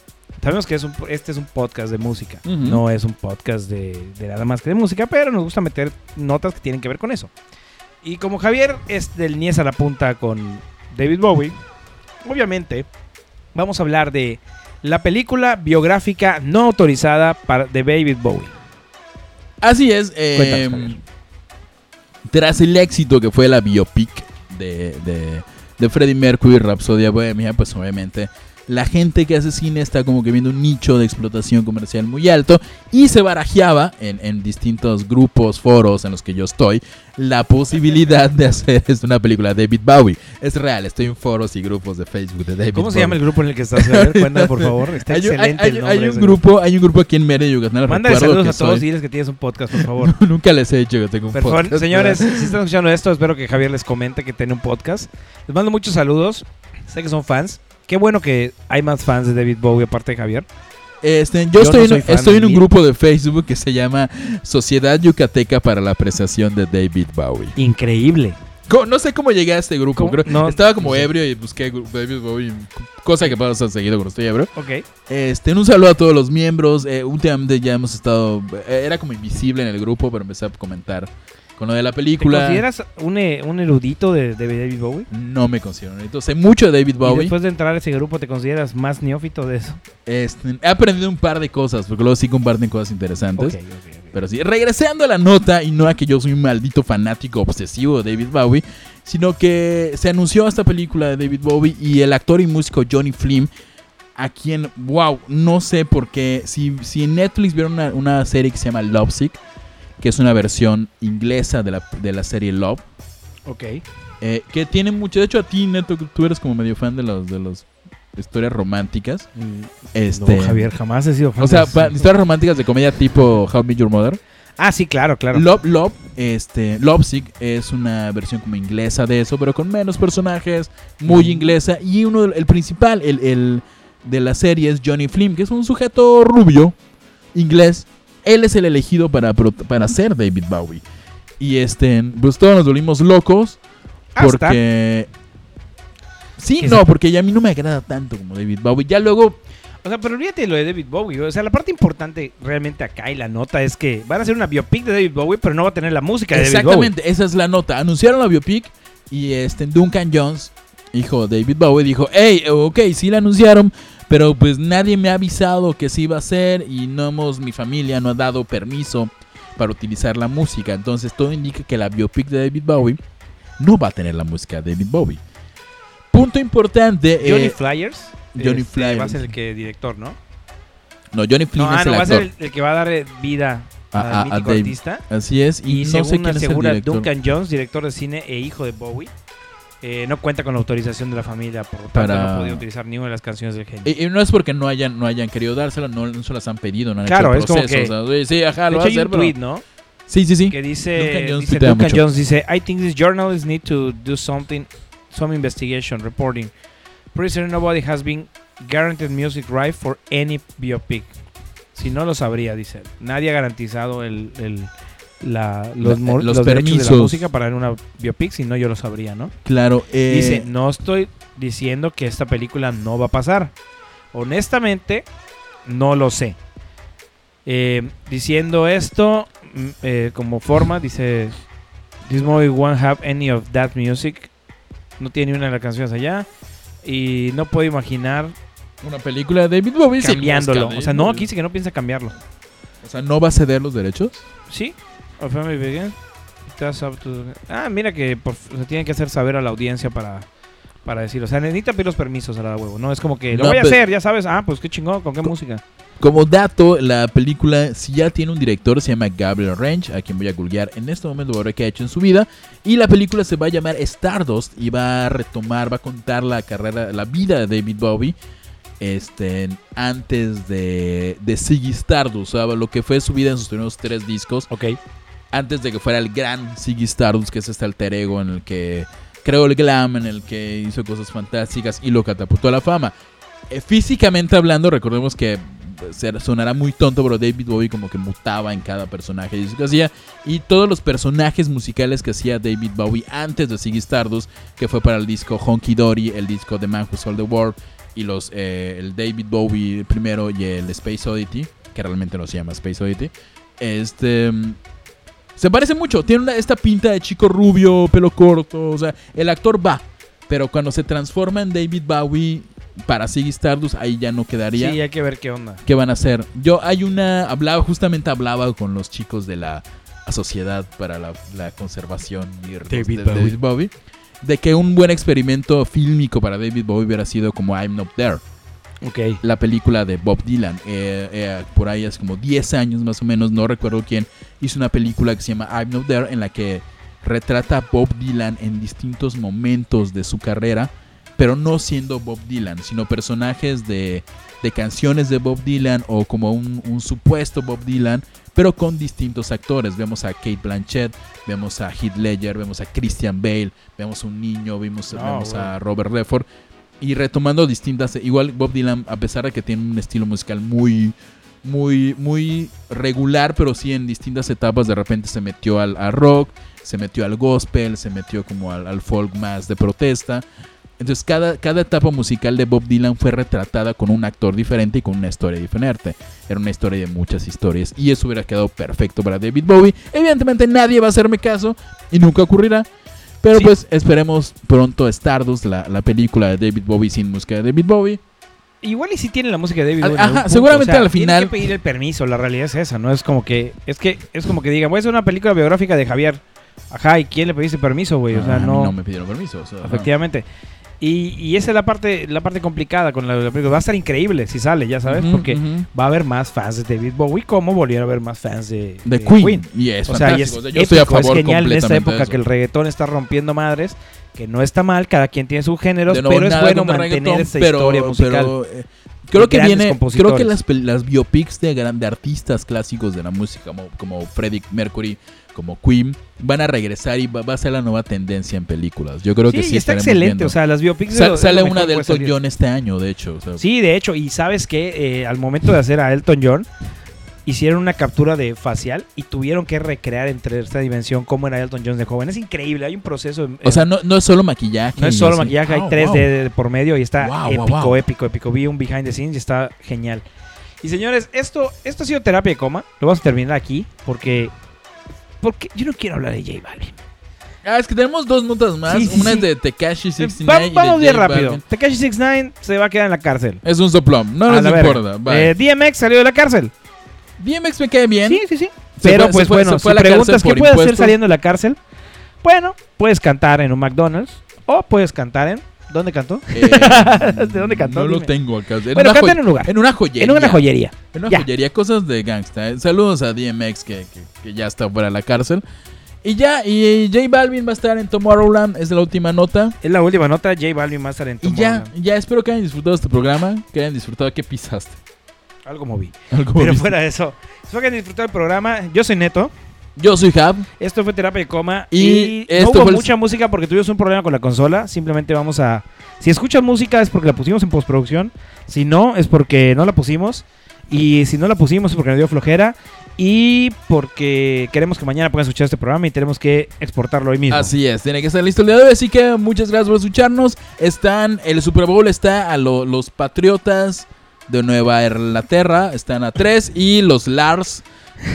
A: Sabemos que es un, este es un podcast de música.
B: Ujú.
A: No es un podcast de, de nada más que de música, pero nos gusta meter notas que tienen que ver con eso. Y como Javier es del Nies a la punta con David Bowie, obviamente vamos a hablar de la película biográfica no autorizada para, de David Bowie.
B: Así es. eh,
A: Cuéntanos, Javier.
B: tras el éxito que fue la biopic de, de, de Freddie Mercury, Rapsodia Bohemia, pues obviamente la gente que hace cine está como que viendo un nicho de explotación comercial muy alto y se barajeaba en, en distintos grupos, foros en los que yo estoy, la posibilidad de hacer es una película de David Bowie. Es real, estoy en foros y grupos de Facebook de David
A: ¿Cómo se
B: Bowie.
A: llama el grupo en el que estás? Javier? Cuéntame,
B: <laughs>
A: por favor. Está
B: Hay un- hay-
A: excelente
B: hay,
A: el
B: hay
A: nombre de
B: un
A: ese
B: grupo, hay un grupo aquí en Mérida, Yucatán.
A: Mándale
B: recuerdo
A: saludos
B: que
A: a todos
B: soy-
A: y diles que tienes un podcast, por
B: <laughs>
A: favor.
B: Nunca les he dicho que tengo un
A: Perdón,
B: podcast.
A: señores, si están escuchando esto, espero que Javier les comente que tiene un podcast. Les mando muchos saludos. Sé que son fans. Qué bueno que hay más fans de David Bowie aparte de Javier.
B: Este, yo,
A: Yo
B: estoy,
A: no
B: en,
A: soy fan
B: estoy en un
A: ni-
B: grupo de Facebook que se llama Sociedad Yucateca para la Apreciación de David Bowie.
A: Increíble.
B: Co- no sé cómo llegué a este grupo.
A: ¿Cómo?
B: creo-
A: No,
B: estaba como
A: no sé.
B: ebrio y busqué gru- David Bowie, cosa que pasa seguido cuando estoy ebrio.
A: Ok.
B: Este, un saludo a todos los miembros. Eh, últimamente ya hemos estado. eh, era como invisible en el grupo, pero empecé a comentar con lo de la
A: ¿Te
B: película.
A: consideras un, eh, un erudito de, de David Bowie?
B: No me considero. un erudito. Sé mucho de David
A: Y
B: Bowie.
A: después de entrar a ese grupo, ¿te consideras más neófito de eso?
B: Este, he aprendido un par de cosas, porque luego sí comparten cosas interesantes.
A: Ok, ok, ok.
B: Pero sí, regresando a la nota, y no a que yo soy un maldito fanático obsesivo de David Bowie, sino que se anunció esta película de David Bowie y el actor y músico Johnny Flynn, a quien, wow, no sé por qué, si, si en Netflix vieron una, una serie que se llama Lovesick, que es una versión inglesa de la, de la serie Love,
A: Ok.
B: eh, que tiene mucho, de hecho a ti, Neto, tú eres como medio fan de los... De los Historias románticas. Este,
A: Mm, No, Javier, jamás he sido fan
B: O
A: de-
B: sea, pa- historias románticas de comedia tipo How I Met Your Mother.
A: Ah, sí, claro, claro.
B: Love, Love, este, Lovesick es una versión como inglesa de eso, pero con menos personajes,
A: Mm.
B: muy inglesa. Y uno, del- el principal, el, el de la serie es Johnny Flynn, que es un sujeto rubio, inglés. Él es el elegido para, pro- para ser David Bowie. Y este, pues todos nos volvimos locos
A: Hasta-
B: porque... Sí,
A: Ah, Que
B: no,
A: se-
B: porque ya a mí no me agrada tanto como David Bowie. Ya luego,
A: O sea, pero olvídate de lo de David Bowie. O sea, la parte importante realmente acá y la nota es que van a hacer una biopic de David Bowie, pero no va a tener la música de David Bowie.
B: Exactamente, esa es la nota. Anunciaron la biopic y este Duncan Jones, hijo de David Bowie, dijo, hey, ok, sí la anunciaron, pero pues nadie me ha avisado que sí iba a ser y no hemos, mi familia no ha dado permiso para utilizar la música. Entonces todo indica que la biopic de David Bowie no va a tener la música de David Bowie. Punto importante.
A: Johnny
B: eh,
A: Flyers. este,
B: Johnny Flyers.
A: Va a ser el que director, ¿no?
B: no, Johnny Flynn
A: No, ah,
B: es
A: no,
B: el
A: va a
B: actor.
A: ser el, el que va a dar eh, vida
B: A-
A: al
B: a- a
A: mítico
B: Dave.
A: artista.
B: Así es, y,
A: Y,
B: no sé
A: según
B: quién es el
A: asegura
B: director.
A: Duncan Jones, director de cine e hijo de Bowie, eh, no cuenta con la autorización de la familia, por lo tanto
B: Para-
A: no podía utilizar ninguna de las canciones del genio.
B: Y, y no es porque no hayan, no hayan querido dársela, no, no se las han pedido, no han
A: Claro,
B: hecho el
A: es como
B: proceso,
A: que-
B: o sea, sí, sí, ajá,
A: de
B: lo
A: hecho,
B: va a
A: hay
B: hacer,
A: un
B: pero-
A: tweet, ¿no?
B: Sí, sí, sí.
A: Que dice
B: Duncan Jones
A: dice,
B: tuitea
A: Duncan
B: mucho.
A: Jones dice, I think these journalists need to do something, some investigation, reporting. Pretty sure nobody has been guaranteed music right for any biopic. Si no lo sabría, dice. él. Nadie ha garantizado el, el- la- los,
B: La-
A: mo-
B: los
A: los derechos de
B: permisos.
A: la música para una biopic, si no yo lo sabría, ¿no?
B: Claro, eh,
A: Dice, no estoy diciendo que esta película no va a pasar. Honestamente, no lo sé. Eh, diciendo esto, mm, eh, como forma, dice, This movie won't have any of that music. No tiene ni una de las canciones allá. Y no puedo imaginar
B: una película de David Bowie sí,
A: cambiándolo.
B: busca
A: O sea, no,
B: David
A: aquí dice que no piensa cambiarlo.
B: Bowie. O sea, no va a ceder los derechos.
A: ¿Sí? Of Family Begin. That's up to- Ah, mira que por- o sea, tienen que hacer saber a la audiencia para, para decir. O sea, necesita pedir los permisos a la huevo. No es como que lo
B: No,
A: voy a
B: pero-
A: hacer, ya sabes. Ah, pues qué chingón, con qué
B: Co-
A: música.
B: Como dato, la película si ya tiene un director, se llama Gabriel Range, a quien voy a googlear en este momento por ver qué ha hecho en su vida. Y la película se va a llamar Stardust y va a retomar, va a contar la carrera, la vida de David Bowie este, antes de, de Ziggy Stardust, o sea, lo que fue su vida en sus primeros tres discos,
A: Ok.
B: antes de que fuera el gran Ziggy Stardust, que es este alter ego en el que creó el glam, en el que hizo cosas fantásticas y lo catapultó a la fama. Eh, físicamente hablando, recordemos que ser- sonará muy tonto, pero David Bowie como que mutaba en cada personaje y eso que hacía. Y todos los personajes musicales que hacía David Bowie antes de Ziggy Stardust, que fue para el disco Honky Dory, el disco The Man Who Sold the World, y los eh, el David Bowie primero y el Space Oddity, que realmente no se llama Space Oddity. Este. mm, Se parece mucho, tiene una- esta pinta de chico rubio, pelo corto, o sea, el actor va, pero cuando se transforma en David Bowie para Ziggy Stardust, ahí ya no quedaría.
A: Sí, hay que ver qué onda.
B: ¿Qué van a hacer? Yo hay una. Hablaba, justamente hablaba con los chicos de la Sociedad para la, la Conservación y
A: David
B: de,
A: Bowie.
B: David Bowie. De que un buen experimento fílmico para David Bowie hubiera sido como I'm Not There,
A: Ok.
B: la película de Bob Dylan. Eh, eh, por ahí hace como 10 años más o menos, no recuerdo quién, hizo una película que se llama I'm Not There, en la que retrata a Bob Dylan en distintos momentos de su carrera, pero no siendo Bob Dylan, sino personajes de, de canciones de Bob Dylan o como un, un supuesto Bob Dylan, pero con distintos actores. Vemos a Kate Blanchett, vemos a Heath Ledger, vemos a Christian Bale, vemos a un niño, vimos,
A: Ah,
B: vemos a
A: bueno.
B: Robert Redford. Y retomando distintas, igual Bob Dylan, a pesar de que tiene un estilo musical muy, muy, muy regular, pero sí en distintas etapas, de repente se metió al a rock, se metió al gospel, se metió como al, al folk más de protesta. Entonces cada, cada etapa musical de Bob Dylan fue retratada con un actor diferente y con una historia diferente. Era una historia de muchas historias y eso hubiera quedado perfecto para David Bowie. Evidentemente nadie va a hacerme caso y nunca ocurrirá. Pero
A: Sí.
B: pues esperemos pronto Stardust, la, la película de David Bowie sin música de David Bowie.
A: Igual y si tiene la música de David Bowie en
B: Ah, Ajá,
A: algún punto,
B: seguramente
A: o sea,
B: al final-
A: Tiene que pedir el permiso, la realidad es esa, ¿no? Es como que. Es que es como que digan, voy a hacer una película biográfica de Javier. Ajá, ¿y quién le pediste permiso, güey? O sea,
B: Ah, a mí
A: no.
B: no me pidieron permiso. o sea, ajá.
A: Efectivamente. Y, y esa es la parte, la parte complicada con la, la película. Va a estar increíble si sale, ya sabes,
B: Ujú,
A: porque
B: ujú.
A: va a haber más fans de David Bowie como volvieron a haber más fans de,
B: de
A: de
B: Queen. Y es
A: O sea, y
B: fantástico,
A: es,
B: o sea, yo estoy a
A: épico, es
B: favor
A: genial en esta
B: completamente de
A: época
B: eso.
A: que el reggaetón está rompiendo madres, que no está mal, cada quien tiene sus géneros,
B: De nuevo,
A: pero es
B: nada
A: bueno
B: contra el
A: mantener
B: reggaetón,
A: esa
B: pero-
A: historia musical.
B: pero, eh, creo que
A: grandes
B: viene, creo que
A: compositores.
B: las, pel- las biopics de, gran- de artistas clásicos de la música, como, como Freddie Mercury, como Queen, van a regresar y va, va a ser la nueva tendencia en películas. Yo creo
A: sí, y
B: que sí.
A: está
B: estaremos
A: excelente,
B: viendo.
A: o sea, las biopics...
B: Sa-
A: es lo- es
B: sale
A: lo mejor
B: una
A: que
B: de
A: puede
B: Elton
A: salir.
B: John este año, de hecho. o sea,
A: eh, Sí, de hecho, y sabes que al momento de hacer a Elton John, hicieron una captura de facial y tuvieron que recrear en tercera dimensión cómo era Elton John de joven. Es increíble, hay un proceso. en-
B: O sea, no, no es solo maquillaje.
A: no es
B: y
A: solo
B: así.
A: maquillaje,
B: Wow,
A: hay 3D
B: Oh, wow.
A: de- por medio y está
B: Wow, wow,
A: épico,
B: wow.
A: épico, épico. Vi un behind the scenes y está genial. Y señores, esto, esto ha sido terapia de coma. Lo vamos a terminar aquí porque, porque yo no quiero hablar de J Balvin.
B: Ah, es que tenemos dos notas más.
A: Sí, sí,
B: Una
A: sí. Eh,
B: es de Tekashi 69.
A: Vamos,
B: y de
A: vamos bien
B: J
A: rápido.
B: Balvin.
A: Tekashi 69 se va a quedar en la cárcel.
B: Es un soplón. No
A: A
B: nos
A: la verga.
B: importa. Bye.
A: Eh, DMX salió de la cárcel.
B: DMX me cae bien.
A: Sí, sí, sí.
B: Se
A: Pero
B: fue-
A: pues
B: se fue-
A: bueno,
B: se fue a
A: si
B: la cárcel
A: preguntas qué
B: por
A: puedes hacer
B: impuestos.
A: saliendo de la cárcel, bueno, puedes cantar en un McDonald's o puedes cantar en... ¿Dónde cantó?
B: Eh,
A: <laughs> ¿De dónde cantó?
B: No lo
A: Dime.
B: tengo acá. En
A: Bueno, canta
B: joy-
A: en un lugar.
B: En una joyería.
A: En una joyería.
B: En una
A: Ya.
B: joyería. Cosas de gangsta. eh. Saludos a DMX que, que- que ya está fuera de la cárcel. Y ya, y eh, J Balvin va a estar en Tomorrowland. Es la última nota.
A: Es la última nota, J Balvin más
B: Y
A: talentoso.
B: ya, ya espero que hayan disfrutado este programa. Que hayan disfrutado que pisaste. <laughs>
A: Algo moví.
B: Algo
A: Pero
B: viste.
A: fuera de eso, espero que hayan disfrutado el programa. Yo soy Neto.
B: Yo soy Hab.
A: Esto fue Terapia de Coma.
B: Y
A: Y,
B: esto
A: no hubo
B: fue el-
A: mucha música porque tuvimos un problema con la consola. Simplemente vamos a. Si escuchan música es porque la pusimos en postproducción. Si no, es porque no la pusimos. Y si no la pusimos es porque nos dio flojera. Y porque queremos que mañana puedan escuchar este programa y tenemos que exportarlo hoy mismo.
B: Así es, tiene que estar listo el día de hoy. Así que muchas gracias por escucharnos. Están, el Super Bowl está a lo- los Patriotas de Nueva Inglaterra, están a tres. Y los Lars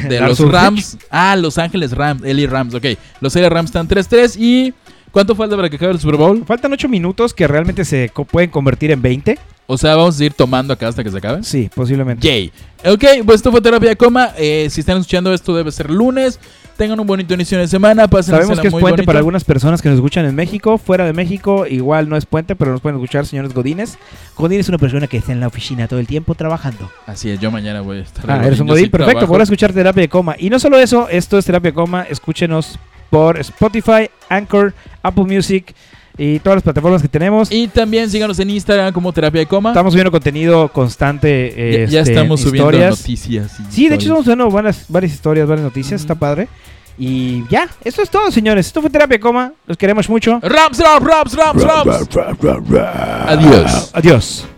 B: de
A: <laughs> Lars
B: los
A: Ulrich.
B: Rams. Ah, Los Ángeles Rams, Eli Rams, ok. Los Eli Rams están 3-3. ¿Y cuánto falta para que acabe el Super Bowl?
A: Faltan 8 minutos que realmente se co- pueden convertir en 20.
B: O sea, vamos a ir tomando acá hasta que se acabe.
A: Sí, posiblemente.
B: Yay. Ok, pues esto fue Terapia de Coma. Eh, si están escuchando esto, debe ser lunes. Tengan un bonito inicio de semana. Pasen
A: Sabemos que es puente para algunas personas que nos escuchan en México. Fuera de México, igual no es puente, pero nos pueden escuchar, señores Godines. Godín es una persona que está en la oficina todo el tiempo trabajando.
B: Así es, yo mañana voy a estar.
A: Ah,
B: de
A: eres un
B: yo sí
A: Godín. Perfecto,
B: trabajo.
A: por escuchar Terapia de Coma. Y no solo eso, esto es Terapia de Coma. Escúchenos por Spotify, Anchor, Apple Music y todas las plataformas que tenemos.
B: Y también síganos en Instagram como Terapia de Coma.
A: Estamos subiendo contenido constante.
B: Ya- ya,
A: este,
B: estamos subiendo
A: historias.
B: noticias. y
A: Sí, de hecho estamos
B: historias.
A: subiendo varias, varias historias, varias noticias.
B: Ujú.
A: Está padre. Y ya, esto es todo, señores. Esto fue Terapia de Coma. Los queremos mucho.
B: Raps, raps, raps, raps, raps. Adiós.
A: Adiós.